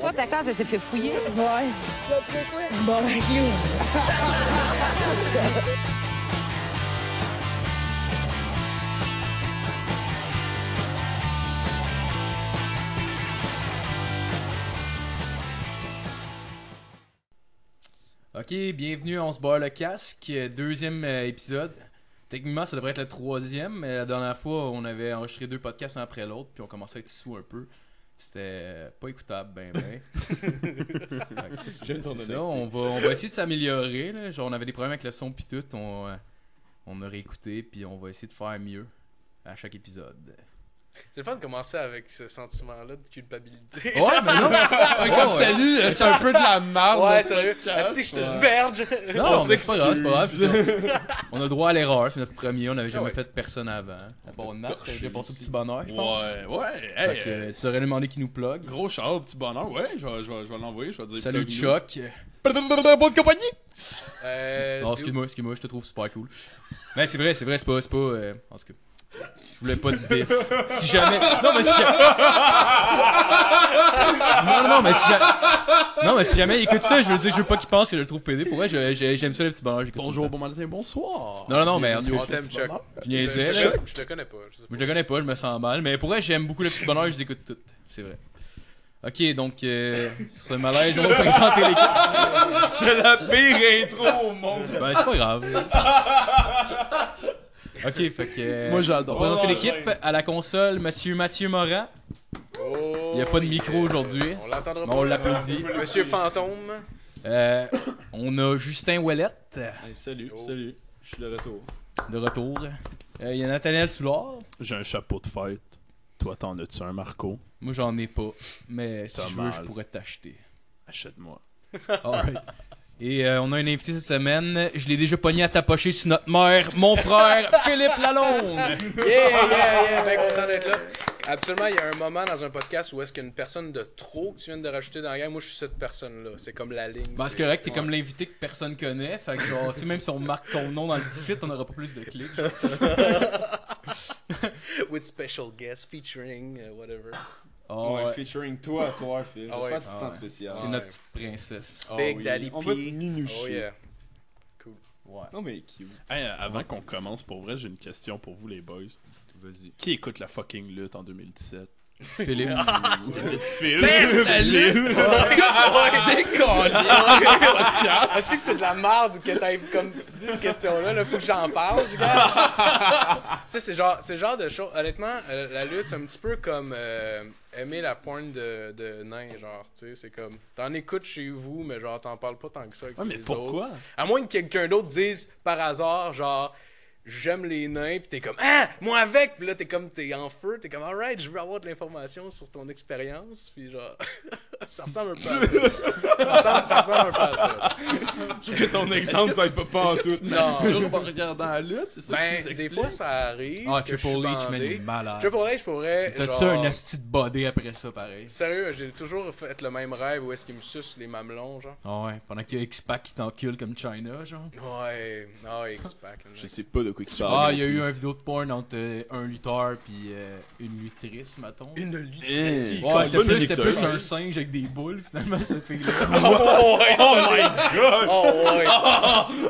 Toi, ta case, elle s'est fait fouiller. Ouais. Bon, ben, you. Ok, bienvenue, on se barre le casque, euh, deuxième euh, épisode. Techniquement, ça devrait être le troisième, mais la dernière fois, on avait enregistré deux podcasts un après l'autre, puis on commençait à être sous un peu. C'était euh, pas écoutable, ben ben. J'aime ton C'est honnêteté. ça, on va, on va essayer de s'améliorer. là. Genre, on avait des problèmes avec le son pis tout, on, euh, on a réécouté, puis on va essayer de faire mieux à chaque épisode. C'est le fun de commencer avec ce sentiment-là de culpabilité. Ouais, mais non! Ah, comme salut, euh, c'est un peu de la merde. ouais, dans ce sérieux. podcast. Ah, si, je suis une Ouais. merde. je- Non, On mais c'est pas grave, c'est pas grave. s'excuse. c'est ça. On a le droit à l'erreur, c'est notre premier, on n'avait jamais ouais. fait de personne avant. Bon, Nat, torché ça a déjà passé au aussi. petit bonheur, je pense. Ouais, ouais. Fait Hey, que, euh, tu aurais demandé qui nous plug. Gros shout, petit bonheur. Ouais, je vais, je vais, je vais l'envoyer. Je vais dire. Salut plug-nous. Chuck. Bonne compagnie. Euh, dis- Non, excuse-moi, excuse-moi, je te trouve super cool. Mais c'est vrai, c'est vrai, c'est pas. C'est pas euh, en tout cas, je voulais pas de bis. Si jamais. Non, mais si jamais. Non, non, mais si jamais. Non, mais si jamais il écoute ça, je veux dire, je veux pas qu'il pense que je le trouve pédé. Pour vrai, je- je- j'aime ça le petit bonheur. j'écoute Bonjour, tout bon matin, bonsoir. Non, non, non, mais en tout Bienvenue cas, au je t'aime, Petit Chuck. Bonheur. le temps. Je je, niaisais, je- là. je le connais pas. Je sais Je pas. le connais pas, je me sens mal. Mais pour vrai, j'aime beaucoup le petit bonheur, je les écoute toutes. C'est vrai. Ok, donc, euh, sur ce malaise, on va présenter l'équipe. C'est la pire intro au monde. Ben, c'est pas grave. ok, fait que. euh, Moi, On j'adore. va présenter l'équipe à la console, monsieur Mathieu Morin. Oh, Il y a pas de micro yeah. aujourd'hui. On l'entendra Mais pas. on l'applaudit. Monsieur Fantôme. Euh, on a Justin Ouellette salut, Oh. salut. Je suis de retour. de retour. Euh, Il y a Nathaniel Soulard. J'ai un chapeau de fête. Toi, t'en as-tu un, Marco Moi, j'en ai pas. Mais si T'as je veux, je mal. pourrais t'acheter. Achète-moi. Alright. Et euh, on a un invité cette semaine. Je l'ai déjà pogné à tapocher sur notre mère, mon frère Philippe Lalonde. Yeah, yeah, yeah. Bien content d'être là. Absolument, il y a un moment dans un podcast où est-ce qu'une personne de trop que tu viens de rajouter dans la gang, moi je suis cette personne-là. C'est comme la ligne. Ben, c'est correct, t'es comme l'invité que personne connaît. Fait que, genre, tu sais, même si on marque ton nom dans le site, on aura pas plus de clics. genre. With special guest, featuring, euh, whatever. Ah, ouais, ouais. featuring toi à soir, Phil. Ah J'espère ouais. que tu te sens spécial. T'es ouais. Oh. notre petite princesse. Ah Big oui. Daddy On P. va te minoucher. Oh yeah. Ouais. Non, mais cute. Hey, euh, avant qu'on commence, pour vrai, j'ai une question pour vous, les boys. Vas-y. Qui écoute la fucking lutte en 2017 Philippe. Ah, Ah, Phil. La lutte. Je sais que c'est de la merde que t'aies comme dit cette question-là, là, faut que j'en parle. du gars. tu sais, c'est genre, c'est le genre de choses. Honnêtement, euh, la lutte, c'est un petit peu comme euh, aimer la porn de, de nain, genre, tu sais, c'est comme. T'en écoutes chez vous, mais genre, t'en parles pas tant que ça. avec Ouais, mais les autres. pourquoi À moins que quelqu'un d'autre dise par hasard, genre. J'aime les nains, pis t'es comme Ah! Moi avec! Pis là, t'es comme, t'es en feu, t'es comme Alright, je veux avoir de l'information sur ton expérience, pis genre. ça ressemble un peu à ça. ça. ressemble- Ça ressemble un peu à ça. que ton exemple t'aide pas pas en tout. Non. Non, en regardant la lutte, c'est ça que Ben, tu nous des expliques? fois, ça arrive. Ah, que je Triple suis H, man, il est bandé. malade. Triple H, pour vrai. T'as-tu genre, un asti de body après ça, pareil? Sérieux, j'ai toujours fait le même rêve où est-ce qu'il me suce les mamelons, genre. Ah ouais, pendant qu'il y a X-Pac qui t'encule comme China, genre. Ouais, non, X-Pac. Je sais pas de quoi tu parles. Ah, il y a eu un vidéo de porn entre euh, un lutteur puis euh, une luttrice, mettons. Une lutte. Eh. Ouais, c'était Bonne plus, c'était lutteuse. plus un singe avec des boules, finalement, cette fille-là. Oh, ouais. Oh my god! Oh, ouais.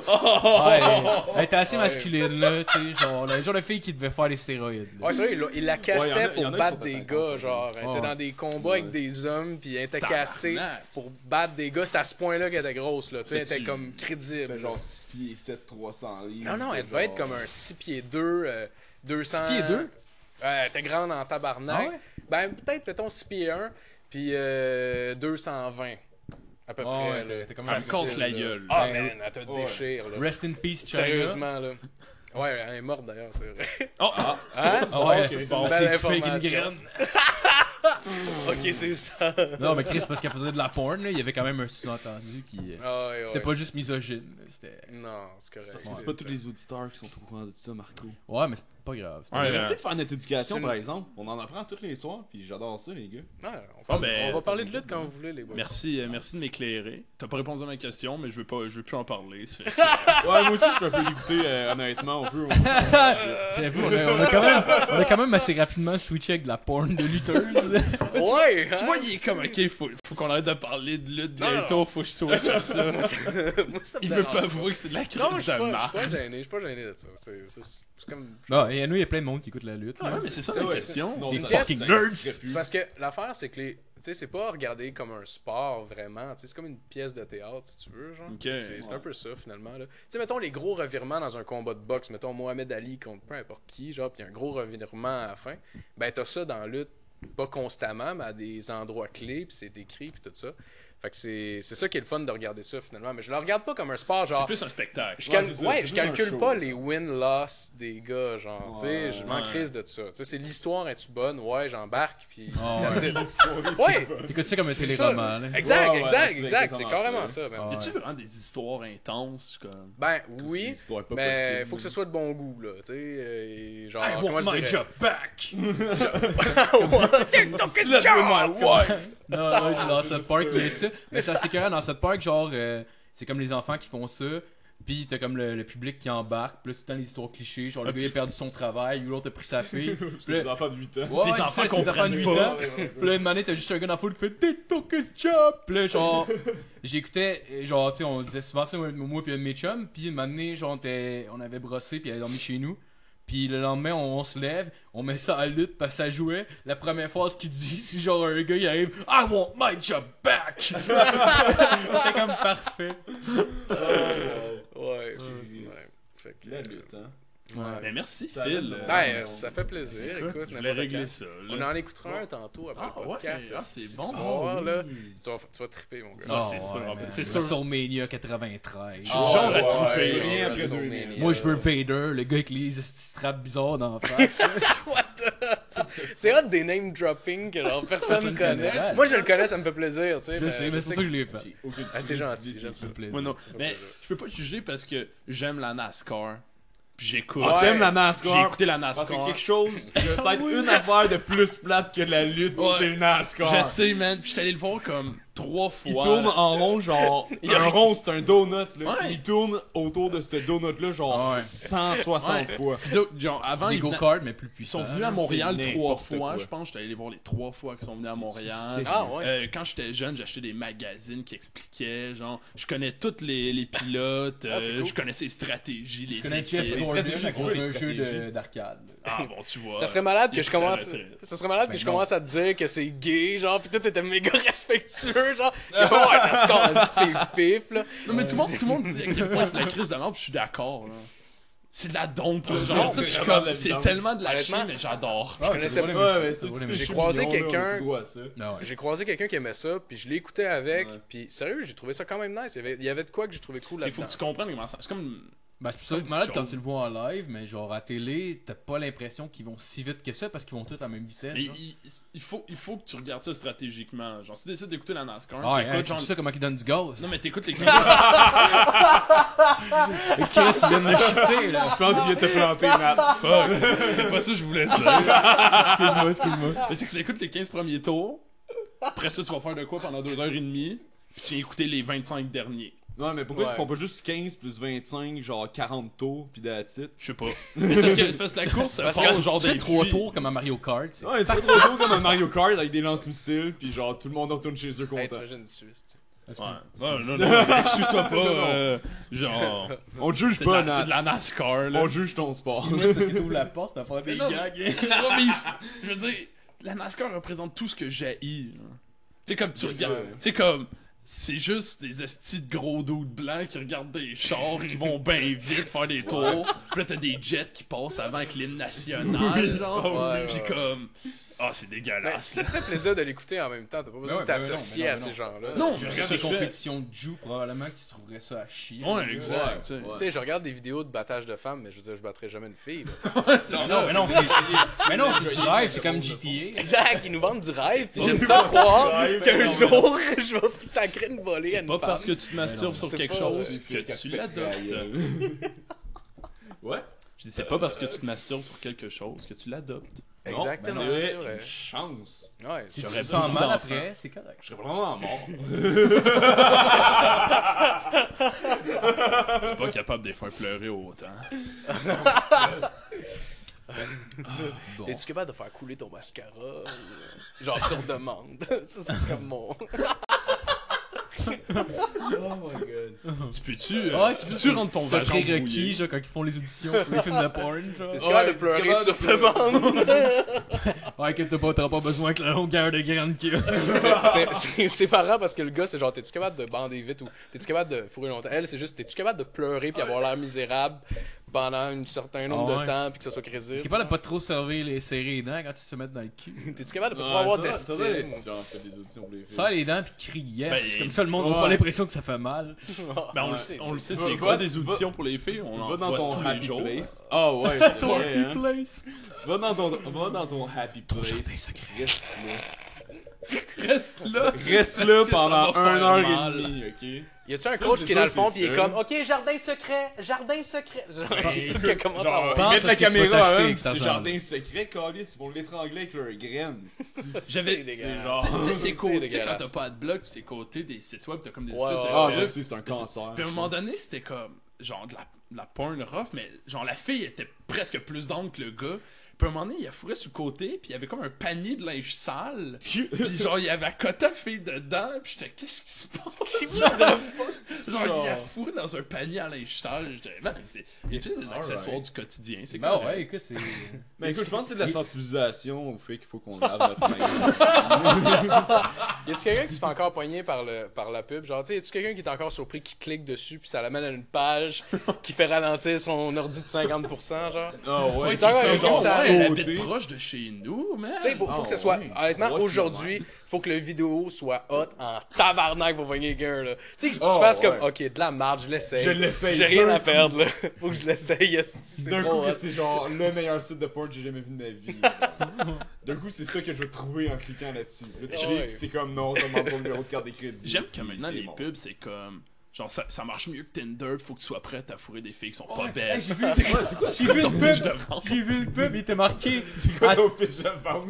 Oh! Ouais, elle- elle était assez Ouais. masculine, là, tu sais, genre, le genre de fille qui devait faire les stéroïdes. là. Ouais, sérieux, il la- il la Ouais, y en castait a- y en pour a qui battre sont à des 50, gars, ouais. genre. Elle Ouais. était dans des combats avec des hommes, puis elle était castée pour battre des gars. C'était à ce point-là qu'elle était grosse, là. Tu sais, elle était C'est-tu- comme crédible, Fait genre. genre 6 pieds 7, 300 livres. Non, non, elle devait être comme un 6 pieds 2, 200. 6 pieds deux? Ouais, elle était grande en Ah tabarnak. ouais? Ben, peut-être, mettons 6 pieds 1, puis euh, 220. À peu Ah près. ouais, là. t'es- t'es comme Elle me facile, casse la là. gueule. Ah, Ben, man, elle te ouais. déchire, là. Rest in peace, China. Sérieusement, là. Ouais, elle est morte d'ailleurs, c'est vrai. Oh, ah, Hein? Ah ouais, Ok, c'est une bon, belle c'est qu'il fait avec une information. graine. Ok, c'est ça. Non, mais Chris, parce qu'elle faisait de la porn, là, il y avait quand même un sous-entendu qui. euh, Ah ouais, C'était ouais. pas juste misogyne, là, c'était. Non, c'est correct. C'est pas tous les auditeurs qui sont au courant de ça, Marco. Ouais, mais pas grave. Ouais, Merci euh, de faire notre éducation, c'est une- par exemple. On en apprend tous les soirs, puis j'adore ça, les gars. Ouais, on, parle- ben, on va parler de lutte quand vous voulez, les boys. Merci, euh, merci de m'éclairer. T'as pas répondu à ma question, mais je veux pas, je veux plus en parler. c'est- Ouais, moi aussi, je peux un peu éviter, euh, honnêtement, on peut. on- J'avoue, on a, on a quand même, on a quand même assez rapidement switché avec de la porn de lutteuse. Ouais! tu hein? vois, il est comme, ok, faut, faut qu'on arrête de parler de lutte Non, non, bientôt, faut que je switch à ça. Moi, ça me Il veut dérange pas avouer que c'est de la Non, moi, je crise suis de pas, je suis marque. pas gêné, je suis pas gêné de ça. C'est c'est- c'est comme. Bon, et à nous, il y a plein de monde qui écoute la lutte. Ouais, là. mais c'est ça C'est la ouais, question. sinon, Des ça- fucking ça nerds. existerait plus. C'est parce que l'affaire, c'est que les. Tu sais, c'est pas regardé comme un sport vraiment. Tu sais, c'est comme une pièce de théâtre, si tu veux, genre. Ok, C'est c'est un ouais. peu ça, finalement. là. Tu sais, mettons les gros revirements dans un combat de boxe, mettons Mohamed Ali contre peu importe qui, genre, puis un gros revirement à la fin. Ben, t'as ça dans la lutte, pas constamment, mais à des endroits clés, puis c'est décrit, puis tout ça. Fait que c'est c'est ça qui est le fun de regarder ça, finalement. Mais je le regarde pas comme un sport, genre. C'est plus un spectacle. Je, Ouais, cal- c'est ça, ouais, c'est je plus un calcule show. pas les win-loss des gars, genre, tu sais, Ouais, je m'en ouais. crise de ça. Tu sais, c'est l'histoire, es-tu bonne? Ouais, j'embarque, puis... Ah, that's ouais. it. ouais, T'écoutes ça comme un c'est téléroman. là. ça. Exact, Ouais, ouais, exact, c'est exact, c'est exactement carrément ça. ça, man. Ah. Y a-tu vraiment des histoires intenses comme Ben, C'est des oui, histoires pas mais possibles. faut que ce soit de bon goût, là, tu sais, euh, et genre, I comment want je my dirais? job back! Slap with my wife! Non, non, c'est dans South Park, mais ça, mais ça c'est carré dans South Park, genre, euh, c'est comme les enfants qui font ça, puis t'as comme le, le public qui embarque, puis là, tout le temps, les histoires clichés, genre, le gars, il a perdu son travail, ou l'autre a pris sa fille, puis C'est des là, enfants de 8 ans. ouais, Les c'est enfants ça, c'est des enfants comprennent de 8 pas. ans, puis là, une manette, t'as juste un gars dans la foule qui fait « TikTok's job », puis là, genre, j'écoutais, euh, genre, tu sais, on disait souvent ça, moi, moi puis un de mes chums, puis une manette, genre, on était- on avait brossé, puis elle a dormi chez nous, puis le lendemain, on, on se lève, on met ça à lutte parce que ça jouait. La première phrase qu'il dit, c'est genre un gars, il arrive I want my job back! C'était comme parfait. Ouais, Christ. ouais. Fait que, La lutte, hein. Ben merci Ça Phil. donne- euh, Ouais, euh, ça fait plaisir, écoute, écoute, je voulais n'importe régler quand. ça. là. On en écoutera un tantôt après Ah le ouais, podcast. ah, c'est si bon. tu vas Ah voir, Oh, là, Oh, oui. tu vas, tu vas triper, mon gars. Ah, c'est sûr, en plus, c'est sûr. WrestleMania 93. Ah, Genre ouais, attrapé, ouais, Oh, rien ouais, après WrestleMania. 2000. Moi, je veux Vader, le gars avec les petits straps bizarres d'en face. C'est hot des name dropping que genre personne Personne ne connaît. connaît. Moi je le connais, ça me fait plaisir, tu sais. je sais, mais surtout que je l'ai fait. J'ai aucune Ah, t'es gentil, idée, j'aime c'est ça. Ça me plaît. Moi non. pas Mais plaisir. je peux pas te juger parce que j'aime la NASCAR. Puis j'écoute. Ah, t'aimes la NASCAR? J'ai écouté la Parce que NASCAR. quelque chose, il y a peut-être une affaire de plus plate que la lutte, Ouais. c'est le NASCAR. Je sais, man. Puis j'étais allé le voir comme trois fois. Il tourne en rond, genre. Il y a un rond, c'est un donut, là. Ouais. Il tourne autour de ce donut-là, genre Ouais. 160 Ouais. fois. Puis d'autres, genre, C'est avant, des ils, venaient- go-karts, mais plus ils puissants. sont venus à c'est Montréal trois n'importe fois. quoi. Je pense que j'étais allé les voir les trois fois qu'ils sont venus à Montréal. c'est- Ah ouais. Euh, quand j'étais jeune, j'achetais des magazines qui expliquaient, genre, je connais tous les, les pilotes, Ah, c'est euh, cool. je connais ses stratégies, les Je connais équipes. Chess Gordon à cause d'un jeu stratégies. de- d'arcade. Ah bon, tu vois. Ça serait malade Il que est je plus à la commence. retraite. Ça serait malade que Ben je non. commence à te dire que c'est gay, genre, pis tout était méga respectueux, genre. Il y a pas un NASCAR, on dit que c'est pif, là. Non, mais tout le monde, tout le monde dit à quel point c'est la crise de la mort, puis je suis d'accord, là. C'est de la dompe, là. Genre, Non, ça, puis je suis c'est vraiment comme, de la c'est vidange. tellement de la chine, Honnêtement, mais j'adore. Je Ah, connaissais Ouais, pas. mais c'est un petit peu J'ai chignon, croisé là, on a quelqu'un- le droit à ça. Non, Ah, ouais. J'ai croisé quelqu'un qui aimait ça, puis je l'ai écouté avec, Ouais. puis sérieux, j'ai trouvé ça quand même nice. Il y avait, il y avait de quoi que j'ai trouvé cool C'est faut que tu là-dedans. comprennes comment ça. C'est comme. Bah, c'est pour ça que malade quand tu le vois en live, mais genre à télé, t'as pas l'impression qu'ils vont si vite que ça parce qu'ils vont tous à la même vitesse. mais genre. il, il faut, il faut que tu regardes ça stratégiquement. Genre, si tu décides d'écouter la NASCAR, Ah, ouais, t'écoutes, hey, tu genre- sais ça comment ils donnent du gaz. Non, mais t'écoutes les gars. Chris, il vient de me shifter, là. Je pense qu'il vient de te planter, Matt. Fuck! C'était pas ça que je voulais dire. Excuse-moi, excuse-moi. Mais c'est que tu écoutes les 15 premiers tours. Après ça, tu vas faire de quoi pendant 2h30. Puis tu vas écouter les 25 derniers. Non, mais pourquoi Ouais. ils font pas juste 15 plus 25, genre 40 tours, pis d'attitude? Je sais pas. Mais c'est parce, que- c'est parce que la course, ça Parce part que genre Tu fais des trois puits. tours comme à Mario Kart. c'est- Ouais, c'est trop tôt comme un Mario Kart avec des lance-missiles, pis genre tout le monde retourne chez eux Hey, content. t'imagines du Suisse, tu sais. Ouais. Non, non, non, excuse-toi pas. euh, genre. On te juge C'est de, pas, la- c'est Nat. de la NASCAR, là. On juge ton sport. Moi, c'est parce qu'il ouvre la porte à faire Mais des non, gags. mais- non, mais il faut- je veux dire, la NASCAR représente tout ce que j'ai. Tu sais, comme tu regardes. sûr. Tu sais, comme. C'est juste des estis de gros doutes blancs qui regardent des chars qui vont bien vite faire des tours. Puis là, t'as des jets qui passent avant avec l'hymne national, genre. Ouais, ouais, Puis ouais. comme. Ah, c'est Ben, dégueulasse. ça te fait plaisir de l'écouter en même temps, t'as pas besoin Ouais, de ben non, t'associer ben à non, ben ces gens-là. Non, Je je regarde sais des que je fais. compétitions de Jew, probablement que tu trouverais ça à chier. Ouais, exact. tu sais. Tu sais, je regarde des vidéos de battage de femmes, mais je veux dire, je battrai jamais une fille. là. Non, non, mais non, c'est. Mais non, c'est du rêve, c'est comme GTA. exact, ils nous vendent du rêve, puis j'aime ça croire qu'un jour, je vais sacrer une volée à C'est une pas femme. parce que tu te masturbes sur c'est quelque pas- chose c'est que tu l'adoptes. Ouais? Je dis, c'est pas parce que tu te masturbes sur quelque chose que tu l'adoptes. Exactement. ben Non, c'est c'est vrai. une chance. Ouais, c'est Si tu J'aurais te sens beaucoup mal d'enfants. après, c'est correct. Je serais vraiment mort. Oh Je suis pas capable des fois de pleurer autant. Bon. Es-tu capable de faire couler ton mascara? euh, Genre sur demande. Ça, c'est comme mon. Ah, Tu peux-tu euh, Ouais, tu c'est peux-tu rendre ton C'est vagin prérequis, mouillé? genre, quand ils font les auditions pour les films de porn, genre. T'es-tu capable de t'es pleurer capable de sur demande? Ouais, que t'as pas, t'auras pas besoin que la longueur de grande queue. C'est- c'est- C'est marrant parce que le gars, c'est genre, t'es-tu capable de bander vite ou t'es-tu capable de fourrer longtemps? Elle, c'est juste, t'es-tu capable de pleurer puis avoir l'air misérable pendant un certain nombre Ah ouais. de temps puis que ça soit crédible? Est-ce qu'il parle de pas trop servir les serrer les dents quand ils se mettent dans le cul? T'es-tu capable de pas Ouais, avoir ça doit- ça doit être d'estime? ça, en fait, des auditions pour les filles. Serre les dents pis crie yes. Ben, comme ça, le monde n'a ouais. pas l'impression que ça fait mal. Ben, on, Ouais. le sait- on le sait, Va- c'est va- quoi des va- auditions pour les filles? On en Va dans voit ton tous les happy jours. place. Ah ouais, c'est vrai, hein. place. Va dans ton, va dans ton happy place. Reste là. Reste là! Reste Parce là que ça pendant va faire 1 heure mal. et demie, ok? Y a-tu un coach c'est qui est dans ça, le fond c'est pis il est ça. comme, ok, jardin secret, jardin secret. Genre, je sais pas comment ça Genre, va. pense mettre à ce la que tu vas caméra t'acheter à eux, avec cet c'est argent-là. jardin secret, calice, ils vont l'étrangler avec leurs graines. J'avais. C'est C'est genre- genre. Tu sais, ces côtés, quand dégueulasse. t'as pas de bloc, ces côtés des sites web, t'as comme des Ouais, espèces de. ouais, Ah, ouais. je sais, c'est un cancer. Puis à un moment donné, c'était comme, genre, de la, de la porn rough, mais genre, la fille était presque plus down que le gars. Puis à un moment donné, il a fourré sur le côté, puis il y avait comme un panier de linge sale. puis genre, il y avait Cota fille dedans, puis j'étais, qu'est-ce qui se passe? genre, genre, il a fourré dans un panier à linge sale. J'étais, man, c'est- il utilise des Alright. accessoires du quotidien, c'est Ben correct. ouais, écoute, c'est. Mais écoute, je pense que c'est de la sensibilisation au fait qu'il faut qu'on lave notre Y a-tu quelqu'un qui se fait encore poigner par, le, par la pub? Genre, tu sais, y a-tu quelqu'un qui est encore surpris, qui clique dessus, puis ça l'amène à une page qui fait ralentir son ordi de 50%, genre? Ah Ouais, ouais, il ça va, fait comme genre, ça. ouais, elle habite Sauter. proche de chez nous, man. Tu sais, faut, faut Ah, que ce soit. oui. Honnêtement, Rock, aujourd'hui, faut que le vidéo soit hot en tabarnak pour pogner quelqu'un, là. Tu sais, que tu Oh, fasses ouais. comme, ok, de la marge, je l'essaye. Je l'essaye J'ai rien d'un à coup. perdre, là. Faut que je l'essaye. esti, c'est D'un trop coup, que hot. c'est genre le meilleur site de porn que j'ai jamais vu de ma vie. genre. D'un coup, c'est ça que je vais trouver en cliquant là-dessus. Là, Ah tu cliques, ouais. puis c'est comme non, ça demande ton numéro de carte de crédit. J'aime que maintenant, T'es les mort. pubs, c'est comme. Genre, ça, ça marche mieux que Tinder, faut que tu sois prête à fourrer des filles qui sont pas belles. Hey, j'ai vu, c'est quoi, c'est quoi? J'ai vu une pub, j'ai vu une pub, il était marqué. C'est quoi ton pitch à vendre?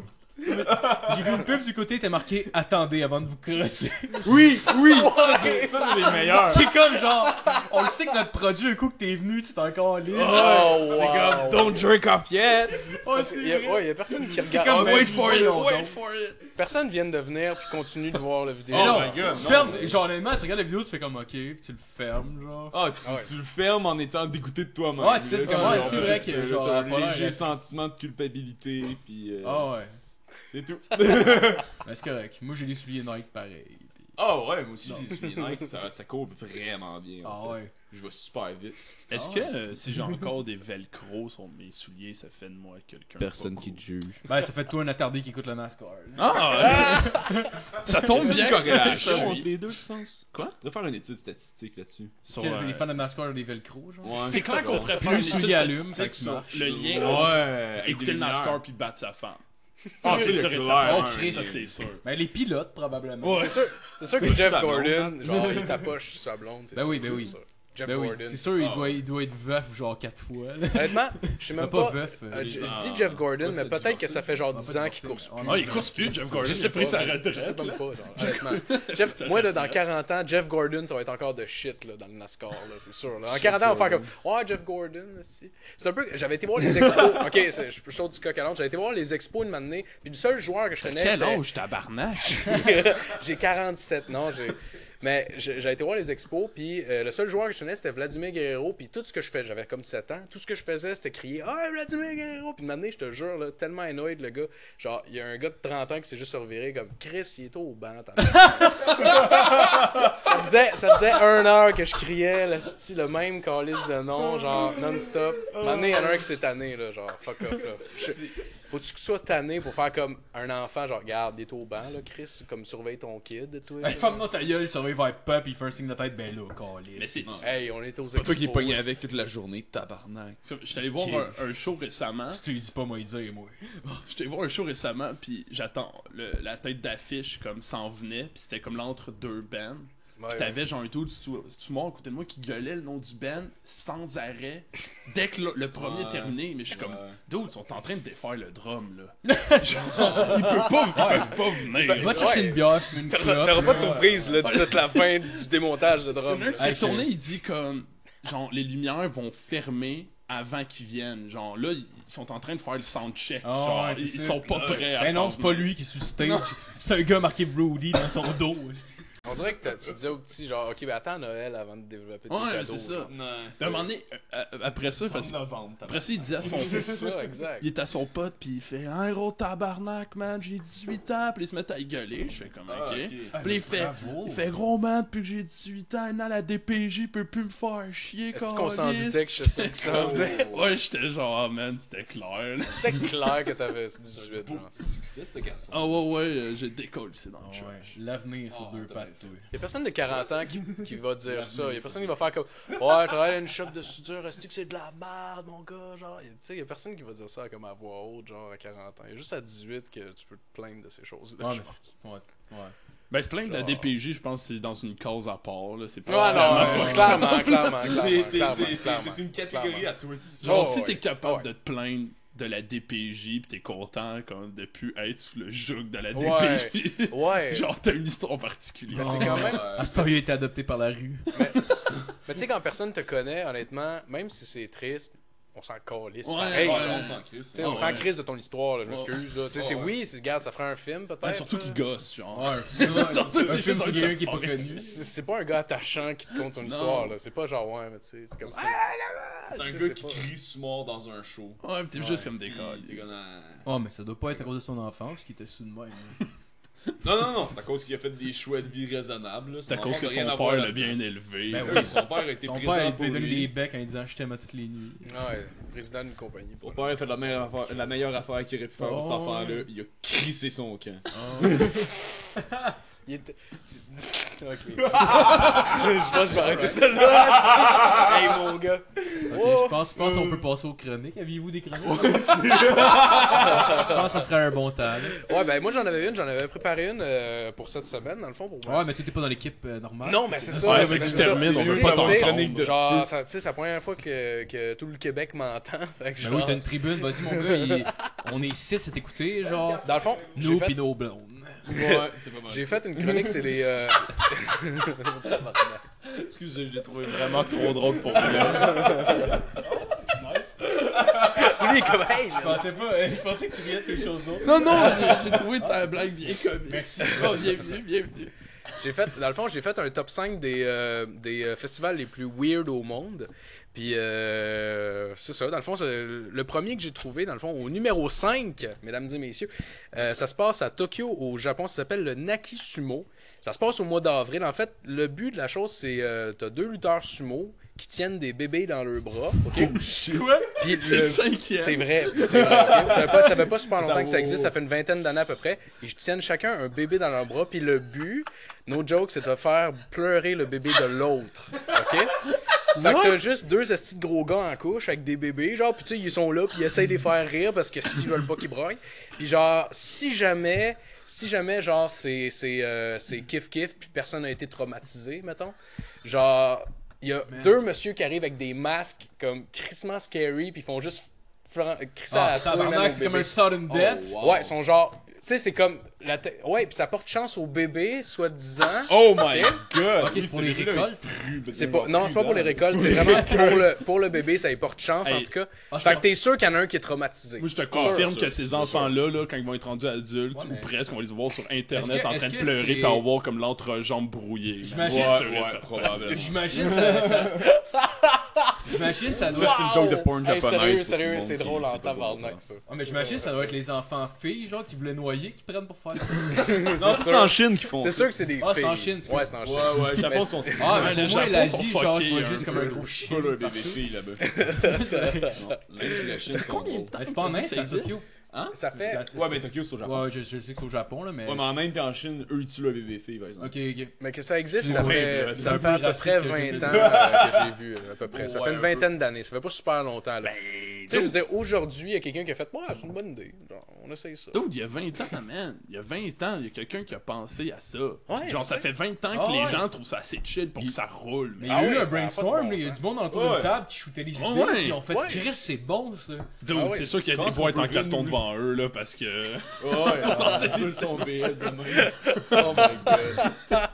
J'ai vu une pub du côté, il était marqué Attendez avant de vous crosser. Oui, oui! Ça, c'est ça, c'est les meilleurs. C'est comme genre, on le sait que notre produit, un coup que t'es venu, tu t'es encore lisse. Oh, wow. C'est comme don't jerk off yet! Oh, Parce que y a, ouais, y a personne qui regarde. comme- Ah, ouais, Wait for it, voyons wait donc. for it. personne vient de venir puis continue de voir la vidéo. Oh non, my God, tu non, fermes, mais- genre honnêtement, tu regardes la vidéo, tu fais comme ok, puis tu le fermes, genre. Ah, tu, Ah ouais. tu le fermes en étant dégoûté de toi-même. Ouais, c'est Là, comme- tu- ouais, on c'est peut vrai dire que, là, genre, t'as pas un l'air léger d'être- sentiment de culpabilité, puis euh, Ah ouais, c'est tout. ben, c'est correct. Moi j'ai des souliers Nike pareil. puis- Ah ouais, moi aussi, j'ai suis Nike, ça, ça court vraiment bien. Ah en fait. ouais. Je vais super vite. Est-ce Ah, que euh, si j'ai encore des velcro sur mes souliers, ça fait de moi quelqu'un? pas cool? juge. Ben ça fait de toi un attardé qui écoute le NASCAR. là. Ah! ça tombe bien, Correct. c'est ce que je suis. les deux, je pense. Quoi? On devrait faire une étude statistique là-dessus. Sur, Parce que les euh, fans de NASCAR ont des velcro, genre. Ouais. C'est clair qu'on préfère Plus il allume, fait ça que marche. le lien entre Ouais. écouter le NASCAR puis battre sa femme. Ah, c'est sûr et clair, certain. hein, c'est- Ça, c'est sûr. Ben les pilotes probablement. C'est sûr, c'est sûr que C'est Jeff la blonde, Gordon, genre, il tapoche sa blonde. c'est Ben sûr, oui, ben c'est oui. sûr. Jeff Ben oui, Gordon. c'est sûr, il Ah doit, il doit être veuf genre 4 fois. là. Honnêtement, je sais Ben, même pas pas. veuf. euh, euh, les je ans. je dis Jeff Gordon, Pas se mais peut-être que ça fait genre pas 10 ans divorcer, qu'il course mais- plus. Ah, il course plus, Jeff Gordon. Je Il sais a pris pas, sa Je sais retraite. même là. pas, genre, honnêtement. Jeff- moi, là, dans 40 ans, Jeff Gordon, ça va être encore de shit, là, dans le NASCAR, là, c'est sûr. là. Dans 40 ans, on va faire comme, ouais, Jeff Gordon, aussi. C'est un peu, j'avais été voir les expos, ok, c'est- je suis chaud du coq à l'âne. j'avais été voir les expos une matinée, puis le seul joueur que je connais, Quel c'était- âge, tabarnak! j'ai 47, non, j'ai. Mais j'ai j'ai été voir les expos, puis euh, le seul joueur que je connais, c'était Vladimir Guerrero, puis tout ce que je faisais, j'avais comme 7 ans, tout ce que je faisais, c'était crier « Ah, Vladimir Guerrero! » Puis maintenant, je te jure, là, tellement annoyed, le gars, genre, il y a un gars de 30 ans qui s'est juste reviré comme « Chris, il est au banc, t'as- ça, faisait, ça faisait un heure que je criais, le style, le même calice de nom, genre, non-stop. Maintenant, il y en a un qui s'est tanné, là, genre, fuck off, là. Je- faut-tu que tu sois tanné pour faire comme un enfant, genre, regarde, il est au banc, là, Chris, comme surveille ton kid, toi. Ben femme non ta gueule, il surveille vers Pop, il fait un signe de tête, ben là, calisse. Mais c'est. Hey, on était aux C'est pas toi qui es expos, pogné là. avec toute la journée, tabarnak. Je suis allé voir Ok. un- un show récemment. Si tu lui dis pas, moi, il dit, moi. J'étais voir un show récemment, puis j'attends. le- La tête d'affiche, comme, s'en venait, puis c'était comme l'entre-deux bands. Ouais, Puis t'avais genre un dude sous, sous moi à côté de moi qui gueulait le nom du Ben sans arrêt dès que le, le premier Ouais. est terminé. Mais je suis comme, Ouais. dude, ils sont en train de défaire le drum là. genre, ils peuvent pas, ils peuvent pas venir. Va te chercher Ouais. une bière, fume une T'auras clope. t'auras pas de surprise là, d'ici la fin du démontage de Il y en drum. a un là. qui s'est Ah, je- retourné, il dit comme, genre, les lumières vont fermer avant qu'ils viennent. Genre, là, ils sont en train de faire le soundcheck. Ah, genre, ouais, c'est ils, ça. sont pas prêts à Ben non, s'en c'est pas venir. lui qui est sous stage. C'est un gars marqué Brody dans son dos. aussi. On dirait que t'as- tu disais au petit genre, ok, ben attends Noël avant de développer tes Ouais, cadeaux, c'est ça. là. Non. D'un moment donné, euh, euh, après ça, parce- novembre, après ça, il dit à son C'est ça, exact. Il est à son pote, puis il fait Un gros tabarnak, man, j'ai 18 ans, puis il se met à gueuler. Je fais comme Ah, Ok. ok. Puis il fait, Bravo. il fait Gros man, depuis que j'ai 18 ans, maintenant la DPJ peut plus me faire chier, Est-ce qu'on s'en câlisse. doutait que c'était ça qui s'en venait? Ah Ouais, j'étais genre, Ah, man, c'était clair. là. C'était clair que t'avais 18 Beau ans. petit succès, ce garçon. Ah, ouais, ouais, euh, j'ai décollé, c'est dans le Ah chat. ouais, L'avenir sur Ah, deux t'as pattes, bien toi. Y'a personne de 40 ans qui, qui va dire ça. Y'a personne qui va faire comme Ouais, je travaille dans une shop de soudure, est-ce que c'est de la merde, mon gars? Genre, tu sais, y'a personne qui va dire ça comme à voix haute, genre à 40 ans. Y'a juste à 18 que tu peux te plaindre de ces choses-là. Ouais, je Ah, mais- pense. Ouais, ouais. Ben, se plaindre de la Genre. DPJ, je pense que c'est dans une cause à part, là. C'est Ouais, non, particulièrement ouais, fucked up. clairement, clairement, T'es- clairement, t'es- clairement, t'es- clairement. t'es une catégorie clairement. à Twitch. Genre, Oh, si ouais. t'es capable Ouais. de te plaindre de la DPJ, pis t'es content comme, de plus être sous le joug de la Ouais. DPJ, Ouais. genre t'as une histoire particulière. Mais c'est quand même. Ouais. À Ah, ce temps, Euh, il a été adopté par la rue. Mais tu sais, quand personne te connaît, honnêtement, même si c'est triste, on s'en calisse. Ouais, pareil, ouais, genre. on s'en crisse. Tu sais, on Ouais. s'en crisse de ton histoire, là, je Ouais. m'excuse. là. Tu sais, Ouais, c'est ouais. oui, c'est- regarde, ça ferait un film peut-être. Ouais, surtout là. qu'il gosse, genre. Ouais, un film Surtout un qu'il film est sur quelqu'un qui est pas forêt. connu. C'est c'est pas un gars attachant qui te compte son histoire, là. C'est pas genre, ouais, mais tu sais, c'est comme. C'est un- C'est un tu sais, gars c'est qui pas- crie sous mort dans un show. Ah, Ouais, pis t'es Ouais. juste comme des Puis, gars. t'es comme, ah. Oh, mais ça doit pas être à cause de son enfance qui était sous de hein. moi. Non, non, non, c'est à cause qu'il a fait des choix de vie raisonnables. là. C'est à Son cause enfant, que rien à son voir père l'a là-dedans. bien élevé. Ben Oui, son père a été Son présent père, il pour devait donner lui. des becs en lui disant Je t'aime à toutes les nuits. Ah! Ouais, président d'une compagnie. Son probablement. père a fait la meilleure affaire, la meilleure affaire qu'il aurait pu faire pour cet Oh. enfant-là. Il a crissé son camp. Il était. tu- Ok. je pense que je vais arrêter ça là. hey, mon gars. Ok, Oh. je pense, je pense qu'on peut passer aux chroniques. Aviez-vous des chroniques Je pense que ça serait un bon temps. là. Ouais, ben moi, j'en avais une, j'en avais préparé une euh, pour cette semaine, dans le fond, pour moi. Ouais, mais tu t'es pas dans l'équipe euh, normale. Non, mais c'est ça. Ouais, c'est mais tu ça. termines, on Je veut dis, pas tu sais, t'entendre. Genre, ça- tu sais, c'est la première fois que, que tout le Québec m'entend. Fait que Ben genre- oui, t'as une tribune, vas-y mon gars, il- on est 6 à t'écouter, genre. Dans le fond, j'ai Nous fait, pis nos blondes. Ouais, c'est pas mal. j'ai fait une chronique, c'est des. euh, Excusez, je l'ai trouvé Vraiment trop drôle pour moi. Lui, comme, hey, je- pensais pas, je pensais que tu viens de quelque chose d'autre. non, non, j'ai- j'ai trouvé Ah, ta blague bien comique. Merci. Oh, bienvenue, bienvenue. J'ai fait, dans le fond, j'ai fait un top 5 des, euh, des euh, festivals les plus weird au monde. Puis, euh, c'est ça. Dans le fond, c'est le premier que j'ai trouvé, dans le fond, au numéro 5, mesdames et messieurs, euh, ça se passe à Tokyo, au Japon. Ça s'appelle le Naki Sumo. Ça se passe au mois d'avril. En fait, le but de la chose, c'est euh, t'as deux lutteurs sumo qui tiennent des bébés dans leurs bras. OK? Ouais, Puis c'est le- le c'est cinquième. vrai, c'est vrai. ok? Ça, fait pas, ça fait pas super longtemps que ça existe, ça fait une vingtaine d'années à peu près. Ils tiennent chacun un bébé dans leur bras, puis le but, no joke, c'est de faire pleurer le bébé de l'autre. OK? Fait que t'as juste deux estis de gros gars en couche avec des bébés, genre, puis tu sais, ils sont là, puis ils essayent de les faire rire parce que s'ils veulent pas qu'ils broient. Puis genre, si jamais, si jamais, genre, c'est c'est, euh, c'est kiff-kiff, puis personne n'a été traumatisé, mettons, genre, il y a deux messieurs qui arrivent avec des masques comme crissement scary, puis ils font juste flan- crisser à Ah, la trouille, man, tabarnak, au c'est comme bébé. un sudden death. oh, wow. Ouais, ils sont genre, tu sais, c'est comme, la te- ouais, puis ça porte chance au bébé, soi-disant. Oh my god! Ok, c'est pour les récoltes. C'est pas, non, c'est pas pour les récoltes, c'est vraiment pour le, pour le bébé, ça lui porte chance en Hey. tout cas. Ah, je fait que pense- t'es sûr qu'il y en a un qui est traumatisé. Moi, je te confirme sûr, que ces enfants-là, là, quand ils vont être rendus adultes, Ouais, mais- ou presque, on va les voir sur Est-ce Internet que- en est-ce train de que pleurer c'est- pis avoir comme l'entrejambe brouillée. Ouais, J'imagine ouais, sûr, ouais, ça- probablement. J'imagine ça. ça... J'imagine ça doit. c'est une joke de porn Hey, japonaise pour tout le Sérieux, sérieux, monde c'est qui drôle sait en pas tabarnak pourquoi. ça. Ah, mais j'imagine ça doit être les enfants filles, genre, qui voulaient noyer, qui prennent pour faire ça. Non, c'est en Chine qu'ils font C'est sûr que c'est des Ah, c'est filles. en Chine, c'est Ouais, cool. c'est en Chine. Ouais, ouais, Japon sont Ah, Ouais, mais les pour moi, Japons l'Asie, sont genre, je vois fuckés, juste un comme un peu. gros C'est hein. pas chien. leur bébé fille là-bas. C'est Non, l'Inde et la Chine sont combien de gros. temps? pas en T'as dit Inde, que c'est à ça Tokyo. Ça fait. Ouais, mais Tokyo, c'est au Japon. Ouais, je, je sais que c'est au Japon, là, mais. Ouais, mais en Inde et en Chine, eux, ils tuent le bébé fille, par exemple. Ok, ok. Mais que ça existe, C'est ça horrible, fait, là. C'est ça un fait peu à peu raciste près que je 20 le ans dis. euh, que j'ai vu, à peu près. Ça Ouais, Ben, fait une un vingtaine d'années, ça fait pas super longtemps là. Tu sais, je veux dire, aujourd'hui, il y a quelqu'un qui a fait Ouais, c'est une bonne idée. Genre, on essaye ça. Dude, il y a 20 ans, man. Il y a 20 ans, il y a quelqu'un qui a pensé à ça. Ouais, genre, je ça sais. fait 20 ans que Ah les ouais. gens trouvent ça assez chill pour Il- que ça roule. Mais Mais il y a Ah eu ouais, un ça a pas de brainstorm, bon là, il y a sens. du monde autour Ouais. d'une table qui shootait les idées, Ouais. puis ils ont fait Ouais. Chris, c'est bon ça. dude, Ah ouais. c'est sûr qu'il y a Comment des est-ce boîtes qu'on en peut carton renouveler? devant eux, là, parce que. Ah, Ouais, on saoule son BS de même. Oh my god.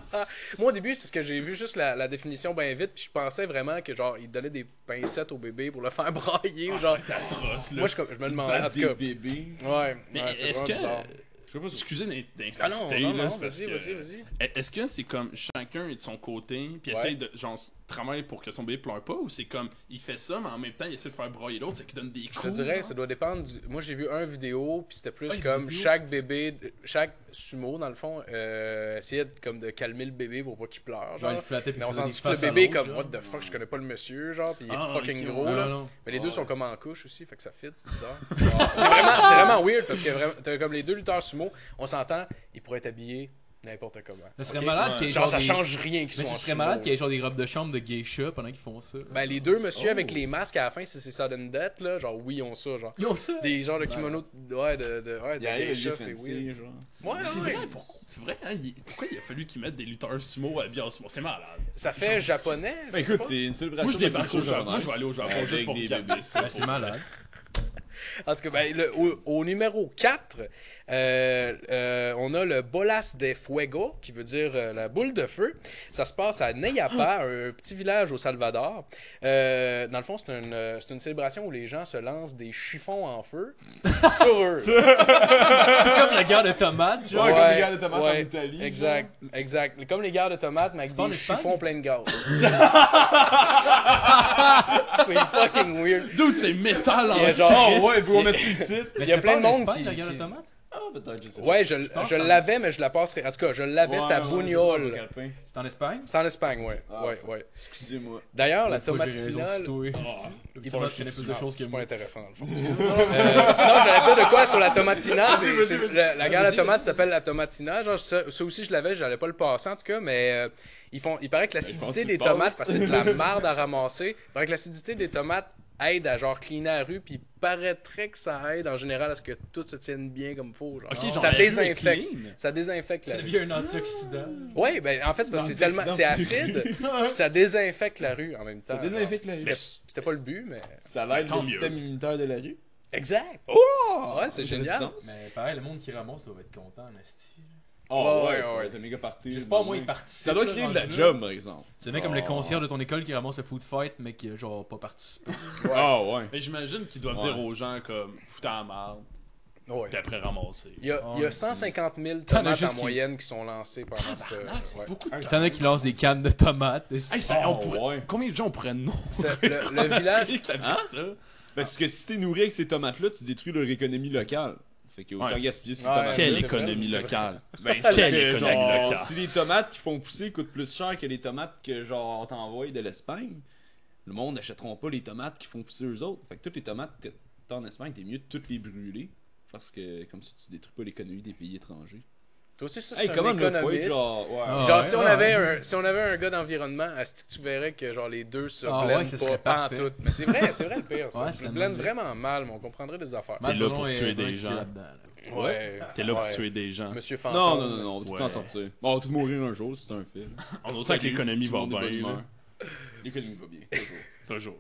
Moi, au début, c'est parce que j'ai vu juste la, la définition bien vite, puis je pensais vraiment que, genre, ils donnaient des pincettes au bébé pour le faire brailler. ou Ah, genre, c'est atroce, là. moi, je, je me demandais. En Battre tout des cas. bébés. Ouais, Mais ouais, c'est est-ce vraiment que. bizarre. Je sais pas si Excusez d'in- Ah non, d'insister, non, là. non, c'est parce vas-y, que- vas-y, vas-y. Est- Est-ce que c'est comme chacun est de son côté, puis Ouais. essaye de genre s- travailler pour que son bébé pleure pas, ou c'est comme il fait ça, mais en même temps il essaie de faire broyer l'autre, c'est qu'il donne des Je coups. te dirais, genre. ça doit dépendre du. Moi, j'ai vu un vidéo, puis c'était plus hein? Ah, il y a des comme vidéos. chaque bébé, chaque sumo, dans le fond, euh, essayait de, comme, de calmer le bébé pour pas qu'il pleure. Genre. Genre, il flattait puis mais on faisait s'en des dit que le faces à bébé, l'autre, comme, genre. what the fuck, je connais pas le monsieur, genre, puis il est Ah, fucking ok, gros, Non, là. non, non. Mais les deux Ouais. sont comme en couche aussi, fait que ça fit, c'est bizarre. Genre, c'est vraiment, c'est vraiment weird parce que vraiment, t'as comme les deux lutteurs sumo, on s'entend, ils pourraient être habillés n'importe comment. Ça serait ok? malade qu'il y ait Genre, Euh, genre ça des- change rien qu'ils Mais soient ce en serait sumo, malade là. qu'il y ait genre des robes de chambre de geisha pendant qu'ils font ça. Ben, les deux monsieur avec Oh. les masques à la fin, si c'est sudden death, là, genre, oui, on ça, genre. Ils ont ça. Des genres de kimono, ouais, de, de, ouais, de Il arrive geisha, les c'est fancy, weird. genre. Ouais, C'est ouais. vrai, pour- c'est vrai, hein, il- pourquoi il a fallu qu'ils mettent des lutteurs sumo à en sumo C'est malade. Ça fait japonais, Ben je sais écoute, pas. c'est une célébration. Moi je de la débarque culture au Japon, moi japonaise. je vais aller au Japon Avec juste pour des regarder. bébés, ça, Ben, c'est malade. En tout cas, ben, le- au, au numéro 4, on a le Bolas de Fuego, qui veut dire euh, la boule de feu. Ça se passe à Neyapa, un petit village au Salvador. Euh, dans le fond, c'est une, euh, c'est une célébration où les gens se lancent des chiffons en feu sur eux. Comme la guerre de tomates, genre. Ouais, comme les gars de tomates en ouais, Italie, Exact, exact. Comme les guerres de tomates, mais avec pas en des Espagne? chiffons pleins de gaz. c'est fucking weird. Dude, c'est métal Il y a en genre- Oh ouais, vous on mettre ça ici. Mais Il y a c'était plein pas de en monde Espagne, qui- la guerre de qui- tomates Ah, peut-être, je sais Ouais, je, pense je que- l'avais, mais je la passerai. En tout cas, je l'avais, c'était à Buñol. C'est en Espagne C'est en Espagne, ouais. Ah, ouais, fuck. ouais. Excusez-moi. D'ailleurs, la Faut que j'ai raison, tomatinole. c'est toi. Ils vont Habituellement, je connais plus de Ah, choses que C'est pas moi. intéressant, dans le fond. Euh, non, j'allais dire de quoi sur la tomatina. c'est- Vas-y, c'est- vas-y, la, la guerre à la Vas-y, tomate s'appelle la tomatina. Genre, ça, ça aussi, je l'avais, j'allais pas le passer en tout cas, mais euh, ils font, il paraît que pense que l'acidité tu des passes. tomates, parce que c'est de la marde à ramasser, il paraît que l'acidité des tomates aide à genre cleaner la rue, puis il paraîtrait que ça aide en général à ce que tout se tienne bien comme faut. Genre. Ok, genre, ça la rue est désinfecte. clean. Ça désinfecte la C'est rue. devenu un antioxydant. Oui, ben en fait, c'est parce que c'est Dans tellement. C'est l'accident de acide, puis ça désinfecte la rue en même temps. Ça genre. désinfecte la C'était- rue. C'était pas le but, mais. Ça l'aide Tant le mieux. système immunitaire de la rue. Exact! Oh! Ouais, c'est génial. Mais pareil, le monde qui ramasse doit être content, en esti. Oh, Ouais, ouais, ouais, ça ouais. doit être un méga party. J'espère au moins il ils participent. Ça doit là, créer de rendu la là. job, par exemple. C'est bien comme le Oh. concierge de ton école qui ramasse le food fight, mais qui a genre pas participé. Ah, ouais. Mais j'imagine qu'ils doivent Ouais. dire aux gens comme foutez en marde, Ouais. puis après ramasser. Il y, a, il y a 150 000 tomates juste en qui- moyenne qui sont lancées pendant cette. Ah, c'est Ah, ouais. Ah, beaucoup de Il y en a qui lancent des cannes de tomates. Hey, ça- on Oh, pourrait- ouais. Combien de gens on pourrait non Ce- le, le village. avec Hein? ça? Ben, c'est parce que si t'es nourri avec ces tomates-là, tu détruis leur économie locale. Fait que autant Ouais. gaspiller ces Ouais. tomates-là. Quelle Quelle c'est économie vrai, c'est locale. Ben, c'est Quelle que, économie genre, locale. Si les tomates qui font pousser coûtent plus cher que les tomates que genre t'envoies de l'Espagne, le monde n'achèteront pas les tomates qui font pousser eux autres. Fait que toutes les tomates que t'as en Espagne, t'es mieux de toutes les brûler. Parce que comme ça, tu détruis pas l'économie des pays étrangers. Toi aussi, ça, c'est Hey, un comment le économiste. foyer, genre. Ouais. Ah, Genre, ouais, si, on ouais, avait un, si on avait un gars d'environnement, à ce que tu verrais que genre les deux se Ah blendent ouais, ce serait pas, parfait. en tout. Mais c'est vrai, c'est vrai le pire. Ça. Ouais, Ils c'est blendent le vraiment mal, mais on comprendrait des affaires. T'es là pour Madelon est tuer des vraiment gens. chier là-dedans, là. Ouais. T'es là pour Ouais. tuer des gens. Monsieur Non, Fantôme. non, non, non, on va c'est- tout s'en sortir. Bon, on va tout mourir un jour, c'est un film. En autant que l'économie va bien. là. L'économie va bien, toujours. Toujours.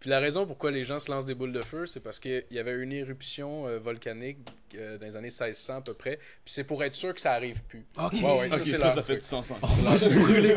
Puis la raison pourquoi les gens se lancent des boules de feu, c'est parce qu'il y avait une éruption euh, volcanique euh, dans les années 1600 à peu près. Puis c'est pour être sûr que ça arrive plus. Ok. Ouais, ouais, ok, ça, c'est ça, leur ça fait truc. du sens. hein.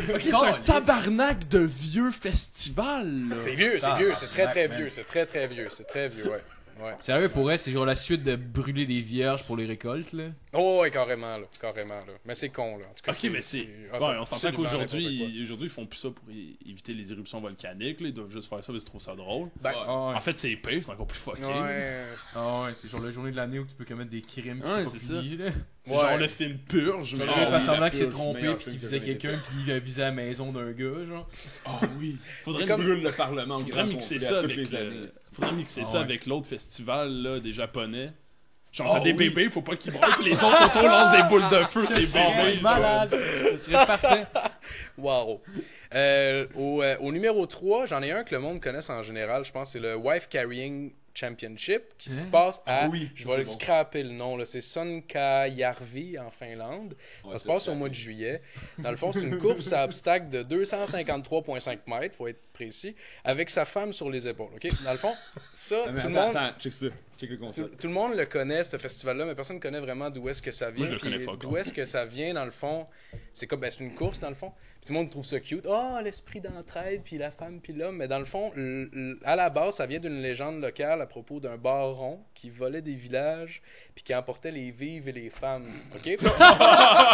Ok, c'est un tabarnak de vieux festival. là. C'est vieux, c'est Ah, vieux, c'est très très man. vieux, c'est très très vieux, c'est très vieux, ouais. Ouais. Sérieux, pour elle, c'est genre la suite de brûler des vierges pour les récoltes, là. Oh, ouais, carrément, là, carrément, là. Mais c'est con, là. En tout cas, Ok, mais c'est. ah, Ouais, c'est on s'entend absolument qu'aujourd'hui, n'importe quoi. ils- aujourd'hui, ils font plus ça pour é- éviter les éruptions volcaniques. là. Ils doivent juste faire ça parce qu'ils trouvent ça drôle. Ben, Ah ouais. En fait, c'est pire, c'est encore plus fucké. ouais, Ah ouais, c'est genre la journée de l'année où tu peux commettre des crimes qui Ouais, sont pas c'est ça. punis, là. C'est Ouais. genre le film purge. Le mais- Ah gars oui, fait Ah semblant la qu'il s'est purge, trompé meilleur puis film qu'il que visait j'avais quelqu'un puis il a visé la maison d'un gars, genre. Ah oui. Faudrait C'est comme- brûle le Parlement. au Faudrait grand mixer complet ça à toutes avec les le- années. faudrait mixer Ah ça ouais. avec l'autre festival là, des japonais. Genre t'as Oh des oui. bébés, faut pas qu'ils broient, puis les autres autour lancent des boules de feu, Ça c'est serait bébés. ben, malade! Ce serait parfait! Wow. Euh, au, euh, au numéro 3, j'en ai un que le monde connaisse en général, je pense, c'est le Wife Carrying Championship qui se Hein? passe à. Ah Oui, je ça, vais c'est le bon. scraper le nom, là, c'est Sonkajärvi en Finlande. Ouais, ça se passe ça. au mois de juillet. Dans le fond, c'est une course à obstacle de 253,5 mètres, faut être précis, avec sa femme sur les épaules. ok? Dans le fond, ça, Ah, mais tout le attends, monde. attends, check ça. Check le Tout, concept. tout le monde le connaît, ce festival-là, mais personne ne connaît vraiment d'où est-ce que ça vient. Moi, je le puis connais fuck D'où all. est-ce que ça vient, dans le fond C'est comme, ben, c'est une course, dans le fond. Puis tout le monde trouve ça cute. Ah, l'esprit d'entraide, puis la femme, puis l'homme. Mais dans le fond, l- l- à la base, ça vient d'une légende locale à propos d'un baron qui volait des villages, puis qui emportait les vives et les femmes. OK? OK?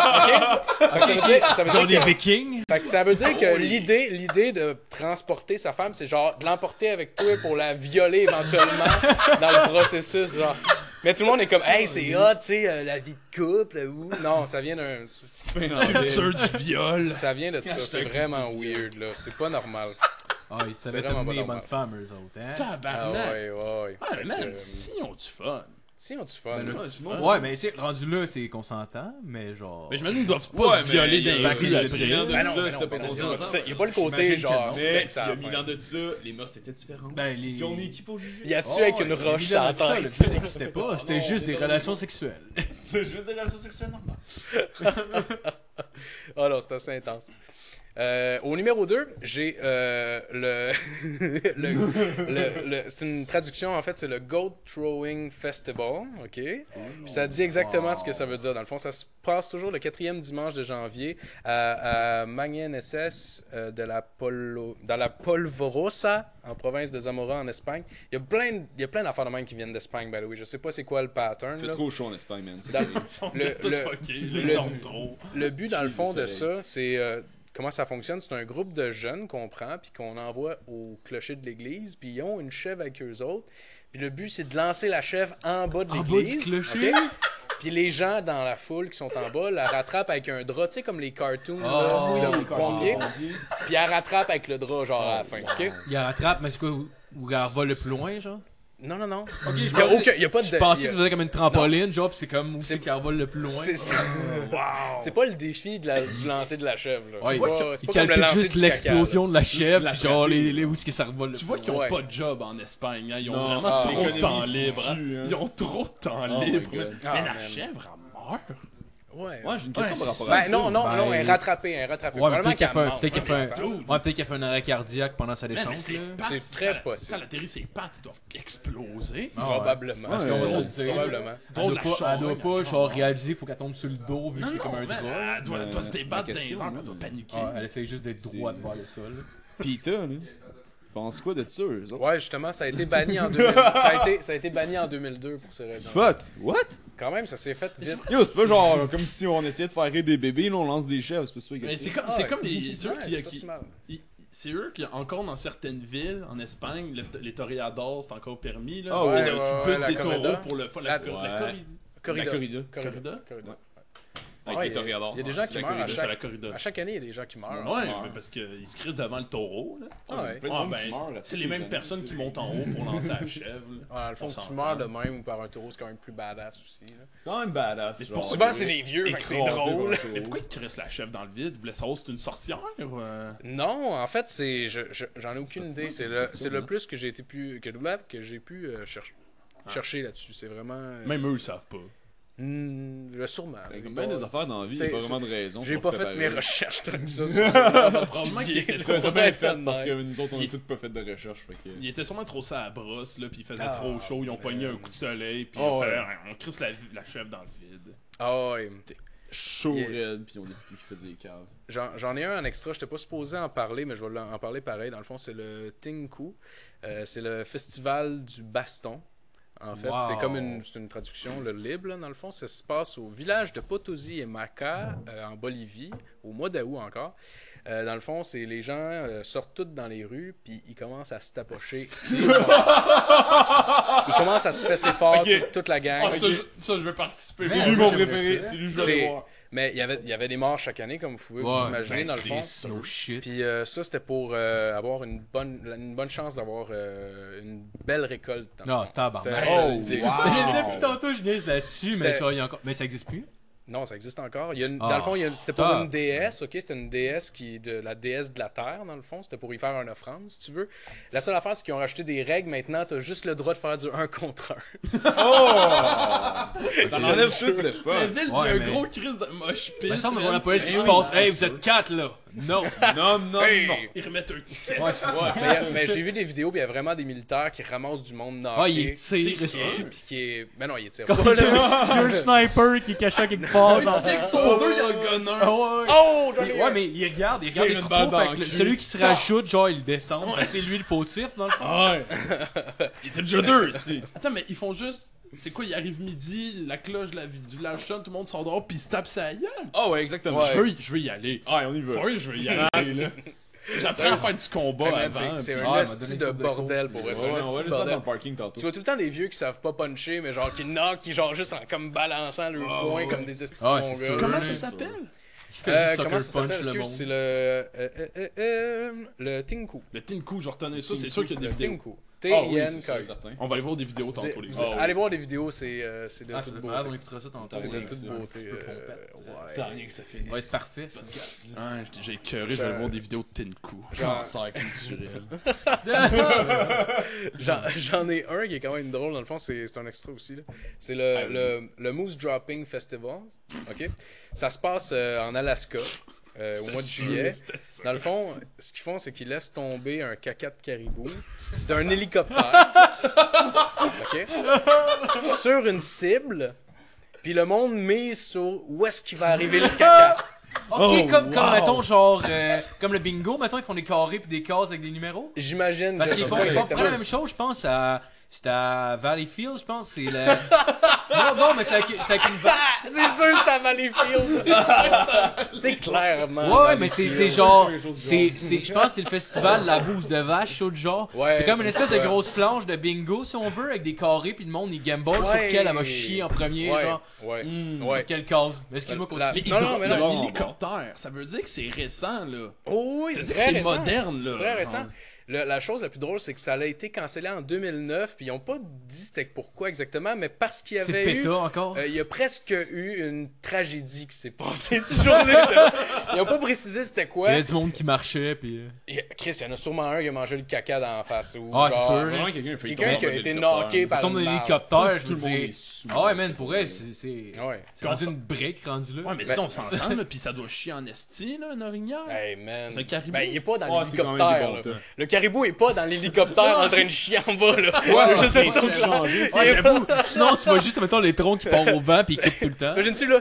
Donc, ça veut dire- ça veut Genre dire des que- vikings. fait que ça veut dire que l'idée, l'idée de transporter sa femme, c'est genre de l'emporter avec toi pour la violer éventuellement dans le processus, genre. Mais tout le monde est comme, hey, c'est hot, tu sais, euh, la vie de couple, euh, ou. Non, ça vient d'un. Culture du viol. Ça vient de ça, Hashtag c'est vraiment weird, là. C'est pas normal. Ah, ils savaient vraiment donner les pas normal. bonnes femmes, eux autres, hein. Ah Tabarnak. ouais, ouais. Ah, mais Fait man, Euh, que, euh, si on du fun. Ah, Si on du fun. Ben, là. là, tu vois, Ouais, mais tu sais, rendu là, c'est consentant, mais genre. Mais je me dis, ils doivent pas se violer il y a d'un eu coup le brillant après. de Ben non, ben ça, non, c'était pas ben non, consentant. Il y a pas le côté, J'imagine que genre, non. Mais sexe il y à a la mille fin. ans de ça, les mœurs étaient différentes. Ben, les. Puis on est équipe au jugé. Y a-tu Oh, avec une ouais, roche les sans mises à tête? ça, Le viol n'existait pas, non, c'était juste on des est dans relations le- sexuelles. C'est juste des relations sexuelles normales. Ah non, c'est assez intense. Euh, au numéro 2, j'ai euh, le, le, le- le- C'est une traduction, en fait, c'est le Goat Throwing Festival. OK? Puis ça dit exactement ce que ça veut dire. Dans le fond, ça se passe toujours le quatrième dimanche de janvier à, à Magnaneses euh, de la Polo, dans la Polvorosa, en province de Zamora, en Espagne. Il y a plein, de- il y a plein d'affaires de même qui viennent d'Espagne, by the way. Je sais pas c'est quoi le pattern. Fait là. trop chaud en Espagne, man. ça, Dans- c'est- Ils sont Le- tous le- fuckés, le- ils dorment trop. Le but, dans le Suivre fond, le de soleil. ça, c'est euh, comment ça fonctionne. C'est un groupe de jeunes qu'on prend, puis qu'on envoie au clocher de l'église, puis ils ont une chèvre avec eux autres. Puis le but, c'est de lancer la chèvre en bas de En bas du l'église. clocher? ok? Puis les gens dans la foule qui sont en bas la rattrapent avec un drap, tu sais, comme les cartoons là, Oh, de oui, pompiers. Puis elle rattrape avec le drap, genre à la fin. ok? Il la rattrape, mais c'est quoi, où où elle va le plus loin, genre Non, non, non. Ok, Il n'y a, aucun- il y a pas de. Je pensais il y que a- tu faisais comme une trampoline, genre, pis c'est comme où C'est- c'est qu'elle vole le plus loin. C'est c'est- c'est pas le défi de la- du lancer de la chèvre. là. Ouais, C'est il- pas, c'est il pas comme le calcule lancer juste du caca, là. l'explosion de la chèvre, la pis genre, frapper, les, les, où est-ce que ça revole le Tu plus vois loin. qu'ils ont Ouais. pas de job en Espagne, hein. ils ont Non, vraiment ah, trop de l'économie temps se libre. hein. tue, hein. Ils ont trop de temps Oh my libre. God. Mais Ah, la man. chèvre, elle meurt. Ouais. Moi, j'ai une question Ouais, par c'est rapport à Ben ça. non, non, ben- non, elle est rattrapée, elle est rattrapée. Ouais, mais Probablement peut-être qu'elle fait un- meurt, peut-être qu'elle fait hein, un- j'entends. ouais, peut-être qu'elle fait un arrêt cardiaque pendant sa Man, mais descente, ses là. pattes, C'est si très ça la- possible. Si ça l'atterrit, ses pattes doivent exploser. Ah ouais. Probablement. Parce Ouais, qu'on va ouais, se le ouais. dire, Probablement. Elle Drôle doit de la pas, elle doit charogne, pas la genre charogne. réaliser, faut qu'elle tombe sur le dos, vu que Non, c'est comme non, un drap. man, elle doit, elle doit se Euh, débattre la dans les question, arbres, man. elle doit paniquer. Ouais, elle essaie juste d'être C'est- droite vers le sol. Pita, là. Pense quoi de ça, eux autres? Ouais, justement, ça a été banni en 2000. ça, a été, ça a été banni en 2002 pour ces raisons. Fuck! What? Quand même, ça s'est fait vite. Yo, c'est pas genre comme si on essayait de faire rire des bébés, là on lance des chèvres, c'est pas ça Mais que c'est c'est. comme, Ah c'est ouais. comme les, ceux Ouais, qui, c'est pas qui- si mal. ils- c'est eux qui encore dans certaines villes en Espagne, le- les toréadors c'est encore permis là. Ah Tu sais, ouais, là, ouais, tu ouais, butes la des corrida. taureaux pour le fun, La- la, la, Ouais. corrida. Corrida. La corrida. Corrida. Corrida? Corrida. Ouais. Avec les toréadors. Ah il hein, y a des gens qui meurent à C'est chaque- la corrida. À chaque année, il y a des gens qui meurent. Ouais, Ouais. mais parce qu'ils se crissent devant le taureau. Là. Ah ouais. Ah, ben, c'est- c'est les mêmes personnes qui montent en haut pour lancer la chèvre. là. Ouais, dans le fond, On que tu s'entend. meurs de même ou par un taureau, c'est quand même plus badass aussi. là. C'est quand même badass. genre. genre. Ouais, Souvent, c'est les vieux, fait que c'est drôle. Mais pourquoi ils crissent la chèvre dans le vide Vous voulez savoir si c'est une sorcière ou, euh, Non, en fait, c'est je- je- j'en ai aucune pertinent, idée. C'est cette le, question, c'est le hein. plus que j'ai été plus que Doublab que j'ai pu euh, chercher Ah. chercher là-dessus. C'est vraiment euh, Même eux, ils savent pas. mm, le sûrement. Fait mais que ben pas- des affaires dans la vie, C'est- y'a pas vraiment de raison. J'ai pas pour fait préparer. mes recherches tant que ça. sur ça. Probablement qu'ils étaient trop T'as Faut bien faire fait de parce que même. nous autres on a Il- toutes pas fait de recherche. Fait que. Ils étaient sûrement trop ça à la brosse, là, puis il faisait Ah, trop chaud, ils ont man. pogné un coup de soleil, puis Oh, on, fait, ouais. Ah, on crisse la, la chèvre dans le vide. Ah ouais. Chaud Yeah. raide, pis on décidé qu'ils faisaient des caves. J'en j'en ai un en extra, j'étais pas supposé en parler, mais je vais en parler pareil. Dans le fond, c'est le Tinku. Euh, c'est le festival du baston. En fait, Wow. c'est comme une, c'est une traduction, le libre, là, dans le fond. Ça se passe au village de Potosi et Maca, euh, en Bolivie, au mois d'août encore. Euh, dans le fond, c'est les gens euh, sortent toutes dans les rues, puis ils commencent à se tapocher. ils commencent à se fesser fort, Ok. toute, toute la gang. Ah, ça, je, ça, je veux participer. C'est moi. C'est lui lui mon mon j'aimais préféré, préféré, ça. c'est c'est lui que je je veux veux voir. Mais il y avait- il y avait des morts chaque année, comme vous pouvez vous Ouais, imaginer, ben, dans le fond. c'est No shit. Puis euh, ça, c'était pour euh, avoir une bonne, une bonne chance d'avoir euh, une belle récolte. dans le Non, fond. tabarnak. C'était- C'est- Oh, wow. Depuis tantôt, je niaise là-dessus, mais C'était- genre, il y a encore. Mais ça existe plus? Non, ça existe encore. Il y a une- Ah. Dans le fond, il y a une- c'était pas Ah. une déesse, ok? C'était une déesse qui de la déesse de la terre, dans le fond. C'était pour y faire une offrande, si tu veux. La seule affaire, c'est qu'ils ont rajouté des règles. Maintenant, t'as juste le droit de faire du 1 contre 1. Ça enlève tout Oh! le fun. La ville, Ouais, il y a mais- un gros crise de moche pit. Il me semble man, voir la police qui c'est- se Oui, passe. non, Hey, c'est vous ça. êtes quatre là! Non! Non, non, non. Ils remettent un ticket. Ouais, c'est ouais, Mais, mais j'ai vu des vidéos, puis il y a vraiment des militaires qui ramassent du monde nord. Ah, il c'est tire, qui, esti. Puis qui est. Mais non, il tire. Comme le, le sniper qui cachait quelque part. dans- Dès qu'ils sont deux, il y en gagne un. Oh, Oh, j'en ai Ouais, un! mais il regarde, il regarde Tire les une balle troupeaux, dans fait que le le- cul. celui qui se rajoute, genre, il descend. Fait que C'est lui le potif, dans le fond. Il était déjà deux ici. Attends, mais ils font juste. C'est quoi, il arrive midi, la cloche de la ville du village sonne, tout le monde s'endort, puis ils se tapent sa gueule. Ah ouais, exactement. Je, veux, je veux y aller. Ah, on y va. Faut que je veux y aller, là. J'apprends à faire du combat Ouais, Ah. man, avant. c'est- c'est puis- un Ah, esti elle m'a donné de une coupe de bordel pour Ouais, eux. C'est un ouais, on va esti de juste mettre dans bordel. le parking Tu tantôt. vois tout le temps des vieux qui savent pas puncher, mais genre qui knock, qui genre juste en comme balançant le poing comme des estis de Ah, mon c'est gars. sûr. Comment Ouais, ça c'est s'appelle Il Euh, fait comment juste ça sucker s'appelle, punch excuse, le monde. c'est le... euh, euh, euh, euh, le Tinku. Le Tinku, je retenais ça, c'est Tinku, sûr qu'il y a des Le vidéos. Tinku. Ah oui, c'est sûr, T-I-N-K. certain. On va aller voir des vidéos Vous- tantôt, les Ah vous- gars. Allez voir des vidéos, c'est euh, c'est de Ah, c'est toute de beauté. malade, on écoutera ça tantôt. C'est de Ouais, toute c'est un petit beauté. peu euh, pompette. ouais. rien que ça finisse. Ouais, c'est parfait, ça. Ah, j'ai- j'ai écœuré, je Genre- vais aller voir des vidéos de Tinku. Genre- Cancer culturel. J'en j'en ai un qui est quand même drôle, dans le fond, c'est c'est un extrait aussi. là. C'est le, le, le Moose Dropping Festival. ok Ça se passe euh, en Alaska euh, au mois de juillet. C'était sûr. Dans le fond, ce qu'ils font, c'est qu'ils laissent tomber un caca de caribou d'un hélicoptère ok, sur une cible, puis le monde mise sur où est-ce qu'il va arriver le caca. Ok, comme, comme, mettons, genre, euh, comme le bingo, mettons, ils font des carrés puis des cases avec des numéros. J'imagine Parce que qu'ils c'est font, pas ils font exactement- la même chose, je pense, à. C'était à Valleyfield, je pense, c'est le. Non, non, mais c'est avec, c'est avec une vache. Ah, c'est sûr que c'est à Valleyfield. C'est sûr que c'est à- C'est clairement. Ouais, ouais, Valleyfield. mais c'est c'est genre. c'est c'est- Je pense que c'est le festival de la bouse de vache, chose du genre. Ouais, c'est comme une c'est espèce de ça. grosse planche de bingo, si on veut, avec des carrés, puis le monde, il gamble sur Ouais. quelle elle va chier en premier, Ouais, genre. ouais. hmm, Ouais. Sur quelle case. Mais Excuse-moi qu'on La- se Mais ils Non, non, dorment mais dans non. un hélicoptère. Ça veut dire que c'est récent, là. Oh oui, Ça veut c'est dire que c'est très récent. moderne, là. C'est très récent. Genre, Le- la chose la plus drôle, c'est que ça a été cancellé en 2009, puis ils n'ont pas dit c'était pourquoi exactement, mais parce qu'il y C'est avait eu... péta encore. euh, il y a presque eu une tragédie qui s'est passée cette journée-là. Ils n'ont pas précisé c'était Il y quoi. a du monde qui marchait, puis. euh, Il y a- Chris, il y en a sûrement un qui a mangé le caca dans la face. Ou genre- Ah, c'est sûr. Vraiment, quelqu'un fait Quelqu'un qui a tomber été l'hélicoptère. knocké par Il tombe une dans balle. l'hélicoptère, je Tout veux le monde dire. est sous. Ah ouais, man, pour elle, c'est. C'est Ouais. c'est rendu une brique rendu là. Ouais, Ben mais si on s'entend, là, pis ça doit chier en esti, là, un orignal. Hey man. Le caribou. Ben, il est pas dans Ah, c'est quand même des l'hélicoptère. bons là. temps. le caribou est pas dans l'hélicoptère en train de chier en bas là. Ouais, C'est ouais, ça, ouais, genre. Ah, j'avoue. Sinon, tu vois juste, mettons, les troncs qui pendent au vent puis ils coupent tout le temps. T'imagines-tu là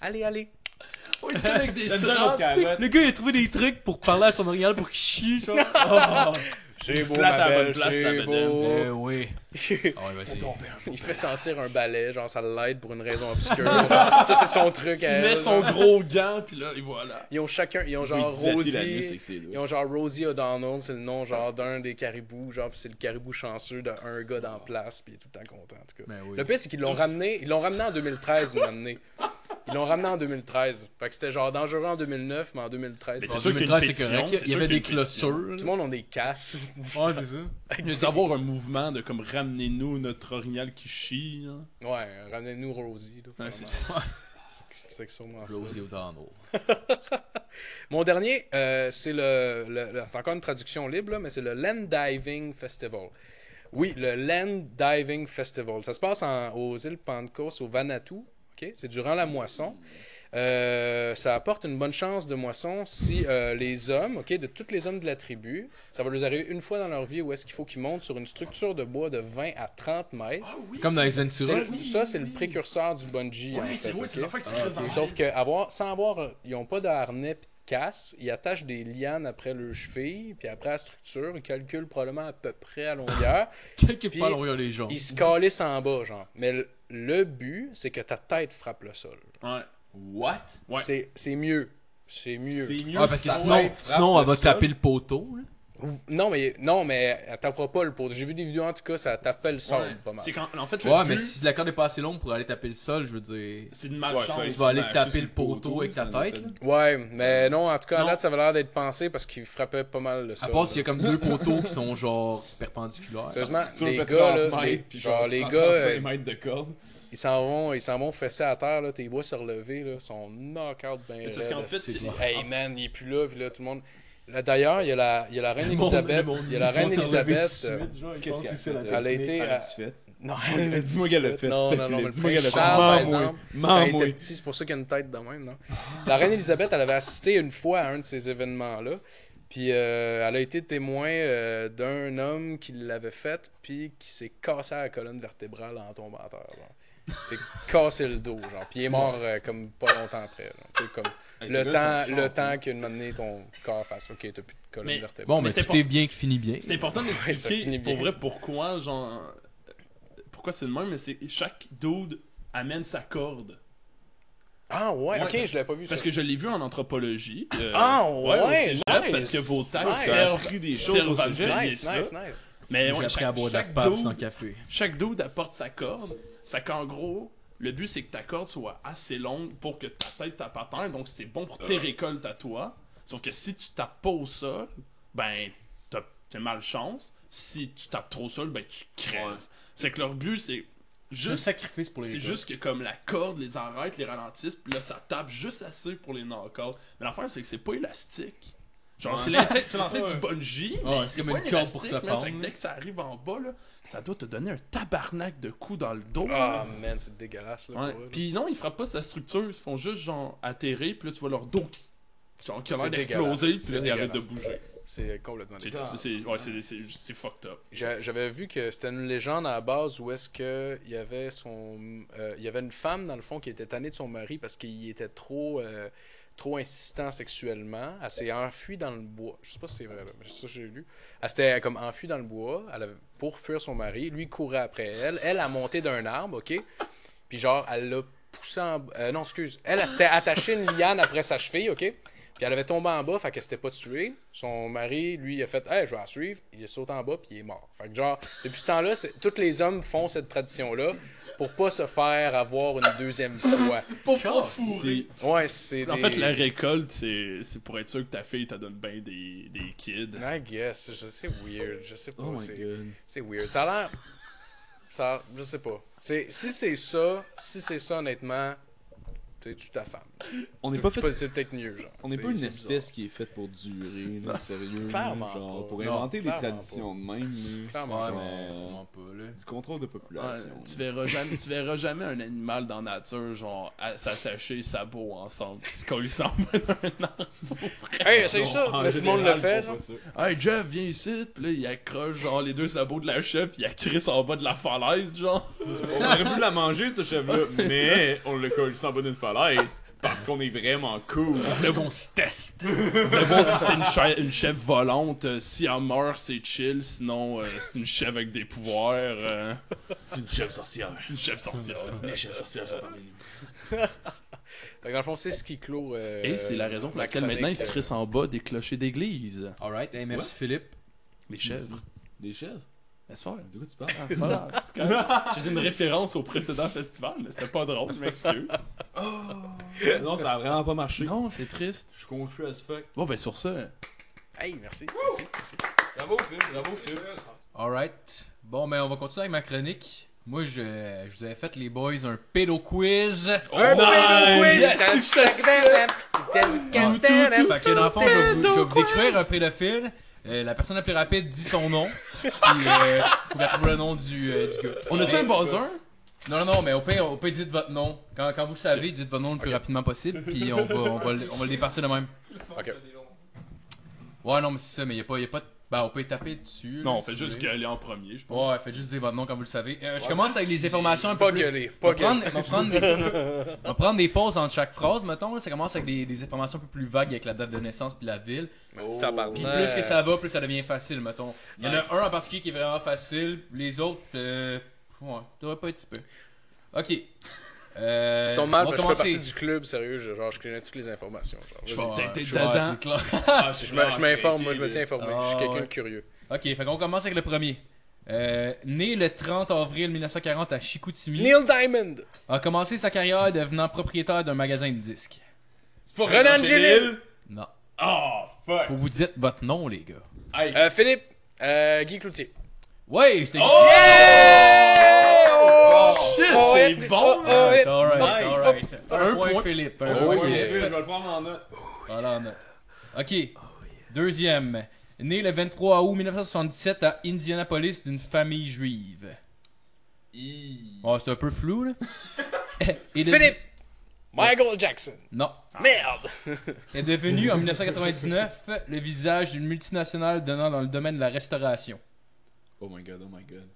Allez, allez. Oh, il était avec des Donne-nous un autre straps. carotte. Le gars, il a trouvé des trucs pour parler à son orignal pour qu'il chie, genre. Oh. C'est beau, Flatte ma à la bonne belle, place, c'est ça, beau. Eh oui. Ah ouais, vas-y. Il fait sentir un balai, genre ça l'aide pour une raison obscure. ça, c'est son truc. à Il elle, met son genre. gros gant, pis là, et voilà. Ils ont chacun, ils ont genre Dilater la nuit, c'est Rosie. que c'est Ils là. ont genre Rosie O'Donnell, c'est le nom genre d'un des caribous, genre pis c'est le caribou chanceux d'un gars dans la place, puis il est tout le temps content en tout cas. Ben oui. Le pire c'est qu'ils l'ont ramené, ils l'ont ramené en 2013 une année. Ils l'ont ramené en 2013. Fait que c'était genre dangereux en 2009, mais en 2013. Mais genre, c'est sûr qu'il y a une 2013, pétition, correct. c'est Il y avait sûr qu'il y a des une pétition. clôtures. Tout le monde a des casses. Ouais, Ah, c'est ça. Il doit y avoir un mouvement de comme ramenez-nous notre orignal qui chie. là. Ouais, ramenez-nous Rosie. là, finalement. Ouais, c'est- c'est que sûrement ça. Rosie O'Donnell. Mon dernier, euh, c'est le, le- le- c'est encore une traduction libre, là, mais c'est le Land Diving Festival. Oui, le Land Diving Festival. Ça se passe en- aux îles Pentecôte, au Vanuatu. ok? C'est durant la moisson. Euh, ça apporte une bonne chance de moisson si euh, les hommes, ok, de tous les hommes de la tribu, ça va leur arriver une fois dans leur vie où est-ce qu'il faut qu'ils montent sur une structure de bois de 20 à 30 mètres. Ah, Comme dans les C'est Ventura. le- ça, c'est le précurseur du bungee. en Ouais, c'est fait, ouais, c'est ok? l'affaire qui se crisse dans la Sauf que avoir, sans avoir, euh, ils ont pas de harnais pis de casse, ils attachent des lianes après le cheville, puis après la structure, ils calculent probablement à peu près à longueur, Quelque Puis- part, on regarde les gens. ils se calissent en bas, genre. Mais le, le but, c'est que ta tête frappe le sol. Ouais. What? Ouais. C'est c'est mieux. C'est mieux. mieux. Ouais, parce que ça sinon, frappe sinon, elle le va sol. taper le poteau. là. Non, mais non, mais elle tapera pas le pot. J'ai vu des vidéos en tout cas, ça tape le sol Ouais. pas mal. C'est quand, en fait, le Ouais, but, mais si la corde est pas assez longue pour aller taper le sol, je veux dire. c'est de Ouais, malchance. vas Tu vas aller smasher taper sur le poteau avec ta ça va tête, être- là. Ouais, mais non, en tout cas, à Non. date, ça avait l'air d'être pensé parce qu'il frappait pas mal le À sol. part s'il y a comme deux poteaux qui sont genre perpendiculaires. Sérieusement, Si tu veux les faire gars, 30 là, les- mètres, puis genre, les gars, 35 euh, mètres de corde. Ils s'en vont, ils s'en vont fesser à terre, là, tes bois se relever, là, sont knock-out ben C'est parce qu'en raides, fait, hostie. c'est- Hey man, il est plus là, puis là, tout le monde. Là, d'ailleurs, il y a la, il y a la reine Le monde- Elisabeth. le monde- Il y a la ils vont reine se relever Elisabeth. tout de euh, suite, genre, ils Qu'est-ce pensent qu'elle que a euh, c'est fait? la Elle a été. à- Qu'as-tu fait? Non, Dis-moi qu'elle l'a fait, Non, s'il non, te non, plaît. mais le Dis-moi prince qu'elle Charles, par l'a fait. exemple, Ah, Quand il Maman, était petit, c'est pour ça qu'il y a une tête de même, non? La reine Elisabeth, elle avait assisté une fois à un de ces événements-là. Puis euh, elle a été témoin euh, d'un homme qui l'avait fait, puis qui s'est cassé la colonne vertébrale en tombant à terre. genre. Il s'est cassé le dos, genre. Puis il est mort euh, comme pas longtemps après. genre. Tu sais, comme le temps, le hein. temps qu'une année ton corps fasse, ok, t'as plus de colonne Mais- vertébrale. Bon, mais Mais c'est tout est bien qui finit bien. C'est important ça finit d'expliquer bien. pour vrai pourquoi, genre. euh, Pourquoi c'est le même, mais c'est chaque dude amène sa corde. Ah ouais, Ouais. ok, je l'avais pas vu. Parce ça. que je l'ai vu en anthropologie. euh, Ah, au ouais, cégep, nice. Parce que vos taxes Nice. T'as servent, appris des choses au servent à cégep. payer Nice, ça. nice, nice. Mais J'ai ouais, appris à chaque, boire de la chaque, pâte sans dude, café. chaque dude apporte sa corde. C'est qu'en gros, le but c'est que ta corde soit assez longue pour que ta tête tape à terre. Donc c'est bon pour tes récoltes à toi. Sauf que si tu tapes pas au sol, ben t'as t'as malchance. Si tu tapes trop au sol, ben tu crèves. Ouais. C'est que leur but c'est Un juste sacrifice pour les c'est gars. juste que comme la corde les arrête, les ralentisse, puis là ça tape juste assez pour les knock-out. Mais l'affaire c'est que c'est pas élastique. Genre c'est l'ancêtre c'est l'ancêtre du bungee, mais Ouais, c'est c'est comme pas une corde pour se élastique, man. pendre, C'est que là. Dès que ça arrive en bas là, ça doit te donner un tabarnak de coups dans le dos. Ah là. man, c'est dégueulasse là. Ouais. pour eux, là. Puis non, ils frappent pas sa structure, ils font juste genre atterrir, puis là tu vois leur dos qui genre qui a C'est l'air d'exploser, dégueulasse. puis là C'est ils arrêtent de dégueulasse. bouger. C'est complètement C'est- dégueulasse. c'est- ouais, c'est- c'est- C'est fucked up. J'a- J'avais vu que c'était une légende à la base où est-ce que il y avait son, euh, il y avait une femme dans le fond qui était tannée de son mari parce qu'il était trop, euh, trop insistant sexuellement. Elle s'est enfuie dans le bois. Je sais pas si c'est vrai là, mais ça j'ai lu. Elle s'était comme enfuie dans le bois elle avait- pour fuir son mari. Lui courait après elle. Elle a monté d'un arbre, ok. Puis genre elle l'a poussé en, euh, non excuse, elle, elle s'était attachée une liane après sa cheville, ok. Puis elle avait tombé en bas, fait qu'elle s'était pas tuée. Son mari, lui, il a fait Hey, je vais la suivre. Il est sauté en bas, puis il est mort. Fait que, genre, depuis ce temps-là, c'est- tous les hommes font cette tradition-là pour pas se faire avoir une deuxième fois. Pour pas fourrer. Ouais, c'est. En des- fait, la récolte, c'est c'est pour être sûr que ta fille te donne bien des, des kids. I guess, je sais, weird. Je sais pas. Oh my c'est- god. C'est weird. Ça a l'air. Ça, a- je sais pas. C'est, si c'est ça, si c'est ça, honnêtement, tu sais, tu ta femme. On n'est pas fait C'est, c'est peut-être mieux, genre. On n'est C'est- pas une c'est espèce qui est faite pour durer, là, sérieux. Clairement Genre, pas. pour Non, inventer des clairement traditions de même, là. bizarre. Clairement, Ouais, genre. mais Ouais. c'est vraiment pas, là. C'est du contrôle de population. Ouais, Ah, tu, verras jamais, tu verras jamais un animal dans la nature, genre, à s'attacher sa peau ensemble, pis se coller sans un arbre. Hey, essaye ça. En Là, tout le monde le général, fait, ils genre. font pas ça. Hey Jeff, viens ici, pis là, il accroche, genre, les deux sabots de la chef, pis il crisse en bas de la falaise, genre. On aurait pu la manger, cette chèvre-là, mais on l'a collé sans bas d'une falaise parce qu'on est vraiment cool. Le bon se teste. Le bon, si c'était une, chef chèvre volante, euh, si elle meurt, c'est chill, sinon, euh, c'est une chèvre avec des pouvoirs. euh, C'est une chèvre sorcière. c'est une chèvre sorcière. Les chèvres sorcières sont parmi nous. Fait que dans le fond, c'est ce qui clôt. euh, Et c'est la raison pour laquelle chronique, maintenant ils se euh, crissent en bas des clochers d'église. Alright, hey, merci Philippe. Les chèvres. Des chèvres Laisse faire. De quoi tu parles C'est pas grave, c'est correct. Je faisais une référence au précédent festival, mais c'était pas drôle, je m'excuse. Oh! Non, ça a vraiment pas marché. Non, c'est triste. Je suis confus as fuck. Bon, ben sur ça, Hey, merci. merci, merci. Bravo, Phil, bravo, Phil. Alright. Bon, ben, on va continuer avec ma chronique. Moi, je, je vous avais fait, les boys, un pédo quiz. Oh! Un Yes, je te Ah, Fait que dans le fond, je vais vous, je vais vous décrire un pédophile. Euh, la personne la plus rapide dit son nom. Puis, euh, faut qu'elle trouve le nom du, euh, du gars. euh, On a-tu un buzzer? Non, non, non, mais au pire, au pire, dites votre nom. Quand, quand vous le savez, dites votre nom le plus rapidement possible, puis on va, on va, le- on va le départir de même. Ok. Ouais, non, mais c'est ça, mais il a pas, y a pas de... Bah, on peut taper dessus. là, Non, on si fait vous juste voulez. gueuler en premier, je pense. Ouais, faites juste dire votre nom quand vous le savez. Euh, je commence avec les informations un peu Pas plus... gueuler, On pas va, prendre, gueuler. on va prendre des, on va prendre des pauses entre chaque phrase, mettons. là. Ça commence avec des, des informations un peu plus vagues avec la date de naissance puis la ville. Oh. Puis plus que ça va, plus ça devient facile, mettons. Il y en a un en particulier qui est vraiment facile. Les autres, euh, ouais, ça devrait pas être si peu. Ok. Euh, C'est ton mal, on parce que je va fais partie commencer. du club, sérieux. je- Genre, je connais toutes les informations. genre. Je Vas-y. T'as été Ouais, dedans. c'est clair. Ah, Je me- je m'informe, moi, je me tiens informé. Je suis Ah, quelqu'un ouais. de curieux. Ok, fait qu'on commence avec le premier. Euh, né le 30 avril 1940 à Chicoutimi, Neil Diamond, a commencé sa carrière devenant propriétaire d'un magasin de disques. C'est pas Renan Renan Gélil. Gélil Non. Oh, fuck. Faut vous dites votre nom, les gars. Hey, euh, Philippe, euh, Guy Cloutier. Ouais, c'était. Oh! Shit, Oh, c'est ouais. bon! hein. Oh, ouais. Alright, alright, Nice. alright. Un Hop. point Hop. Philippe. Oh, Un point oui, Philippe. Je vais le prendre en note. Voilà, on a- Ok. Deuxième. Né le 23 août 1977 à Indianapolis d'une famille juive. Hi. Oh, c'est un peu flou, là. Et de- Philippe! Michael Jackson. Non. Merde! Est devenu en 1999 le visage d'une multinationale donnant dans le domaine de la restauration. Oh my god, oh my god.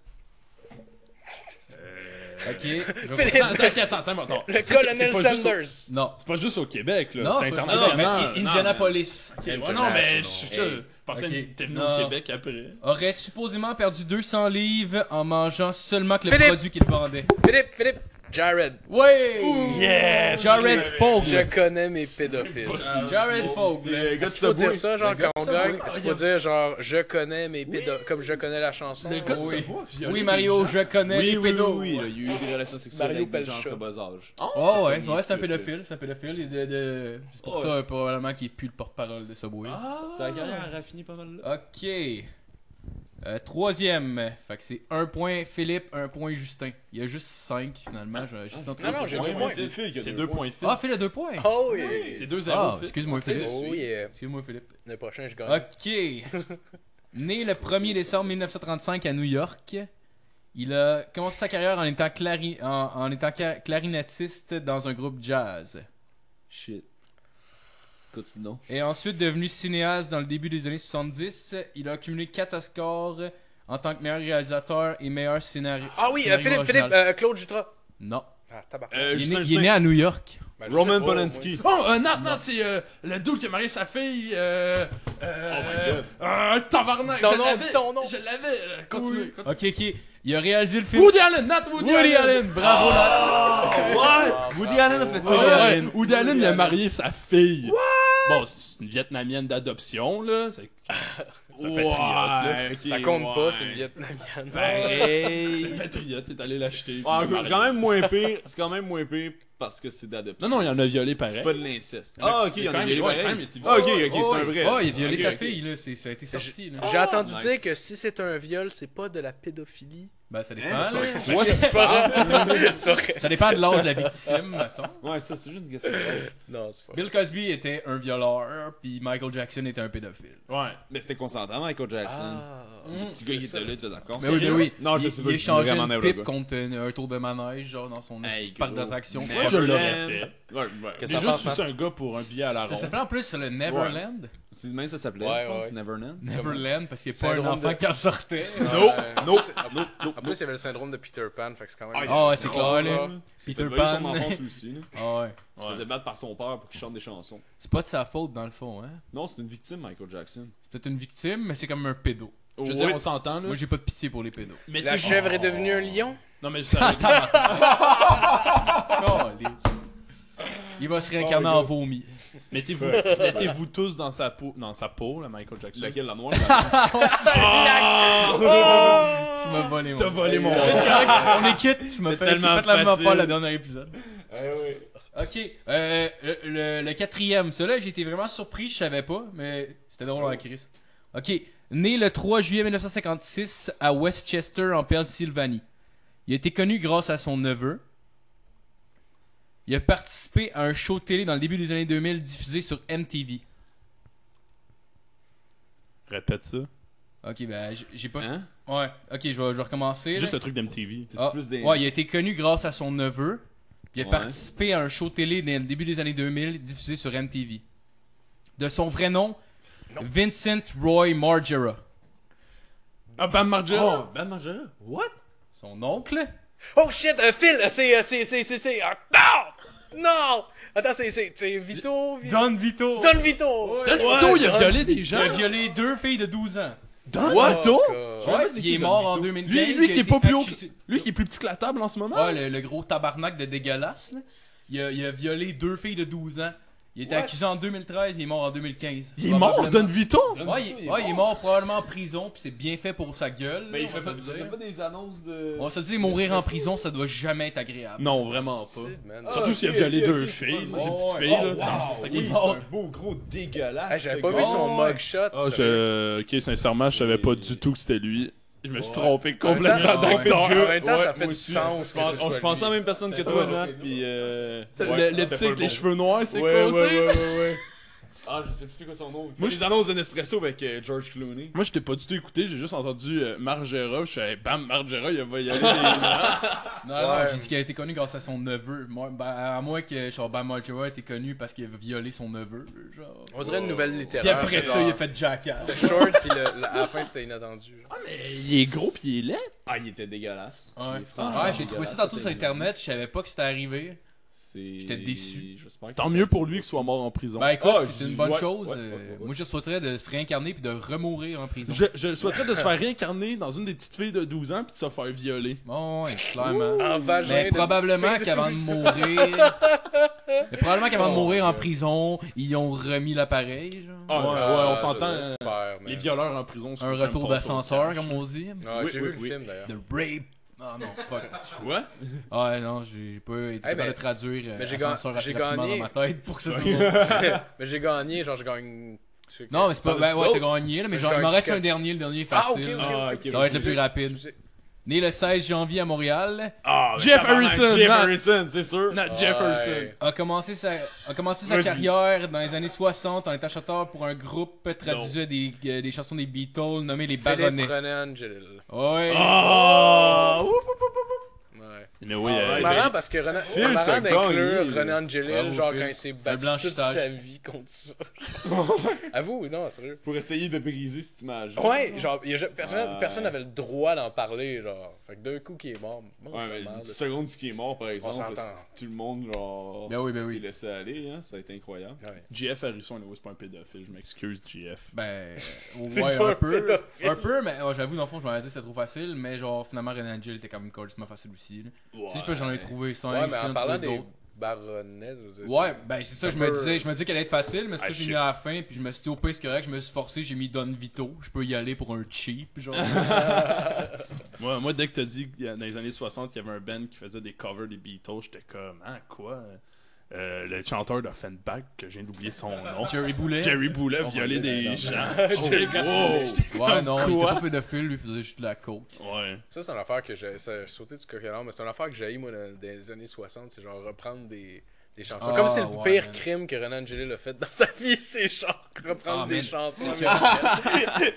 Ok. je vais- Philippe! Attends, attends, attends, attends, attends. Le Ça, c'est- c'est colonel pas juste au- Sanders. Non. C'est pas juste au Québec, là. Non, c'est c'est pas- international. non, mais Indianapolis. Ouais, non, mais je, je, Hey. pensais Ok. que t'es venu Non. au Québec après. Aurait supposément perdu 200 livres en mangeant seulement que le Philippe! produit qu'il vendait. Philippe, Philippe, Jared. Ouais! Yes! Jared Je Fogle. connais mes pédophiles. Jared Fogle. Est-ce qu'il faut dire ça, genre, Le gars quand de on Subway. gagne? Est-ce qu'il faut dire, genre, je connais mes pédophiles, comme je connais la chanson? Le gars de Oui. Savoie a violé Oui, des Mario, gens. je connais Oui, les oui, pédos. oui, là, il y a eu des relations sexuelles Mario Ah, avec des gens Pelcha. entre bas âge. Oh ouais, c'est ouais, c'est un pédophile. pédophile, c'est un pédophile, et de, de... c'est pour Ouais. ça euh, probablement qu'il est plus le porte-parole de Subway. Ah! Sa carrière a fini pas mal là. Ok. Euh, troisième, fait que c'est un point Philippe, un point Justin. Il y a juste cinq finalement, j'ai Ah, juste un Non, non, j'ai Ouais, deux mais points. c'est- C'est deux points Phil. Ah, Philippe a deux points! Oh oui! C'est deux Ah, zéro Phil. excuse-moi Philippe. Oh yeah. Excuse-moi Philippe. Le prochain, je gagne. Ok. né le 1er décembre 1935 à New York, il a commencé sa carrière en étant, clari- en, en étant ca- clarinettiste dans un groupe jazz. Shit. Continuons. Et ensuite devenu cinéaste dans le début des années 70, il a accumulé 4 Oscars en tant que meilleur réalisateur et meilleur scénariste. Ah oui, euh, Philippe, Philippe, euh, Claude Jutras. Non. Ah, tabac. Euh, Il est, Justin, né, il est Justin. né à New York. Ben, je Roman sais pas, Polanski. Oh, euh, Nat, Nat, c'est euh, le dude qui a marié sa fille. Euh, euh, God. Un tabarnak. Dis ton je nom, l'avais, dis ton nom. Je l'avais. euh, Continue. continue. Ok, ok. Il a réalisé le film Woody Allen, Ah. Nat Woody, Woody Allen. Bravo, là. What? Woody Allen a fait Oh, ouais, ça? Woody Allen, il a marié sa fille. Bon, c'est une vietnamienne d'adoption, là. C'est c'est un patriote, là. Ça compte pas, c'est une vietnamienne. C'est un patriote, t'es allé l'acheter. puis Ah, il l'a Ben, marié. C'est quand même moins pire, c'est quand même moins pire parce que c'est d'adoption. Non, non, il en a violé pareil. c'est pas de l'inceste. a- Ah, ok, il il y en quand a même- violé ouais, quand pareil. même, il était- Ah, ok, ok, Oh, c'est oui. un vrai. Oh, il a violé Ok, sa ok. fille, là. C'est- Ça a été sorti, là. J'ai entendu nice. dire que si c'est un viol, c'est pas de la pédophilie. Ben, ça dépend, Hein, là. Ouais, c'est pas Ça dépend de l'âge de la victime, mettons. Ouais, ça, c'est juste une question. d'âge. Non, c'est pas Bill Cosby était un violeur, puis Michael Jackson était un pédophile. Ouais. Mais c'était consentant, Michael Jackson. Le Ah, petit gars, il c'est était là, tu es d'accord? Mais oui, mais oui. Non, je Il- sais pas, Il je suis échangeait vraiment une n'importe pipe quoi. contre un, un tour de manège, genre dans son Hey, petit parc gros. d'attractions. Mais Moi, je l'aurais Neverland. fait. Ouais, ouais. J'ai Qu'est-ce que juste t'en penses, hein? sucé un gars pour un billet à la Ça ronde. s'appelait en plus le Neverland. C'est demain, ça s'appelait, Ouais, je pense, ouais. Neverland. Neverland, parce qu'il n'y a pas un Syndrome enfant de- qui en sortait. Non, non, non, En plus, il y avait le syndrome de Peter Pan, fait que c'est quand même. Ah, ouais, c'est clair, là. Il s'est Peter fait voler Pan. son enfance aussi, là. Ah ouais. Il se faisait battre par son père pour qu'il chante des chansons. C'est pas de sa faute, dans le fond, hein. Non, c'est une victime, Michael Jackson. Oh, C'est peut-être une victime, mais c'est comme un pédo. Je veux Oui. dire, on s'entend, là. Moi, j'ai pas de pitié pour les pédos. Mais La t'es- chèvre est devenue un lion? Non, mais ça. Calisse. Il va se Oh, réincarner en vomi. Mettez-vous mettez-vous tous dans sa peau, dans sa peau, là, Michael Jackson. Laquelle, la noire ou la Oh! Tu m'as volé, mon T'as volé mon. On est quitte, tu m'as fait, je t'ai tellement fait la même facile. affaire le dernier épisode. Ok, euh, le, le- le quatrième, celui-là j'ai été vraiment surpris, je savais pas, mais c'était drôle en crise. Ok, né le 3 juillet 1956 à Westchester en Pennsylvanie. Il a été connu grâce à son neveu. Il a participé à un show télé dans le début des années 2000 diffusé sur MTV. Répète ça. Ok, ben j- j'ai pas. Hein? Ouais, ok, je vais, je vais recommencer. là. Juste le truc d'MTV. C'est Ah, plus des. Ouais, il a été connu grâce à son neveu. Il a Ouais. participé à un show télé dès le début des années 2000 diffusé sur MTV. De son vrai nom, Vincent Roy Margera. Ah, Bam Margera. Ben Margera. What? Son oncle Oh shit, euh, Phil, euh, c'est. euh, c'est. c'est. c'est. c'est. ah, Non! Non! Attends, c'est. c'est. c'est Vito? Vi- Don Vito. Don Vito! Don Vito, il a Oh, violé des Il gens. a violé deux filles de 12 ans. Don What? Vito? Oh God. savais Ouais, pas c'est il qui, est Don mort en Vito. 2015. Lui, il lui a qui est été pas plus haut. accusé- que- Lui qui est plus petit que la table en ce moment. Ah, le, le gros tabarnak de dégueulasse. là. Il, a, il a violé deux filles de 12 ans. Il a été accusé en 2013, il est mort en 2015. Il est mort, Don Probablement. Vito? Ouais, il, ouais, il est mort probablement en prison, puis c'est bien fait pour sa gueule. là, Mais Ben, il on fait va pas, se il le dire. fait pas des annonces de. On se dit, mourir en prison, Ah, ça doit jamais être agréable. Non, vraiment pas. Stupide, man. Surtout s'il a ok, violé ok, deux ok, c'est filles, pas là, des mal. petites Oh, filles. ouais. là. Wow! C'est oui, qu'il est c'est mort. un beau gros dégueulasse. Ah, ce J'avais pas gars. vu son ouais. mugshot. Ah, sérieux. je... Ok, sincèrement, je savais pas du tout que c'était lui. Je me suis Ouais. trompé complètement En même temps, d'acteur. En même temps, Ouais, ça fait moi du aussi. sens. que Je ce soit pense- je pensais à lui. la même personne que C'était toi, pas Nat, Lopez, puis... euh, Le- le ouais, c'était le pas petit avec bon. les cheveux noirs, c'est Ouais, ouais, quoi? ouais, ouais, ouais. Ah, je sais plus c'est quoi son nom. Moi, je les annonces d'un espresso avec euh, George Clooney. Moi, je t'ai pas du tout écouté, j'ai juste entendu euh, Margera. Je suis allé, bam, Margera, il va y aller. des- Non, non, Ouais. j'ai dit qu'il a été connu grâce à son neveu. Moi, ben, à moins que genre, Ben Margera ait été connu parce qu'il a violé son neveu. Genre. On dirait une nouvelle Puis littéraire. après ça, il a fait Jackass. C'était short, puis le- le- à la fin, c'était inattendu. genre. il est gros pis il est laid. Ah, il était dégueulasse. Ouais, Ah, Il est franchement Ouais, j'ai trouvé ça dégueulasse, tantôt sur t'as raison. internet, je savais pas que c'était arrivé. C'est- J'étais déçu. J'espère que Tant ça- mieux pour lui qu'il soit mort en prison. Ben écoute, Ah, c'est je- une bonne ouais, chose. ouais, ouais, euh, ouais. Moi, je souhaiterais de se réincarner puis de remourir en prison. je, je souhaiterais de se faire réincarner dans une des petites filles de 12 ans puis de se faire violer. Bon, ouais, clairement. En vagin. Mais de probablement petite fille qu'avant de mourir. mais probablement qu'avant de mourir en prison, ils ont remis l'appareil, genre. Ah, ouais, Ah, ouais, on ça, s'entend. c'est euh, super, man. les violeurs en prison Ah, sont Un comme retour pas sur- d'ascenseur, comme on dit. Ah, Oui, J'ai oui, vu le oui. film, d'ailleurs. The rape. Ah non, c'est pas. Quoi? Ah non, j'ai j'ai pas été Eh capable ben, de traduire euh, mais j'ai ascenseur ga- assez j'ai rapidement gagné. dans ma tête pour que ça soit. Mais j'ai gagné, genre, je gagne. c'est que- Non, mais c'est pas. Pas Ben du ouais, tout. t'as gagné, là, mais Mais genre, j'ai il un m'en reste ticket. un dernier, le dernier est Ah, ok, facile. ok, Ah, ok, ok, ok. Ça va être le plus rapide. Excusez. Né le 16 janvier à Montréal, Ah, mais Jeff tabarnak, Harrison, Jeff Nat. Harrison, c'est sûr. Not Jefferson. Ouais. a commencé sa, a commencé sa Vas-y. carrière dans les années 60 en étant chanteur pour un groupe traduisant des, euh, des chansons des Beatles nommé les Baronnets. Philippe Renan Gilles. Ouais. Ah! Ouais. Mais oui, Ah, C'est ouais, marrant parce que Renan, c'est Phil, t'as marrant d'inclure gagné. Renan Gilles, Bravo, genre Phil. quand il s'est battu toute blanchissage. sa vie contre ça. Avoue, non, sérieux. Pour essayer de briser cette image. Ouais, genre, il y a ja- personne Ouais. personne n'avait le droit d'en parler, genre. Fait que d'un coup, qui est mort. bon, Ouais, c'est mais merde, 10 c'est- secondes ce qui est mort, par exemple, s'entend. c'est- tout le monde, genre, Ben oui, ben oui. s'est laissé aller, hein, ça a été incroyable. Ouais. Jeff Harrison, là, c'est pas un pédophile, je m'excuse, Jeff. Ben, C'est ouais, pas un un peu. pédophile. Un peu, mais ouais, j'avoue, dans le fond, je m'en ai dit que c'était trop facile, mais genre, finalement, Renan Angel était quand même complètement facile aussi. là. Si je peux, j'en ai trouvé 5, Ouais, mais en parlant des d'autres. baronnets, je veux dire. Ouais, c'est- ben c'est ça, un je me peu- disais, je me disais qu'elle allait être facile, mais c'est Ah, ça que j'ai shit. mis à la fin, puis je me suis dit au pire c'est correct, je me suis forcé, j'ai mis Don Vito, je peux y aller pour un cheap, genre. Moi, moi, dès que t'as dit que euh, dans les années 60, il y avait un band qui faisait des covers des Beatles, j'étais comme, ah, quoi? Euh, le chanteur d'Offenbach, que j'ai d'oublier son nom. Ah, Jerry Boulet. Jerry Boulet Oh, violait my des God. gens. J'étais wow! Ouais, non, il était Quoi? pas pédophile, lui, il faisait juste de la coke. Ouais. Ça, c'est une affaire que j'ai ça, j'ai sauté du coq à l'âne, mais c'est une affaire que j'ai moi, dans, dans les années 60. C'est genre reprendre des, des chansons. Ah, Comme c'est le ouais, pire man. crime que Renan Angelil a fait dans sa vie. C'est genre reprendre Ah, des man. chansons. C'est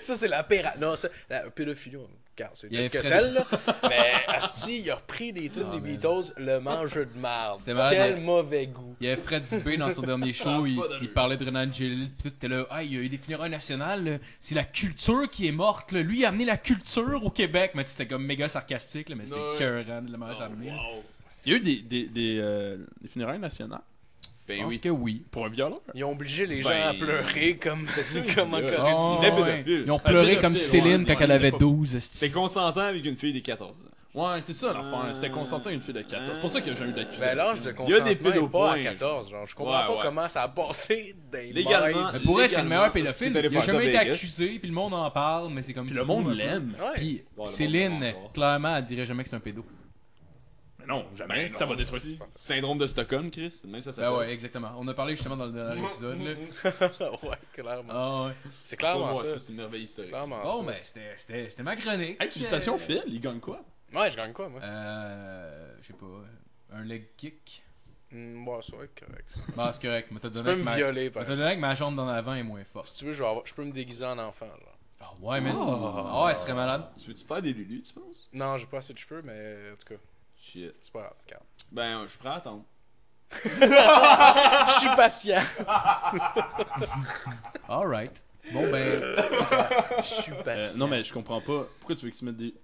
ça, c'est la pire. Non, ça, la pédophilie, on- regarde, c'est Il y avait tel que Fred- tel, là. Mais Asti, il a repris des tunes Ah, des man. Beatles, le mangeur de marde. C'était malade, Quel mais- mauvais goût. Il y avait Fred Dubé dans son dernier show, il, il parlait de Renan Gélil, pis tout était là, ah, il y a eu des funérailles nationales, là. c'est la culture qui est morte, là. lui il a amené la culture au Québec, mais c'était comme méga sarcastique, là, mais c'était Ouais. écœurant de la manière amené. Il y a eu des, des, des, euh, des funérailles nationales Je Ben pense oui. que oui. pour un violeur. Ils ont obligé les gens Ben, à pleurer comme, comme en idée, Corée. Ah, il était ouais. pédophile. Ils ont Un pleuré pédophile, comme Céline ouais, quand ouais, elle il avait était pas- 12, esti. C'est consentant avec une fille des 14 ans. Ouais, c'est ça Euh, l'affaire. C'était consentant à une fille de 14. C'est pour ça que j'ai eu l'accusation. Ben l'âge de Il y a consentement est des pas à pédopoints, 14, genre. Je comprends Ouais, pas ouais. comment ça a passé dans les Légalement, bails. Mais pour elle, c'est le meilleur Légalement, pédophile. parce que Il a t'allais jamais faire été ça à Vegas. accusé, puis le monde en parle, mais c'est comme. Puis le fou, monde un peu. l'aime. Ouais. Puis Ouais, le monde Céline, l'aime encore. clairement, elle dirait jamais que c'est un pédo. Mais non, jamais. Ben ça va détruire. Syndrome de Stockholm, Chris. Même ça, ça Ben ouais, exactement. On a parlé justement dans le dernier épisode, là. ouais, clairement. Ah ouais. C'est Pour clairement moi, ça. ça, c'est une merveille historique. Clairement Bon, Ah, ça. ben, c'était- c'était c'était ma chronique. Hey, félicitations, Euh, Phil. Il gagne quoi Ouais, je gagne quoi, moi? Euh. Je sais pas. Un leg kick. Hmm, ouais, ça va être correct. Bah, c'est correct. mais t'as Tu donné peux avec me ma- violer, par mais t'as donné avec ma jambe dans l'avant est moins forte. Si tu veux, je, vais avoir- je peux me déguiser en enfant, genre. Ah ouais, man. Ah ouais, elle serait malade. Tu veux-tu faire des lulus, tu penses? Non, j'ai pas assez de cheveux, mais en tout cas, Shit. c'est pas grave, regarde. Ben, je prends à attendre. Je suis patient. Alright. Bon, ben. Je suis Euh, patient. Non, mais je comprends pas. Pourquoi tu veux qu'ils se mettent des.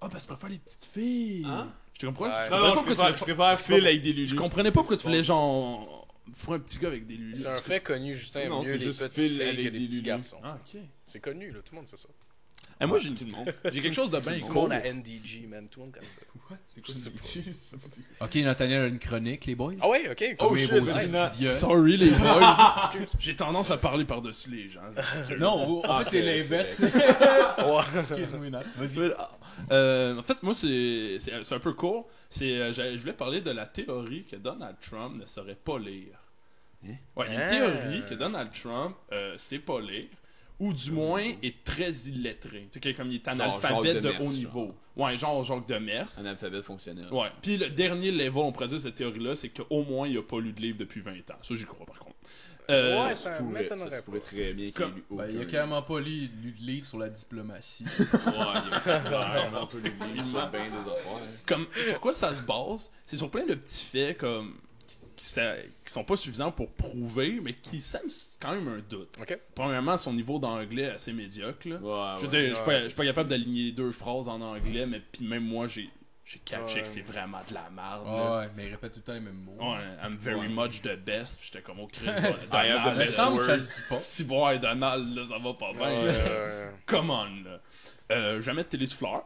Ah, parce que tu préfères les petites filles. Hein? Je te comprends. Ouais. Je comprenais Non, non, pas je Ben, pourquoi préfère, tu je préfère Phil avec des lulus. Je comprenais pas pourquoi tu voulais penses? genre foutre un petit gars avec des lunettes. C'est un fait connu, Justin, Non, mieux c'est les juste petites Phil filles avec que les des petits lunettes. garçons. Ah, ok. C'est connu, là, tout le monde sait ça. Tout Eh, moi, j'ai tout le monde. j'ai quelque chose de bien le cool. monde a NDG, man, tout le monde comme ça. Je sais pas. Ok, Nathaniel a une chronique, les boys. Ah ouais, ok. Oh cool. Oui, shit, vos vas-y, petits Nat. dieux. Euh, Sorry, les boys. J'ai tendance à parler par-dessus les gens. je m'excuse. Non, en Ah, fait, c'est c'est- l'inverse. Excuse-moi, Nat. Vas-y. Euh, en fait, moi, c'est c'est- c'est un peu court. C'est, euh, j'ai- je voulais parler de la théorie que Donald Trump ne saurait pas lire. Hein? Ouais, il y a une Hein? théorie que Donald Trump euh, sait pas lire, ou du moins est très illettré. Tu sais, quelqu'un comme il est Mmh. Genre analphabète Jacques de Demers, haut genre. niveau. Ouais, genre Jacques Demers. Analphabète fonctionnel. Ouais. Puis le dernier level, on pourrait dire, cette théorie-là, c'est qu'au moins, il a pas lu de livre depuis 20 ans. Ça, j'y crois, par contre. Euh, Ouais, Ça ça se pourrait, m'étonnerait ça se pas. pourrait très bien qu'il Comme- ait lu Ben, il a aucun- carrément pas lu, lu de livre sur la diplomatie. Ouais, il a vraiment pas lu de livre sur bien des affaires. comme sur quoi ça se base c'est sur plein de petits faits comme qui, qui sa- qui sont pas suffisants pour prouver mais qui sèment quand même un doute Ok. premièrement son niveau d'anglais est assez médiocre là. Ouais, je veux Ah ouais. dire je suis pas- je suis pas capable d'aligner deux phrases en anglais mais puis même moi j'ai j'ai catché Ouais. que c'est vraiment de la merde là. ouais, mais il répète tout le temps les mêmes mots. Ouais, I'm very Ouais. much the best. Puis J'étais comme au Christ. I have the Donald, Il me best semble que ça se dit pas. Si bon, hey, Donald, là, ça va pas bien. Ouais, là. ouais, ouais. Come on, là. Euh, jamais de télésouffleur.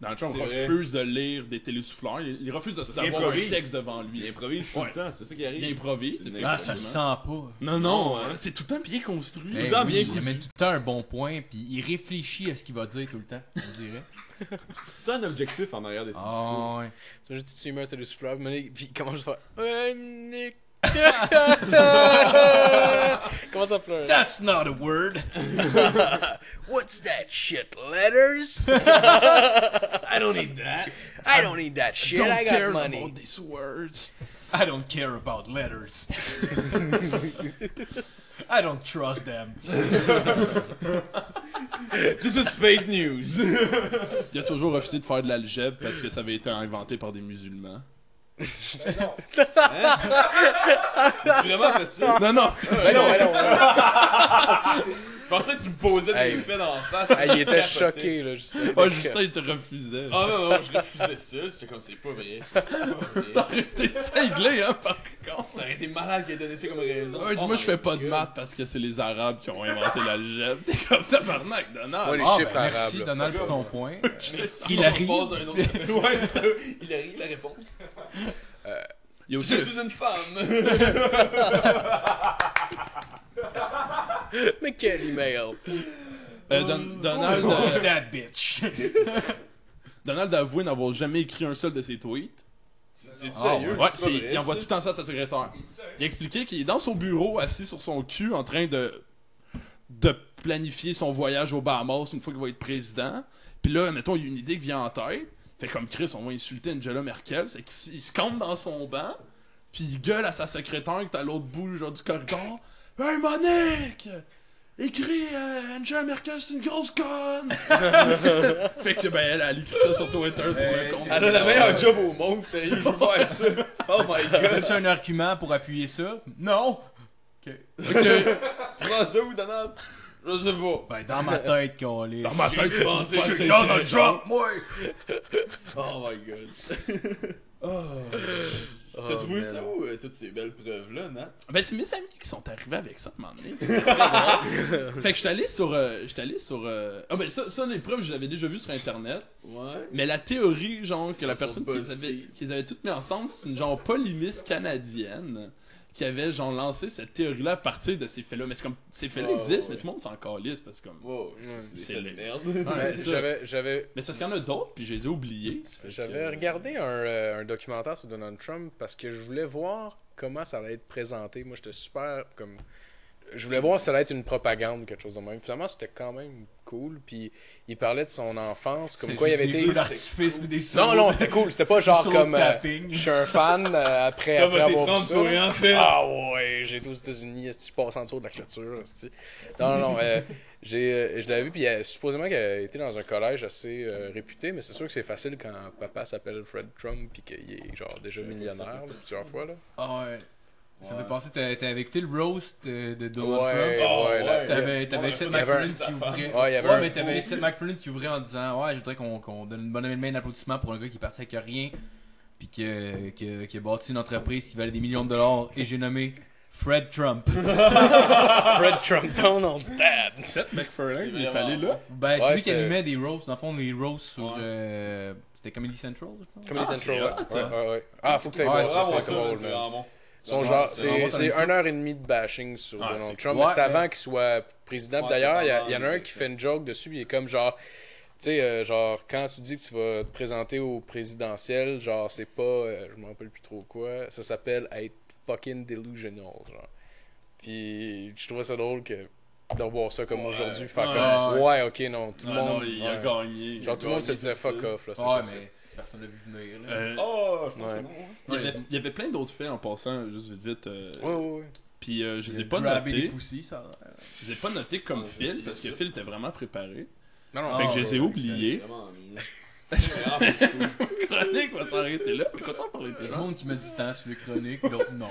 Dans le chat, on C'est vrai. refuse de lire des télésouffleurs. Il, il refuse de savoir un improvise. texte devant lui. Il improvise tout Ouais. le temps, c'est ça qui Il arrive. improvise. C'est une effectivement. Ah, ça se sent pas. Non, non, Non, hein, ouais. c'est tout le temps bien construit. Ben temps bien oui, il cousu. met tout le temps un bon point, puis il réfléchit à ce qu'il va dire tout le temps, on dirait. Tant d'objectifs en arrière de ces discours. Ah, ouais. Tu imagines, tu mets un télésouffleur, mais là, puis il commence à faire. Ouais, Nick. Comment ça pleure? That's not a word! What's that shit? Letters? I don't need that! I don't need that shit. Don't I care got about money. these words. I don't care about letters. I don't trust them. This is fake news! Il a toujours refusé de faire de l'algèbre parce que ça avait été inventé par des musulmans. Hein? tu vraiment fait ça? Non, non, c'est- Ben non, ben non, ben non. Je pensais que tu me posais Hey. des faits dans la face. Ah, il était choqué, là. Juste, Ah, Justin, il te refusait. Ah non, non, je refusais ça. J'étais comme, c'est pas vrai. c'est pas vrai. T'es cinglé, hein, par contre. Ça aurait été malade qu'il ait donné ça comme raison. Ouais, Oh dis-moi, my je fais pas de God. maths parce que c'est les Arabes qui ont inventé l'algèbre. T'es comme tabarnak, Donald. Ouais, les Ah, ben, chiffres merci, arabes. là. Donald, pour ton point. Merci, Il on arrive. passe à un autre- ouais, c'est ça. Il arrive, la réponse. Il y a aussi Je le- suis une femme. Mais quel email. euh, Don- Donald, euh, Who's that bitch? Donald a avoué n'avoir jamais écrit un seul de ses tweets. C'est sérieux? sérieux? Ouais, c'est- il envoie tout le temps ça à sa secrétaire. Il a expliqué qu'il est dans son bureau, assis sur son cul, en train de, de planifier son voyage aux Bahamas une fois qu'il va être président. Puis là, mettons, il y a une idée qui vient en tête. Fait comme Chris, on va insulter Angela Merkel. C'est qu'il se campe dans son banc, puis il gueule à sa secrétaire qui est à l'autre bout genre, du corridor. Hey Monique! Écris euh, Angela Merkel, c'est une grosse conne! fait que ben elle, elle écrit ça sur Twitter, sur le compte. Elle a la meilleure job au monde, sérieux. Je veux faire ça. Oh my god. As-tu un argument pour appuyer ça? Non! Tu prends ça où, Donald? Je sais pas. Ben, dans ma tête, Colis. Dans ma tête, c'est pensé, pas je suis intelligent. Donald Trump, moi! Oh my god. T'as Oh, trouvé ça où, euh, toutes ces belles preuves-là, Nat? Ben, c'est mes amis qui sont arrivés avec ça, à un moment donné. C'était très drôle. fait que j'étais allé sur. euh, j'étais allé sur. euh, Ah, ben, ça, ça les preuves, je les avais déjà vues sur Internet. Ouais. Mais la théorie, genre, Ah, que la Sur personne qu'ils BuzzFeed. avaient, qu'ils avaient toutes mis ensemble, c'est une genre polémiste canadienne qui avait, genre, lancé cette théorie-là à partir de ces faits-là. Mais c'est comme. Ces faits-là Ah, Ouais, existent, mais ouais. tout le monde s'en calisse parce que, comme. Wow, Ouais. Ah, c'est C'est de le- merde. Ouais, Mais c'est ça. J'avais, j'avais, Mais c'est parce qu'il y en a d'autres, puis je les ai oubliés. ça fait que- j'avais regardé un, euh, un documentaire sur Donald Trump parce que je voulais voir comment ça allait être présenté. Moi, j'étais super comme. Je voulais voir si ça allait être une propagande, quelque chose de même. Finalement, c'était quand même cool. Puis il parlait de son enfance, comme C'est quoi il juste avait des été. feux d'artifice pis des sauts. Non, non, c'était cool. C'était pas genre Sur le comme. euh, tapping. je suis un fan euh, après, T'as après voté avoir vu Trump, ça. toi, hein, Phil? Ah ouais, j'ai été aux États-Unis, esti, je passe en dessous de la clôture. esti. Non, non, non. euh, j'ai, euh, je l'avais vu, puis euh, supposément qu'elle était dans un collège assez euh, réputé, mais c'est sûr que c'est facile quand papa s'appelle Fred Trump, puis qu'il est genre déjà millionnaire là, plusieurs fois. Là. Ah, ouais. Ça Ouais. me fait penser, t'as- t'avais écouté le roast euh, de Donald Trump? Ouais, Ah, Oh, ouais, là, ouais. T'avais, Ouais, t'avais Seth ouais, MacFarlane ouais, qui ouvrait. Ouais, il y avait un- mais t'avais Seth MacFarlane qui ouvrait en disant Ouais, je voudrais qu'on, qu'on donne une bonne main d'applaudissement pour un gars qui est parti avec rien, puis qui, a- qui a- qui a bâti une entreprise qui valait des millions de dollars, et j'ai nommé Fred Trump. Fred Trump, Donald's dad. Ah, Seth C'est McFarlane, il est vraiment- allé là. Ben, c'est Ouais, lui qui c'était- animait des roasts, dans le fond, les roasts sur. Ouais. euh, c'était Comedy Central, je pense. Comedy Ah, Central. c'est ouais. hot, Ouais, ouais, ouais. Ah, faut que t'ailles Ouais, voir c'est ça, Bravo, c'est ça, drôle. c'est man. vraiment Son Ouais, genre, c'est c'est vraiment c'est talentueux. une heure et demie de bashing sur Ah, Donald c'est Trump. cool. mais c'est Ouais, avant mais- qu'il soit président. Ouais, D'ailleurs, il y, a- c'est il y en a pendant, un qui c'est fait ça. une joke dessus. Il est comme genre, tu sais, euh, genre, quand tu dis que tu vas te présenter au présidentiel, genre, c'est pas, euh, je m'en rappelle plus trop quoi, ça s'appelle être fucking delusional. Genre. Puis je trouvais ça drôle que de revoir ça comme aujourd'hui. Faire Ouais. comme, ouais, ok, non, tout le Ah monde. non, il a ouais. gagné. il a Genre, tout le monde se gagné, disait c'est fuck ça. off, là, c'est Ouais, possible. mais personne l'a vu venir. là. Euh, Oh, je pense Ouais. que non. hein. il, y avait, il y avait plein d'autres faits en passant, juste vite vite. euh, Ouais, ouais, ouais. Puis euh, je Il les ai a pas grabé des notés. poussies, ça. a l'air. Je les ai pas notés comme Ouais, Phil, j'ai parce que ça. Phil était vraiment préparé. Non, non, Ah, fait que je ouais, les ai ouais, oubliés. Vraiment mieux. C'est grave, c'est cool. Chronique va s'arrêter là, mais continue à parler Il y a de Euh, hein? du gens. monde qui met du temps sur les chroniques, d'autres non.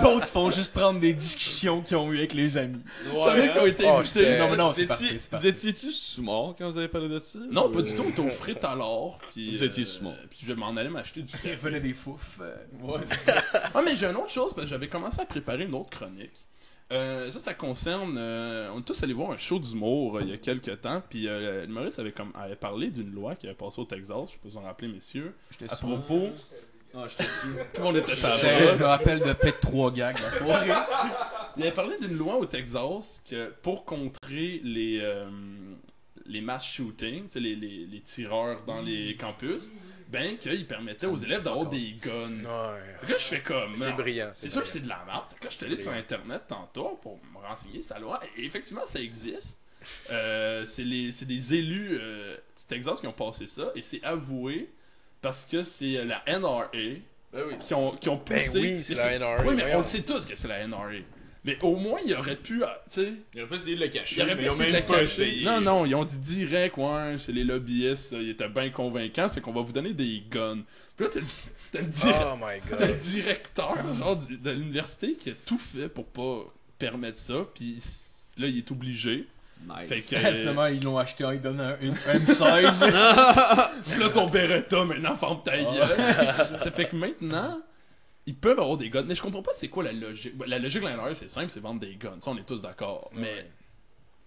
d'autres font juste prendre des discussions qu'ils ont eues avec les amis. T'en as qui ont été Oh, invités. j'étais- Non, mais non. c'est Euh, Vous parti, étiez- c'est Vous parti. étiez-tu sous-mort quand vous avez parlé de ça? Non, Ou, pas du euh, tout, on était aux frites alors. Puis, euh, Vous étiez sous mon. Puis je m'en allais m'acheter du Ils café. venaient des fouf. euh. Ouais, c'est ça. Ah, mais j'ai une autre chose, parce que j'avais commencé à préparer une autre chronique. Euh, ça, ça concerne. euh, on est tous allés voir un show d'humour euh, il y a quelques temps, puis euh, l'humoriste avait, comme, avait parlé d'une loi qui avait passé au Texas, je peux vous en rappeler, messieurs, J'étais à sous. propos. Ah, je t'ai Tout le monde était Ah, sur la J'étais- Je me brosse. rappelle de peut-être trois gags la soirée. Il avait parlé d'une loi au Texas que pour contrer les, euh, les mass shootings, tu sais, les, les, les tireurs dans les campus, ben qu'il permettait Ça aux me dit élèves pas d'avoir encore. des guns. Ouais. Fait que là, je fais comme. C'est man, brillant. C'est sûr que brillant. c'est de la merde. Fait que là, je suis allé sur Internet tantôt pour me renseigner sa loi. Et effectivement, ça existe. Euh, c'est les- c'est des élus euh, du Texas qui ont passé ça. Et c'est avoué parce que c'est euh, la NRA Ben qui, ont, qui ont Ben poussé. oui, c'est Mais la NRA. Oui, mais on voyons. le sait tous que c'est la NRA. Mais au moins, il aurait pu. ah, Tu sais. Il aurait pas essayé de le cacher. Il aurait mais pu ils ont essayer de la même pas cacher. essayé. Non, non, ils ont dit direct, ouais, c'est les lobbyistes, euh, ils étaient bien convaincants, c'est qu'on va vous donner des guns. Puis là, t'as le- t'as Ah. le direct. Oh my T'as le god. Ah. directeur genre du- de l'université qui a tout fait pour pas permettre ça, puis s- là il est obligé. Nice. Fait que euh, Finalement, ils l'ont acheté un, ils donnent un, une M16. là ton Beretta maintenant forme Ah. ta gueule. ça fait que maintenant ils peuvent avoir des guns, mais je comprends pas c'est quoi la logique. Ben, La logique de l'intérieur c'est simple, c'est vendre des guns, ça on est tous Ah d'accord. Mais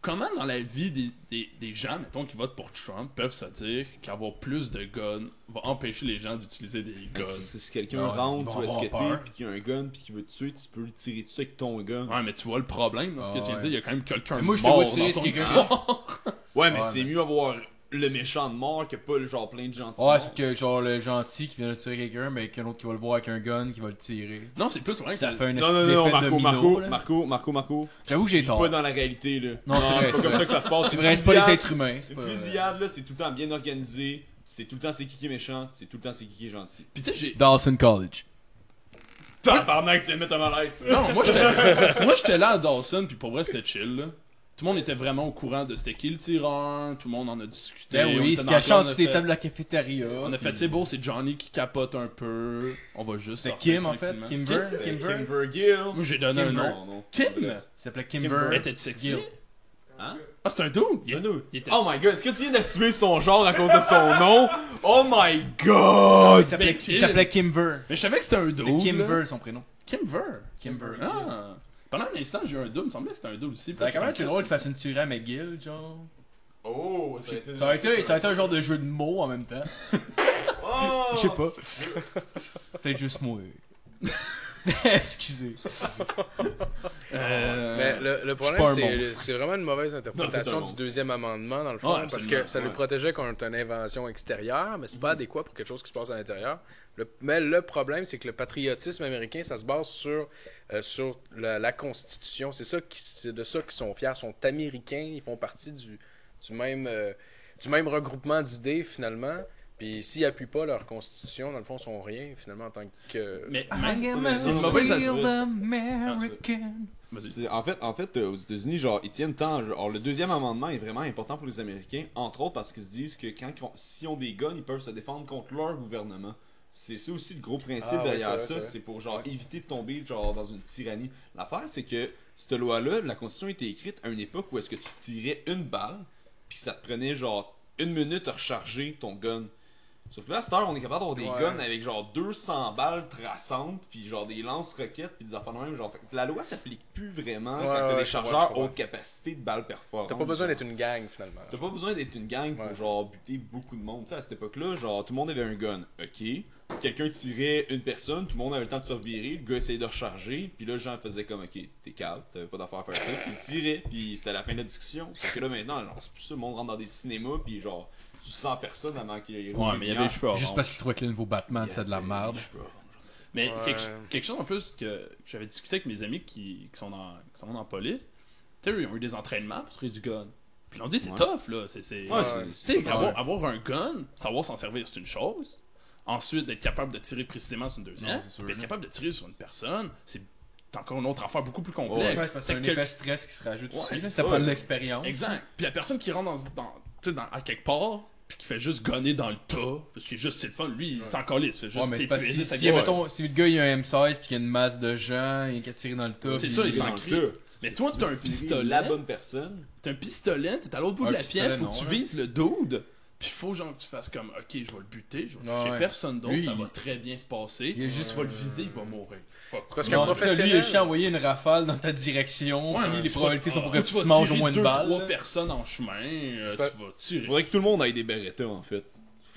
comment dans la vie des, des- des gens, mettons qui votent pour Trump, peuvent se dire qu'avoir plus de guns va empêcher les gens d'utiliser des Mais guns? c'est parce que si quelqu'un Ouais, rentre, euh, ils toi, vont est-ce que avoir t'es, peur. pis qu'il y a un gun, pis qu'il veut te tuer, tu peux le tirer dessus avec ton gun. Ouais, mais tu vois le problème dans ce que Ah tu viens ouais. de dire, il y a quand même quelqu'un Moi, je te mort vois dans tirer, c'est ton quelqu'un- histoire. Ouais, mais Ouais, c'est mais- mieux avoir le méchant de mort que pas le genre plein de gentils. Ouais, morts. c'est que genre le gentil qui vient de tirer quelqu'un, mais qu'un autre qui va le voir avec un gun, qui va le tirer. Non, c'est plus vrai que Ça fait un Non, non, esti non, d'effet Marco, domino, Marco, là. Marco, Marco, Marco. J'avoue que j'ai tort. Pas dans la réalité, là. Non, c'est vrai, pas c'est comme vrai. ça que ça se passe. C'est Une vrai, c'est pas les fusillade- êtres humains. c'est Une pas- fusillade, là, c'est tout le temps bien organisé. Tu sais tout le temps c'est qui qui est méchant, tu sais tout le temps c'est qui qui est gentil. Puis tu sais, j'ai. Dawson College. Tabarnak, tu viens de mettre un malaise, là. Non, moi j'étais moi j'étais là à Dawson puis pour vrai c'était chill là. Tout le monde était vraiment au courant de c'était qui le tireur, tout le monde en a discuté. Ben on oui, était se dans la cachant classe, sous on a les fait- tables de la cafétéria. On a fait c'est beau, c'est Johnny qui capote un peu. On va juste C'est sortir Ben, Kim en fait. tranquillement. Kimber. C'était Kimber. Kimber Gill. Moi j'ai donné Kimber. un nom. Non, non. Kim Il s'appelait Kimber. Kimber. était sexy Gil. Hein? Ah, c'est un dude. Il- il était- Oh my god, est-ce que tu viens d'assumer son genre à cause de son nom? Oh my Oh, god! il s'appelait- Kim. Il s'appelait Kimber. Mais je savais que c'était un dude. C'était là. Kimber son prénom. Kimber. Kimber. Ah. Pendant un instant, j'ai eu un dude, il me semblait que c'était un dude aussi. Ça aurait quand même été drôle drôle qu'il fasse une tuerie à McGill, genre. Oh, ça a été. Ça aurait été, ça aurait été un genre de jeu de mots en même temps. Oh, Je sais pas. Peut-être juste moi. Excusez. Mais le, le problème, pas un c'est, monstre. c'est vraiment une mauvaise Non, t'es un interprétation du monstre. deuxième amendement, dans le fond, Ouais, parce absolument, que ça le ouais. protégeait contre une invention extérieure, mais c'est pas adéquat pour quelque chose qui se passe à l'intérieur. Le- mais le problème, c'est que le patriotisme américain, ça se base sur, euh, sur la, la Constitution. C'est, ça qui, c'est de ça qu'ils sont fiers. Ils sont américains, ils font partie du, du, même, euh, du même regroupement d'idées, finalement. Puis s'ils n'appuient pas leur Constitution, dans le fond, ils sont rien, finalement, en tant que... Mais Ah, mais c'est une mauvaise American. Vas-y. C'est- En fait, en fait euh, aux États-Unis, genre, ils tiennent tant. Genre, le deuxième amendement est vraiment important pour les Américains, entre autres parce qu'ils se disent que quand qu'on- s'ils ont des guns, ils peuvent se défendre contre leur gouvernement. C'est ça aussi le gros principe Ah ouais, c'est derrière vrai, c'est ça, vrai. c'est pour genre éviter de tomber genre dans une tyrannie. L'affaire, c'est que cette loi-là, la Constitution était écrite à une époque où est-ce que tu tirais une balle, puis ça te prenait genre une minute à recharger ton gun. Sauf que là, à cette heure, on est capable d'avoir des Ouais. guns avec genre 200 balles traçantes, puis genre des lances-roquettes, puis des affaires de même. Genre, Fait que la loi s'applique plus vraiment Ouais, quand t'as ouais, des je comprends, je chargeurs comprends. haute capacité de balles performantes. T'as pas besoin d'être une gang, finalement. T'as pas besoin d'être une gang pour Ouais. genre buter beaucoup de monde. Tu sais, à cette époque-là, genre tout le monde avait un gun. Ok. Quelqu'un tirait une personne, tout le monde avait le temps de se revirer, le gars essayait de recharger, puis là, les gens faisaient comme ok, t'es calme, t'avais pas d'affaire à faire ça, puis il tirait, puis c'était la fin de la discussion. Sauf que là maintenant, genre, c'est plus ça, le monde rentre dans des cinémas, puis genre, tu sens personne avant qu'il y ait Ouais, mais il y avait les cheveux Juste orange. parce qu'il trouvait que le nouveau Batman, c'est de la merde. Mais Ouais. quelque, quelque chose en plus que, que j'avais discuté avec mes amis qui, qui sont dans, qui sont dans la police, Tu sais, eux, ils ont eu des entraînements pour se créer du gun. Puis l'on dit, c'est Ouais. tough, là. C'est, c'est... Ouais, ouais. c'est- Tu sais, c'est avoir, avoir un gun, savoir s'en servir, c'est une chose. Ensuite, d'être capable de tirer précisément, c'est une deuxième. Non, c'est sûr. Puis être capable de tirer sur une personne, c'est encore une autre affaire beaucoup plus Ouais, complexe. parce que c'est un Fait que- effet stress qui se rajoute Ouais, aussi. Ça c'est ça. prend de l'expérience. Exact. Puis la personne qui rentre dans, dans, tu sais, dans- à quelque part, puis qui fait juste gonner dans le tas, parce que juste c'est le fun, lui, il s'en calisse, il fait Ouais, juste mais c'est c'est parce que si, si, mettons, si le gars il a un M16 puis qu'il y a une masse de gens et qu'il a tiré dans le tas, C'est puis ça, il dit- s'en crie. Mais toi, t'as un La pistolet, bonne personne. t'as un pistolet, t'es à l'autre bout Un de la pistolet, pièce, faut non, que tu là. vises le dude, puis faut genre que tu fasses comme, ok, je vais le buter, je vais Ouais, toucher ouais. personne d'autre, Lui, ça il- va très bien se passer. il a juste- Tu vas le viser, il va mourir. Fuck. C'est parce qu'un Non, c'est ça, lui, il a professionnel. juste envoyé une rafale dans ta direction. Ouais, puis tu les vas- probabilités sont pour que ah, tu te vas manges au tirer moins une deux, balle. trois là. personnes en chemin, euh, C'est tu pas- vas tirer. Faudrait que tout le monde ait des Beretta en fait.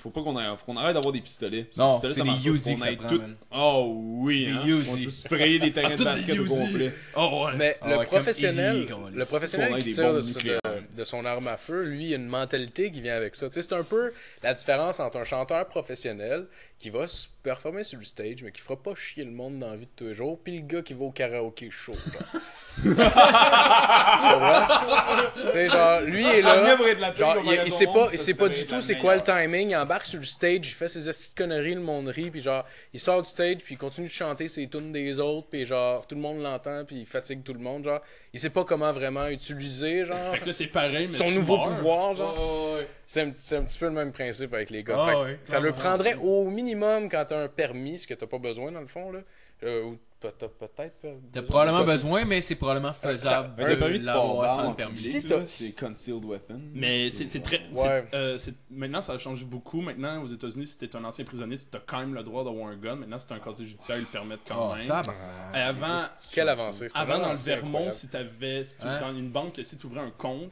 Faut pas qu'on aille- faut qu'on arrête d'avoir des pistolets. Parce que Non, les pistolets, c'est ça des marche pas. Faut Uzi qu'on que ça ait prend, tout- man. Oh oui, Des hein. Uzi. On peut sprayer des terrains Ah, de toutes des basket au Uzi. complet. Oh ouais. Mais Ah le ouais, comme Easy, professionnel, comme on dit. le Qu'on professionnel ait qui des tire de, bombes de- nucléaires. de son arme à feu, lui, il y a une mentalité qui vient avec ça. Tu sais, c'est un peu la différence entre un chanteur professionnel qui va se performer sur le stage, mais qui fera pas chier le monde dans la vie de tous les jours, puis le gars qui va au karaoké chaud. genre. tu comprends? tu sais, genre, lui est là. Genre, il, il sait pas, il sait pas du tout c'est quoi le timing, il embarque sur le stage, il fait ses petites conneries, le monde rit, puis genre, il sort du stage, puis il continue de chanter ses tunes des autres, puis genre, tout le monde l'entend, puis il fatigue tout le monde, genre, il sait pas comment vraiment utiliser, genre, Fait que là, c'est pareil, mais son tu nouveau meurs. pouvoir, genre. Ouais, ouais, ouais. C'est un, petit- c'est un petit peu le même principe avec les gars. Ah Fait que ouais, ça clairement. le prendrait au minimum quand t'as un permis, ce que t'as pas besoin dans le fond, là. Euh, ou t'as t'as peut-être. euh, pas T'as besoin. probablement En tout cas, besoin, mais c'est probablement faisable Un permis de de l'avoir sans le port permis. Si permis. t'as- C'est concealed weapon. Mais c'est c'est très. c'est- Ouais. euh, c'est- maintenant, ça change beaucoup. Maintenant, aux États-Unis, si t'es un ancien prisonnier, tu as quand même le droit d'avoir un gun. Maintenant, si t'as un casier judiciaire, ils le permettent quand Oh, même. tabarnak. Et avant, Quelle avancée. Ah, c'est une Ah, avant dans le avancée Vermont, incroyable. si t'avais si tu- Hein? dans une banque, si t'ouvrais un compte,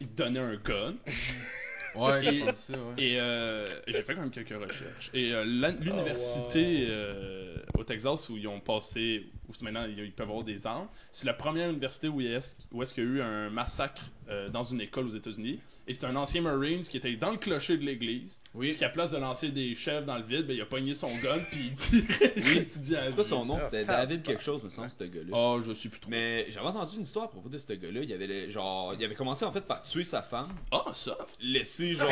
ils te donnaient un gun. Ouais, Et- il prend ça, ouais. Et euh, j'ai fait quand même quelques recherches. Et euh, l'un- Oh, l'université euh, au Texas où ils ont passé, où maintenant ils ils peuvent avoir des armes, c'est la première université où est-ce où est qu'il y a eu un massacre euh, dans une école aux États-Unis. Et c'est un ancien Marines qui était dans le clocher de l'église. Puis qu'à place de lancer des chefs dans le vide, ben, il a pogné son gun puis il tirait les étudiants. à C'est pas vue. son nom, c'était Ah, David quelque chose, me semble, ce gars-là. Ah, je suis plus trop. Mais j'avais entendu une histoire à propos de ce gars-là. Il avait le- genre, il avait commencé en fait par tuer sa femme, Ah, soft! laisser genre,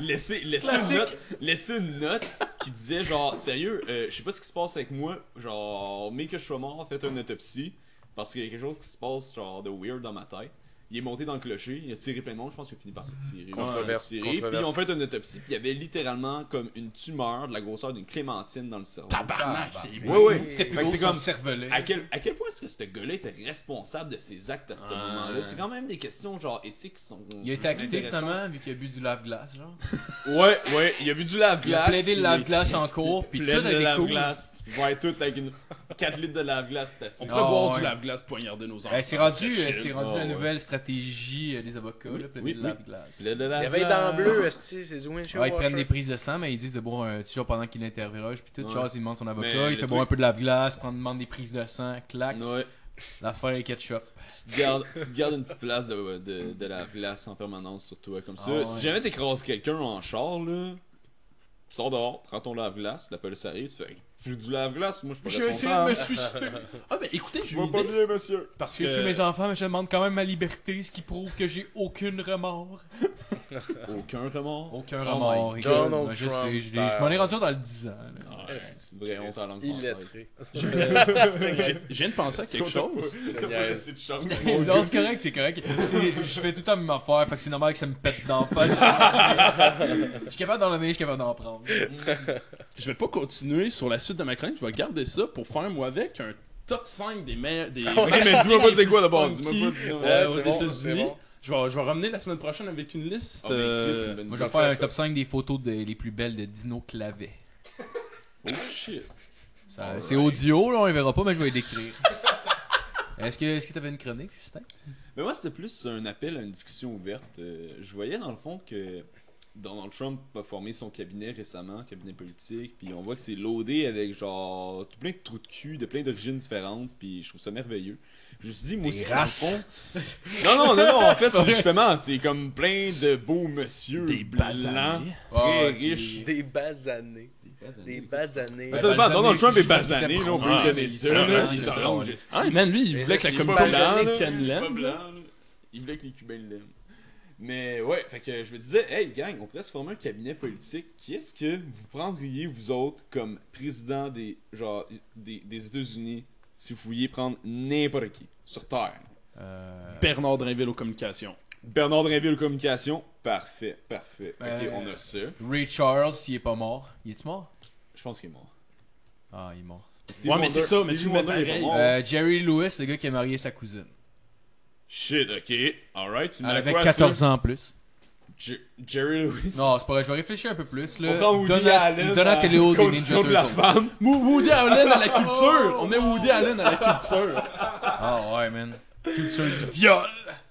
laisser, laisser Classique. une note, laisser une note qui disait genre, sérieux, euh, je sais pas ce qui se passe avec moi, genre, mais que je sois mort, faites une autopsie parce qu'il y a quelque chose qui se passe genre de weird dans ma tête. Il est monté dans le clocher, il a tiré plein de monde, je pense qu'il a fini par se tirer. Controverse, Il a tiré, puis controverse. ils ont fait une autopsie, puis il y avait littéralement comme une tumeur de la grosseur d'une clémentine dans le cerveau. Tabarnak, c'est beau! Ouais, ouais. C'était Fait plus que gros c'est que son comme- cervelet. À quel, à quel point est-ce que ce gars-là était responsable de ses actes à ce moment-là? C'est quand même des questions genre éthiques qui sont. Il a été acquitté intéressantes. finalement, vu qu'il a bu du lave-glace, genre. Ouais, ouais, il a bu du Il a lave-glace. plaidé le puis lave-glace en cours, il puis est tout plein a de été cool. lave-glace. Tu pouvais être tout avec une 4 litres de lave-glace, c'est On assez. pourrait Ah, boire ouais. du lave-glace poignarder nos enfants. Eh, C'est rendu, serait eh, chill. c'est rendu Ah, la ouais. nouvelle stratégie euh, des avocats, là, plein oui, de oui. lave-glace. Plein de Il y lave-glace. avait dans bleu, esti, c'est du windshield Ouais, ils prennent washer. des prises de sang, mais ils disent de boire un petit genre pendant qu'il interroge, puis tout, Ouais. genre, il demande son avocat, Mais il le fait truc- boire un peu de lave-glace, prendre, demande des prises de sang, clac, Ouais, l'affaire est ketchup. tu te gardes, tu te gardes une petite place de, de, de lave-glace en permanence sur toi, comme ça. Ah, ouais. Si jamais t'écrases quelqu'un en char, là. Sors dehors, prends ton lave-glace, la police arrive, tu fais J'ai du lave-glace, moi je suis pas responsable. suicider. Ah, mais écoutez, j'ai une idée. bien, monsieur. Parce J'ai tué que. mes enfants, mais je demande quand même ma liberté, ce qui prouve que j'ai aucune remords. Aucun remords. Aucun Oh remords. my écoute, Donald moi, je Trump sais, je l'ai- style. je m'en ai rendu là dans le 10 ans. là. Ah, Ouais, c'est une vraie honte à la langue française. Illettré. J'ai- Je viens de penser à quelque chose. T'as pas laissé de chance. Non, c'est correct, c'est correct. C'est- Je fais tout le temps la même affaire, fait que c'est normal que ça me pète dans la face. Je suis capable d'en donner, je suis capable d'en prendre. Je vais pas continuer sur la suite de ma chronique. Je vais garder ça pour faire, moi, avec un top 5 des meilleurs. Des... Ok, mais Ah dis-moi pas c'est quoi d'abord. funky, Dis-moi pas, dis-moi. euh, Ouais, aux c'est bon, États-Unis. c'est bon. Je vais, je vais ramener la semaine prochaine avec une liste. Ah, mais euh, Chris, c'est une bonne Moi, je idée. vais faire un top 5 des photos de- les plus belles de Dino Clavet. Oh shit. Ça- C'est audio, là, on les verra pas, mais je vais les décrire. Est-ce que est-ce que t'avais une chronique, Justin? Mais moi, c'était plus un appel à une discussion ouverte. Euh, je voyais dans le fond que Donald Trump a formé son cabinet récemment, cabinet politique, puis on voit que c'est loadé avec genre tout plein de trous de cul, de plein d'origines différentes, puis je trouve ça merveilleux. Je me suis dit, moi Des aussi, races. dans le fond- Non, non, non, non, en fait, c'est justement, c'est comme plein de beaux monsieur Des blancs, basanés. très Ah, Ouais, qui- riches. Des basanées. Des basanés. Ça dépend, Donald Trump est basané, c'était là, on peut pro- lui donner ça. vraiment, là, c'est c'est ça. drôle, c'est- Ah, man, lui, il Mais voulait que là, la c'est communauté pas blanc, mexicaine Pas l'aime. blanc, là. Il voulait que les Cubains l'aiment. Mais ouais, fait que je me disais, hey gang, on pourrait se former un cabinet politique. Qu'est-ce que vous prendriez, vous autres, comme président des, genre, des, des États-Unis, si vous vouliez prendre n'importe qui sur Terre Euh, Bernard Drinville aux communications. Bernard Drinville, communication, parfait, parfait. Ok, Euh, on a ça. Ray Charles, il est pas mort. Il est mort? Je pense qu'il est mort. Ah, il est mort. Stevie Ouais, mais c'est ça, mais Stevie tu le mets Wonder, il est pareil. pas mort. Euh, Jerry Lewis, le gars qui a marié sa cousine. Shit, ok. Alright, tu Elle mets avait quoi, 14 ans en plus. ça? Jer- Jerry Lewis. Non, c'est pas vrai, je vais réfléchir un peu plus. Là. on prend Woody Donat- Allen. Donatello à des condition Ninja de la Turtles. femme. Mou- Woody Allen à la culture! On met Woody Allen à la culture! Ah ouais, man. Culture du viol.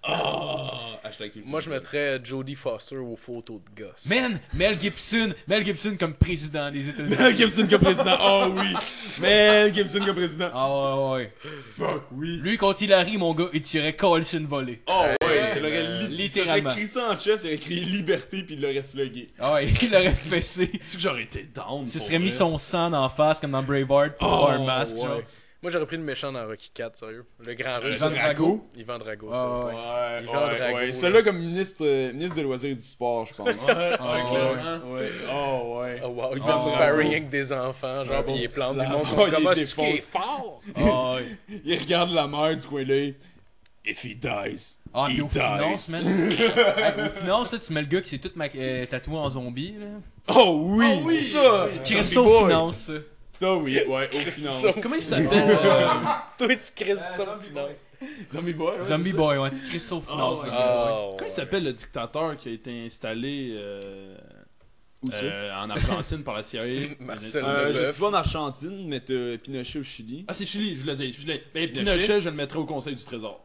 Ah, hashtag culture. Moi, je mettrais Jodie Foster aux photos de gosses. Man, Mel Gibson, Mel Gibson comme président des États-Unis. Mel Gibson comme président. Oh oui. Mel Gibson comme président. Ah ouais, ouais, ouais. Fuck oui. Lui, contre Hillary, mon gars, il tirait Colson volé. Oh ouais. Il aurait euh, li- littéralement. Il aurait écrit ça en chess, il aurait écrit liberté puis il l'aurait slugué. Ah ouais, il l'aurait fessé. Si j'aurais été down. Il se pour serait vrai. mis son sang en face, comme dans Braveheart, pour Oh, faire un masque, ouais. genre. Moi, j'aurais pris le méchant dans Rocky 4, sérieux. Le grand russe. Ivan Drago. Ivan Drago, Ah, ça. ouais. Ouais, Il vend ouais, Drago, ouais. là. Celui-là comme ministre, euh, ministre des loisirs et du sport, je pense. Ah, ouais. clairement. ouais. Oh ouais. Ah, Oh wow, il fait du Drago. sparring avec des enfants, genre, pis bon il est petit plante, pis le slam. monde sont Oh, il comme, est ah, c'est-tu qui est défoncé. fort! Ah ouais. Il regarde la mer du coin l'œil. If he dies. Ah, he puis aux dies. finances, man. Hey, aux finances, là, tu mets le gars qui s'est tout ma- euh, tatoué en zombie, là. Oh oui, ça! Qui reste Zombie aux boy. finances, ça. Ça oui, ouais, aux finances. ça. Comment il s'appelle Oh, euh, Toi, tu crises ça, finalement. Zombie boy. ouais, Zombie Boy, ouais, tu cries Oh, ça aux finances, ouais. le gars, ouais. Oh, Comment il s'appelle le dictateur qui a été installé euh, Où ça? euh, en Argentine par la CIA Marcel. Euh, Leboeuf. je suis pas en Argentine, mais t'as Pinochet au Chili. Ah, c'est Chili, je le dis. Je l'ai. Ben, Pinochet. Pinochet, je le mettrais au Conseil du Trésor.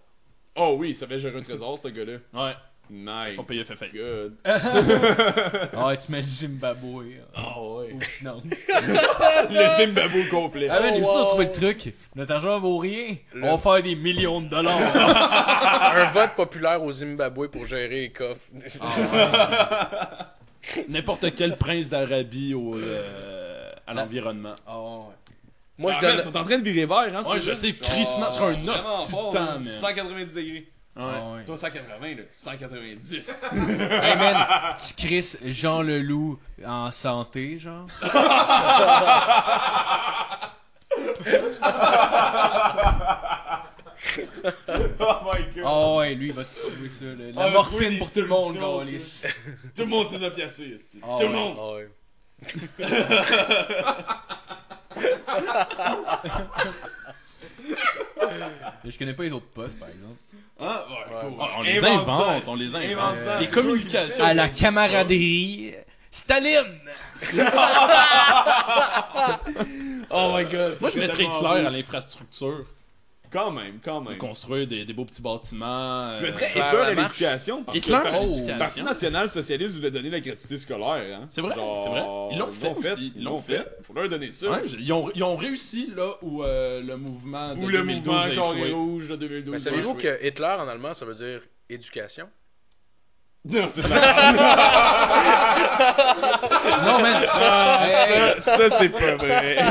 Oh oui, ça fait gérer un trésor, ce gars-là. Ouais, My son pays fait fait. god. Ah, ouais, tu mets le Zimbabwe euh, Oh ouais. aux finances. Le Zimbabwe au complet. Ah, man, Oh, lui aussi, on a wow. trouvé le truc. Notre argent vaut rien. On va faire des millions de dollars. Un vote populaire au Zimbabwe pour gérer les coffres. N'importe quel prince d'Arabie au, euh, à l'environnement. Ah, ouais. Moi, je Ah, man, ils donne... sont en train de virer vert, hein. Ah, Ouais, je sais, crissement sur un os du temps, man. 190 degrés. Ouais. Ah, ouais. Toi, 180, là. 190. Hey man, tu crisses Jean Leloup en santé, genre. oh my god. Ah ouais, lui, il va te trouver ça. là. La Ah, trouver morphine des pour tout le monde, solutions, câlisse. ça. Tout le monde s'est apiacé, esti. Ah, Tout le ouais. monde. Ah ouais. Je connais pas les autres postes, par exemple. Hein? Ouais, cool. Ah, on les Invente invente, ça, on les esti. invente. Invente ça, Les c'est toi qui le communications. À la camaraderie. Staline! fais. Oh my god. Moi, je c'est mettrais tellement Claire beau. à l'infrastructure. Quand même, quand même. Construire des, des beaux petits bâtiments. euh, Je mettrais Claire Hitler à Lamarche. l'éducation. parce que Hitler Oh, à le l'éducation. Parti national-socialiste voulait donner la gratuité scolaire. Hein? C'est vrai, c'est vrai. Ils l'ont fait aussi, Ils l'ont fait. Faut leur donner ça. Ouais, je- ils, ont, ils ont réussi là où euh, le mouvement de Ou le 2012 mouvement a Corps et échoué. Rouge de 2012. Mais savez-vous a échoué. que Hitler, en allemand, ça veut dire éducation? Non, c'est de la- Non, man! Ah, Hey, ça, ça, c'est pas vrai.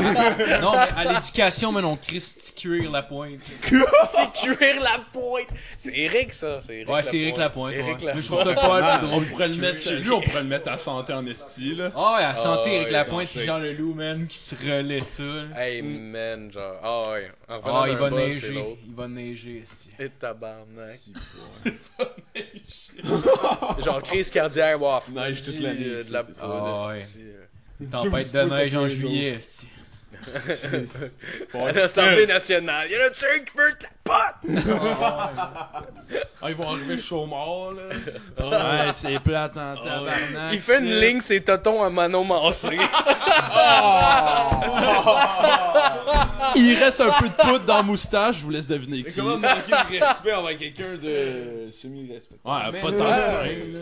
non, mais à l'éducation, man, on crisse cuire la pointe. C'est cuire la pointe! C'est Eric, ça. C'est Eric Ouais, c'est Eric Lapointe. Lapointe. Éric Ouais. Lapointe. Je trouve ça pas le plus On drôle. pourrait le mettre, lui, on pourrait le mettre à santé en esti, là. Ah ouais, à santé, Ah, Eric ouais, Lapointe, non, puis je- Jean Leloup, man, qui se relaie ça. là. Hey, man, genre. Ah ouais. En revenant Ah, il d'un va boss, c'est neiger. l'autre. Il va neiger, esti. Et tabarnak. Si, ouais. Genre crise cardiaque, wow. Neige toute l'année, euh, ici, De la c'est ça. Ah, Ah, ouais. ouais. Euh, Tempête de pouces à neige en tous les jours. juillet, esti. À l'Assemblée nationale. Il y en a-tu un qui veut de la pote? Ah, ils vont arriver chaud mort, là. Ouais, c'est plate en tabarnak. Il fait une ça. ligne, c'est Toton à Manon Massé. Il reste un peu de poudre dans la moustache, je vous laisse deviner qui. Comment manquer de respect envers quelqu'un de semi-respect? Ouais, pas tant de sein, là.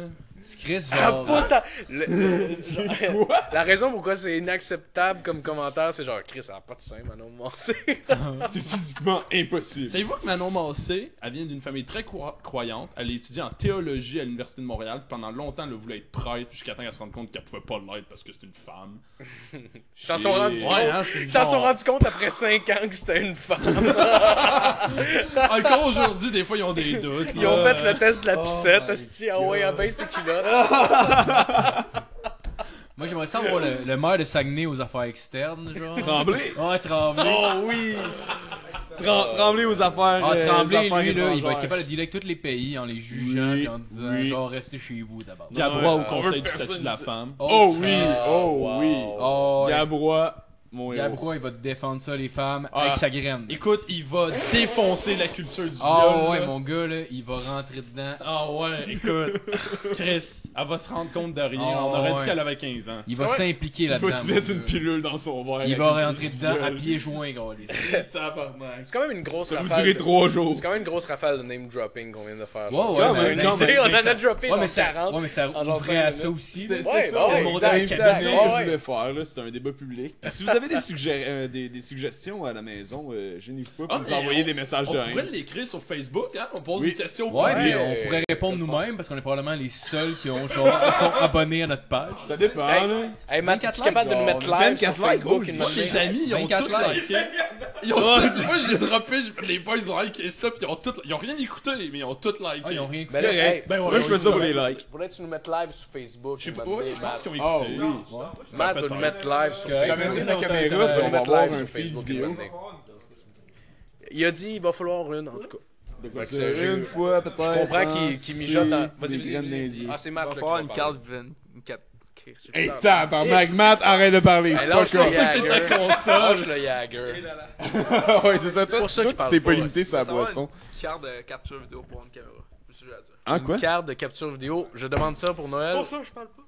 Tu crisses Ah, genre. putain! Le- le- genre- La raison pourquoi c'est inacceptable comme commentaire, c'est genre Chris, ça n'a pas de sein, Manon Massé. C'est physiquement impossible. Savez-vous que Manon Massé, elle vient d'une famille très croi- croyante. Elle a étudié en théologie à l'Université de Montréal. puis Pendant longtemps, elle voulait être prêtre jusqu'à temps qu'elle se rende compte qu'elle pouvait pas l'être parce que c'est une femme. Ils s'en sont rendus compte. Ouais, hein, c'est Ils s'en sont genre- rendus compte après 5 ans que c'était une femme. Encore aujourd'hui, des fois, ils ont des doutes. Ils ont là. fait le test de la Oh poussette, my asti, ah ouais, God. abaisse tes culottes. Moi, j'aimerais savoir le, le maire de Saguenay aux affaires externes, genre. Tremblé. Ouais, Tremblay. Oh oui. Trem- tremblé aux affaires. Euh, Ah, euh, aux Tremblay, affaires lui, là, il va étrangères. être capable de dealer avec tous les pays en les jugeant Oui, et en disant, oui. genre, restez chez vous d'abord. Gabrois au Ouais, conseil on du veut statut de la femme. Oh oui. Oh wow. oui. Oh, Ah, ouais. Gabrois. Mon héros. Gabrois, il va te défendre ça, les femmes, Ah. avec sa graine. Écoute, il va défoncer la culture du viol. Oh ouais, là. mon gars, là, il va rentrer dedans. Ah ouais, écoute. Chris, elle va se rendre compte de rien. Ah On aurait ouais. dit qu'elle avait 15 ans. Il va s'impliquer Il là-dedans. va te mon mettre gars. une pilule dans son verre. euh, Il avec va du- rentrer du dedans à viol. pieds joints, gros. les- Tabarnak. C'est quand même une grosse Ça vous rafale. durer de- trois jours. C'est quand même une grosse rafale de name dropping qu'on vient de faire. Ouais, ouais, Tu vois, mais on a- quand on en a ça- droppé Ouais, mais genre ça, 40. ouais, mais ça en genre ouvrait cinq à ça minutes. aussi. C'était là. Ouais, ça, bah c'était ouais, mon exact, dernier exact, cadeau ouais, que ouais. je voulais faire. là, C'était un débat public. Puis si vous avez des, suggé- euh, des, des suggestions à la maison, euh, gênez-vous pas pour Ah, nous mais envoyer on- des messages On de pourrait haine. l'écrire sur Facebook, hein? On pose Oui. des questions au Ouais, mais Ouais. on pourrait répondre nous-mêmes parce qu'on est probablement les seuls qui ont genre qui sont abonnés à notre page. Ça dépend, Hey, là. Hey, Matt, es-tu 24 capable de nous likes, mettre genre, live sur 24 likes, Facebook oh, une Moi, matinée? mes amis, ils ont 24 tous likes. liké. Ils ont tous... Moi, j'ai droppé, j'ai- les boys liké ça, puis ils ont tous... Ils ont rien écouté, mais ils ont tous liké. Ah, ils ont rien Ben écouté. là, correct. hey, Ben ouais, Moi, je fais ça pour les likes. Pourrais-tu nous mettre live sur Facebook Je sais une pas, matinée, ouais, je pense Matt? qu'ils ont Oh écouté. oui. Matt va nous mettre live sur Facebook. Correct. J'avais J'amènerai mis la dans ta- caméra, puis On on va va mettre voir live un sur feed Facebook une vidéo. matinée. Il a dit il va falloir une, en tout cas. De quoi Fait que ça, j'ai- Une fois, peut-être. Je comprends qu'il- pense, qu'il qui mijote sait, en- vas-y, des vas-y, graines dans vas-y. les yeux. Ah, c'est Matt là, va falloir qui une va carte parler. vin- une cap- Chris, je sais Hey, pas. tabarnak, Matt, arrête de parler. Hey, lâche Fuck le off. Jagger. Lâche le Jagger. Ouais, c'est ça. C'est Toi, pour ça qu'il toi, tu parle t'es pas pas, limité sur la Ça va, boisson. Une carte de capture vidéo pour une caméra. C'est ce que j'ai à dire. Hein, Une carte de capture vidéo. Je demande ça pour Noël. Pour ça, je parle pas.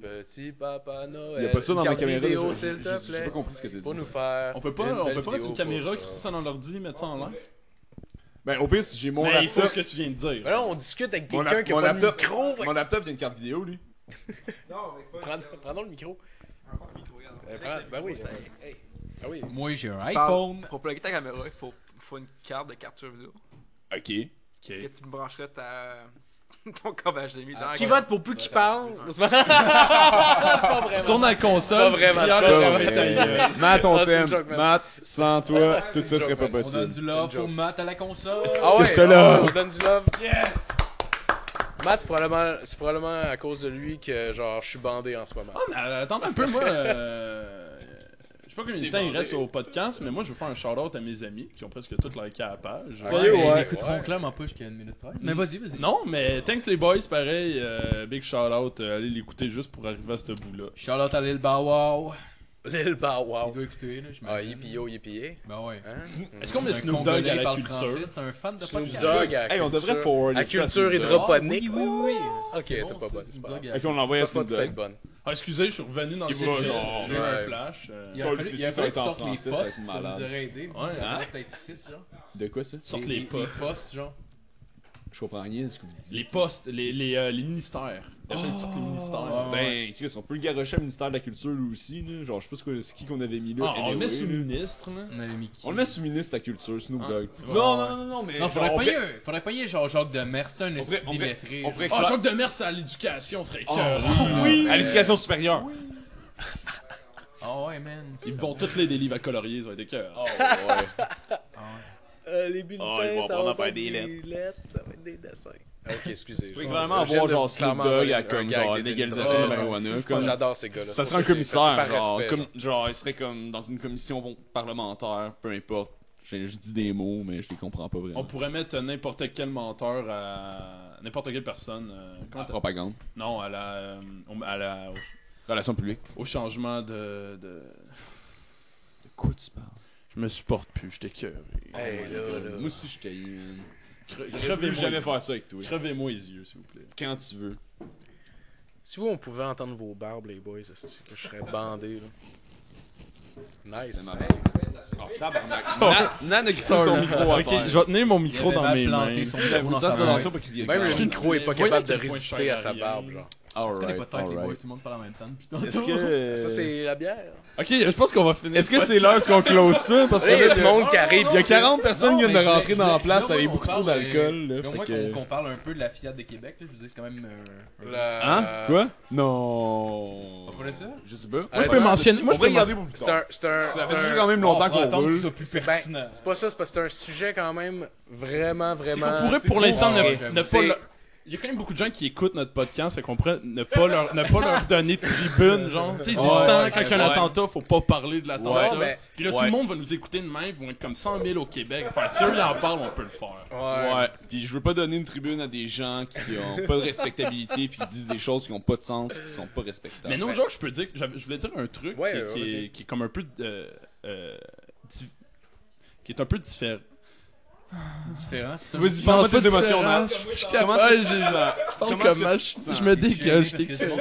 Petit papa Noël. Il y a pas ça dans Une ma carte caméra. vidéo, déjà. s'il J'ai- te J'ai j'ai pas plaît. compris ce que t'as Pour dit. nous faire. On peut pas, une on belle peut pas mettre vidéo une caméra, pour qui ça. ça. ça dans l'ordi, mettre ça en live. Ben, au pire, si j'ai mon Mais il faut laptop. ce que tu viens de dire. Mais là, on discute avec Mon quelqu'un lap- qui a mon pas de laptop- micro. fait Mon laptop, il y a une carte vidéo, lui. que prends- Prends-donc le micro. Euh, prends- Ben oui. c'est- hey. Ah oui. Moi, j'ai un Parle- iPhone. Pour plugger ta caméra, il faut, faut une carte de capture vidéo. Ok. Que tu me brancherais ta... ton câble HDMI dans la Qui carte. vote pour plus qu'il parle C'est pas Tourne vraiment. à la Pas console. vraiment, puis ça, arrête de vraiment. mettre ta gueule. euh, Matt, Ah, on c'est t'aime. une joke, man. Matt, sans toi, tout ça une serait joke, pas man. On donne possible. du C'est love une pour joke. Matt à la console. Ah que ouais, je te on- love. On donne du love. Yes! Matt, c'est probablement, c'est probablement à cause de lui que genre je suis bandé en ce moment. Ah, mais attends un peu, moi. euh, Je sais pas combien de temps il reste au podcast, mais moi, je veux faire un shout-out à mes amis qui ont presque tout liké à la page. Ouais, Sérieux, mais Ils ouais. n'écouteront clairement pas jusqu'à une minute 13. Mais vas-y, vas-y. Non, mais thanks les boys, pareil. euh, big shout-out. euh, allez l'écouter juste pour arriver à ce bout-là. Charlotte à l'île Bawao. Lil Bow Il Wow. doit écouter, là, je Ah, yippee-yo, yippee Ben ouais. Hein? Est-ce qu'on met C'est un Snoop Dogg Congolais, à il la parle culture? français, C'est un fan de Snoop podcast. Dog à Hey, culture- on devrait forwarder à ça à culture Snoop Dogg. hydroponique. Ah, oui, oui, oui. Ok, C'est t'es pas ça, bonne, c'est Snoop pas Dogg. Fait qu'on l'envoie à Pas pas Snoop tout à fait Dogg. bonne. Ah, excusez, je suis revenu dans le Il va, sujet. genre, J'ai eu un ouais. flash. euh, Il a fallu- Paul, si il a ça fallu va être qu'ils en sortent les français, ça va être postes, ça nous malade. aurait aidé. Ouais, Il y en hein? a peut-être 6, genre. De quoi ça? Sortent les postes. genre. Je comprends rien de ce que vous dites. Ah. Les postes, les, les, euh, les ministères. Il a fallu que sortent les ministères. Ben, Chris, on peut le garocher au ministère de la Culture, lui aussi, là. Genre, je sais pas ce que- c'est qui qu'on avait mis là. Ah, on le anyway, Ah, met sous là. ministre, là. On avait mis qui On le met sous ministre de la Culture, Snoop Ah. Dogg. Ouais. Non, non, non, non, mais. Non, faudrait genre, on payer, fait- un- faudrait payer genre Jacques Demers, c'est un pourrait- esti on pourrait- illettré, on genre. pourrait Ah, Jacques Demers à l'éducation serait Ah, cœur. oui! À l'éducation supérieure! Ah ouais, man. Ils vont toutes les délivres à colorier, ils ont été cœur. Oh, ouais. les bulletins, Ah, ils vont ça va prendre à faire faire des des ça va être des dessins. Ok, excusez. Tu pourrais je- clairement je viens avoir de genre clairement Snoop Dogg envoyer à un comme gag genre des légalisation de la bulletins. marijuana. Moi, comme- J'adore ces gars-là. Ça C'est serait un pour que je les fais, commissaire, c'est par genre, respect, comme, genre, il serait comme dans une commission bon, parlementaire, peu importe. Je, je dis des mots, mais je les comprends pas On vraiment. pourrait mettre n'importe quel menteur à n'importe quelle personne. euh, comment t'as- Propagande. Non, à la, euh, au- à la- au- Relations publiques. au changement de, de. De quoi tu parles? Je me supporte plus, j'étais cœur. Hey, Eh, là, là. Moi aussi, je t'haïs, man. Je Crevez-moi veux jamais les- faire ça avec toi. crevez-moi les yeux, s'il vous plaît. Quand tu veux. Si vous, on pouvait entendre vos barbes, les boys, c'est que je serais bandé. Là. Nice. C'était ma barbe. Bon, tabarnak. Nan- Nan a glissé son micro à Ok, je vais tenir mon micro dans mes mains. planté son micro dans Ça, sa c'est main. l'attention pour qu'il y ait Même le quelqu'un. micro est pas Voyez capable de à quel point je résister à suis sa arrière. barbe, genre. Tu connais pas de Alright, tête, les boys, alright. tout le monde parle en même temps. depuis Est-ce tantôt. que. Ça, c'est la bière. Ok, je pense qu'on va finir. Est-ce que c'est l'heure qu'on close ça? Parce que Là, il y a là, du monde qui arrive. il y a 40 Non, personnes qui mais viennent je de voulais- rentrer je dans la voulais- place je voulais avec qu'on beaucoup trop parle, euh, d'alcool. là, mais au fait moins que- qu'on qu'on parle un peu de la Fiat de Québec, là, je vous dis, c'est quand même. euh, un- La- Hein? Quoi? Non. Euh, On connaît ça? Je sais pas. Moi, je peux mentionner- moi, je peux pour C'est un. C'est un. c'est Ça fait un- déjà quand même longtemps va qu'on attendre que roule. ce soit plus pertinent. C'est pas ça, c'est parce que c'est un sujet quand même vraiment, vraiment. On pourrait pour l'instant Ouais, ne, j'avoue. ne pas C'est- leur... Il y a quand même beaucoup de gens qui écoutent notre podcast et qu'on pourrait ne pas leur, ne pas leur donner de tribune, genre. Tu sais, ils disent Ouais, tout le temps, ouais, quand il y a un ouais. attentat, faut pas parler de l'attentat. Ouais, mais- Puis là, tout le monde va nous écouter de même, ils vont être comme 100 000 au Québec. Enfin, si eux, ils en parlent, on peut le faire. Ouais. Ouais. Puis je veux pas donner une tribune à des gens qui ont pas de respectabilité puis qui disent des choses qui ont pas de sens puis qui sont pas respectables. Ben, Mais non, genre, je peux dire, que j'avais- je voulais dire un truc Ouais, qui, ouais, qui est, vas-y. qui est comme un peu. euh, euh, di- qui est un peu différent. Différent, c'est ça? Vas-y, pense pas tes émotions, différent. Nat. Comment est-ce que tu te sens? parle Comment comme est-ce que moi, tu te je, sens? je me T'es gêné dégage, parce t'es que c'est que- bon.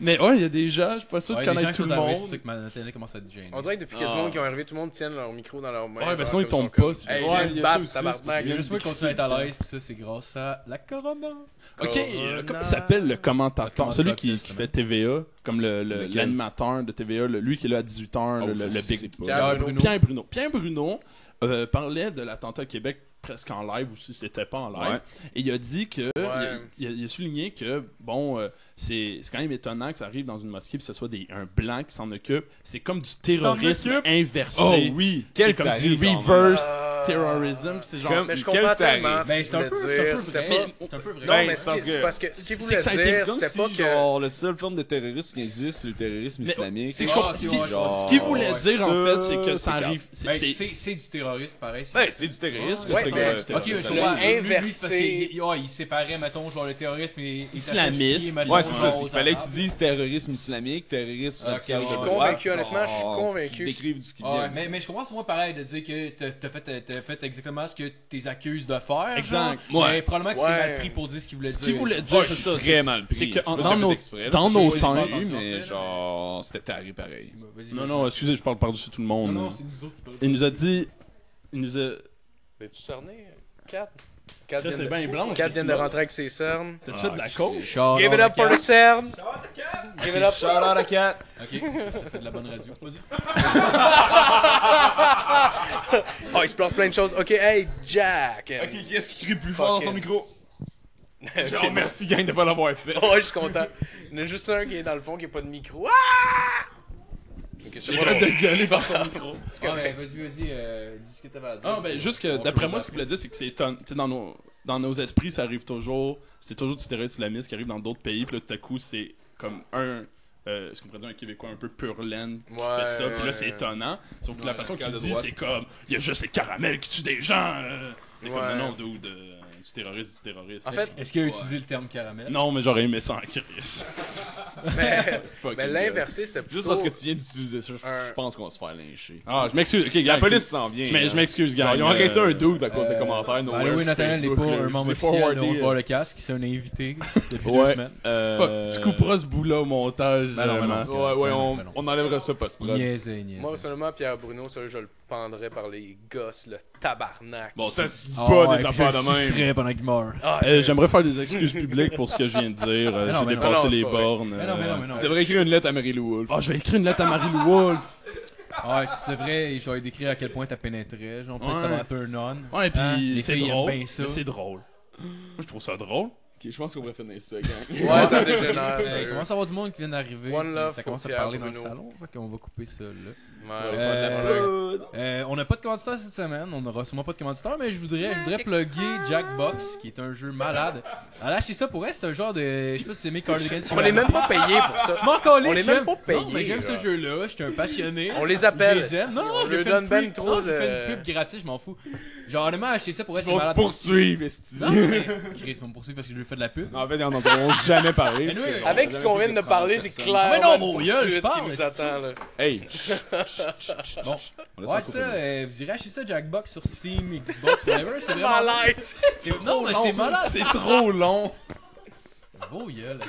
Mais ouais, il y a des gens, je suis pas sûr Ouais, il de y a des gens connaître qui sont tout le arrivés, monde. c'est pour ça que ma télé commence à être gênée. On dirait que depuis que Ah. ce monde qui est arrivé, tout le monde tiennent leur micro dans leur main. Ouais, ben Genre, sinon, ils comme tombent sont pas, c'est- Hey, Ouais, il y viens a me ça battre, aussi, c'est parce tabarnak. qu'il Il a y a juste une pas continuer à être à l'aise, puis ça, c'est grâce à la Corona. Ok, euh, comment il s'appelle le Comment commentateur ça, Celui qui, ça, qui ça, fait TVA, comme le- le- Lequel? l'animateur de TVA, le- lui qui est là à 18h, Oh, le, je le- le sais big. pas. Pierre Pierre Bruno. Bruno. Pierre Bruno. Pierre Bruno euh, parlait de l'attentat au Québec presque en live ou si c'était pas en live. Et il a dit que. il a- Il, a, il a souligné que, bon, euh, c'est c'est quand même étonnant que ça arrive dans une mosquée puis que ce soit des, un blanc qui s'en occupe. C'est comme du terrorisme occupe? inversé. Oh oui! C'est Quel comme tarif, du quand même. reverse Ah. terrorism. puis C'est genre. Comme- Mais je Quel comprends tarif? tellement ce Ben, qu'il c'est un peu voulait c'est un dire. peu C'était vrai. pas. C'est un peu Non, vrai. Ben, mais c'est ce parce qui- c'est que- parce que ce qu'il c'est voulait que ça a été dire, C'est comme c'était si, pas que. genre, la seule forme de terrorisme qui existe, c'est le terrorisme Mais- islamique. C'est que je comprends- Ah, ce tu qu'il vois, ce genre, qu'il voulait dire en ça, fait, c'est que ça c'est arrive. c'est- Ben, c'est- c'est c'est du terrorisme, pareil. c'est- Ben, c'est du terrorisme, Ouais, c'est ça, mais- du Ok, terrorisme. je l'ai comprends. Lui, lui, inversé. c'est parce qu'il il- ouais, il séparait, mettons, genre le terrorisme et et Islamiste. s'associait, mettons, Ouais, c'est ça. genre, c'est- aux Il fallait que tu Arabes. dises terrorisme islamique, terrorisme Ok, je radical de suis droite, convaincu, genre, honnêtement, je suis convaincu qu'ils que- décrivent du qui Ah ouais, vient. mais, mais je comprends souvent pareil de dire que t'as t'as fait, t'as fait exactement ce que t'es accuses de faire. Exact. genre, Ouais. Mais probablement que Ouais. c'est mal pris pour dire ce qu'il voulait Ce dire. qu'il voulait dire, c'est ça. c'est- Très mal pris. c'est que Je sais pas en- si dans ça fait nos- exprès, là, dans parce que nos j'ai temps, pas j'ai entendu, pas mais entendu, genre, c'était taré pareil. Vas-y, Non, vas-y. non, excusez, je parle par-dessus tout le Non, monde. non, c'est nous autres qui parlons. Il nous a dit. Il nous a. T'es-tu cerné? 4 4 Chris, t'es bien blanc. vient de rentrer avec ses cernes. T'as fait de la coke? Give hein. it up for the cernes! Give it up Shout out à Kat! Ok, ça, ça fait de la bonne radio. Vas-y. Oh, il se place plein de choses. Ok, hey, Jack! Ok, qui est-ce qui crie plus fort dans son Fucking- micro? Ok. Genre, merci gang de pas l'avoir fait. Oh, je suis content. Il y en a juste un qui est dans le fond qui a pas de micro. Ah! Ok, c'est pas drôle. gueuler par ton micro. Ah, ben, vas-y, vas-y, euh, dis ce que t'avais à dire. Ah, ben, juste On que peut d'après vous moi, en ce qu'il voulait dire, c'est que c'est étonnant. Tu sais, dans nos, dans nos esprits, ça arrive toujours. C'est toujours du terrorisme islamiste qui arrive dans d'autres pays. Puis là, tout à coup, c'est comme un. euh, ce qu'on pourrait dire un Québécois un peu pur laine qui Ouais, fait ça, puis là ouais. c'est étonnant. Sauf que la Ouais, façon qu'il radical le de dit, droite. c'est comme il y a juste les caramels qui tuent des gens. euh. T'es comme Ouais. non, non, dude, euh, du terrorisme, du terrorisme. En fait, Est-ce qu'il a utilisé le terme caramel Non, mais j'aurais aimé ça en crise. mais, Fucking mais l'inversé, c'était plutôt. Juste parce que tu viens d'utiliser ça, Un- je pense qu'on va se faire lyncher. Ah, je m'excuse. Ok, La gang, police s'en vient. Je m'ex- là. je m'excuse, euh, gars. Genre, Ils ont arrêté un dude à cause des commentaires. By the way, Ben, Nathaniel n'est pas un membre officiel de On euh. se barre le casque, c'est un invité depuis deux euh, Ouais. euh, semaines. Fuck, tu couperas ce bout-là au montage. Ben non, ben non. euh, ce- Ouais, ouais, on, Ben non. on enlèvera ça post-prod. Niaisé, Moi, niaisé. seulement Pierre Bruno, sérieux, je le pendrais par les gosses, le tabarnak. Bon, ça se dit Ah, pas ouais, des puis affaires je le de même. sucerais pendant qu'il meurt. Ah, Euh, j'ai- J'aimerais faire des excuses publiques pour ce que je viens de dire. euh, Mais non, J'ai mais non. dépassé Mais non, les c'est pas vrai. bornes. Mais non, mais non, mais non. Tu devrais écrire une lettre à Mary Lou Wolfe. euh. Oh, je vais écrire une lettre à Marie-Lou Wolfe. Ah Ouais, tu devrais, j'aurais décrire à quel point t'as pénétré, genre peut-être ça Ouais. va un turn on. Ouais, Hein? Les puis c'est filles aiment drôle. bien ça. mais C'est drôle. Moi, je trouve ça drôle. Ok, je pense qu'on va finir ça, gang. Ouais, ça Euh, dégénère, Il sérieux. commence à avoir du monde qui vient d'arriver. One puis love Ça commence à pour parler dans Pierre le salon. Fait qu'on va couper ça là. Ouais, Euh, Euh, on n'a pas de commanditaire cette semaine, on n'aura sûrement pas de commanditaire, mais je voudrais, je voudrais plugger Jackbox, qui est un jeu malade. Allez, acheter ça pour elle, c'est un genre de. Je sais pas si c'est mes cardigans. On les même pas payés pour ça. Je m'en calais, On est j'aime- même pas payés, Non, mais j'aime ce là. jeu-là, j'étais un passionné. On les Je appelle. les aime. Non, non, on je leur lui donne donne ben trop Non, je fais une de. pub gratis, je m'en fous. Genre, honnêtement, acheter ça pour elle, Ils c'est vont te malade. poursuivre, esti. Non, mais Chris va me poursuivre parce que je lui fais de la pub. En fait, ils en ont jamais parlé. parce Anyway, que- Avec ce qu'on vient de parler, c'est clair. Ah, mais non, mon vieux, je parle, Qui nous c'est- attend, là. Hey! chut, chut, chut, chut, Bon. chut. On laisse Ouais, pas ça, couper. euh, vous irez acheter ça Jackbox sur Steam, Xbox, whatever. c'est C'est vraiment. malaise. c'est- Non, mais c'est malade. C'est trop long. Oh, gueule.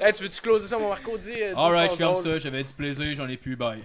Hey, tu veux-tu closer ça, mon Marco? euh, Dis. euh, dis Alright, pas je ferme drôle. ça, j'avais du plaisir, j'en ai plus, bye.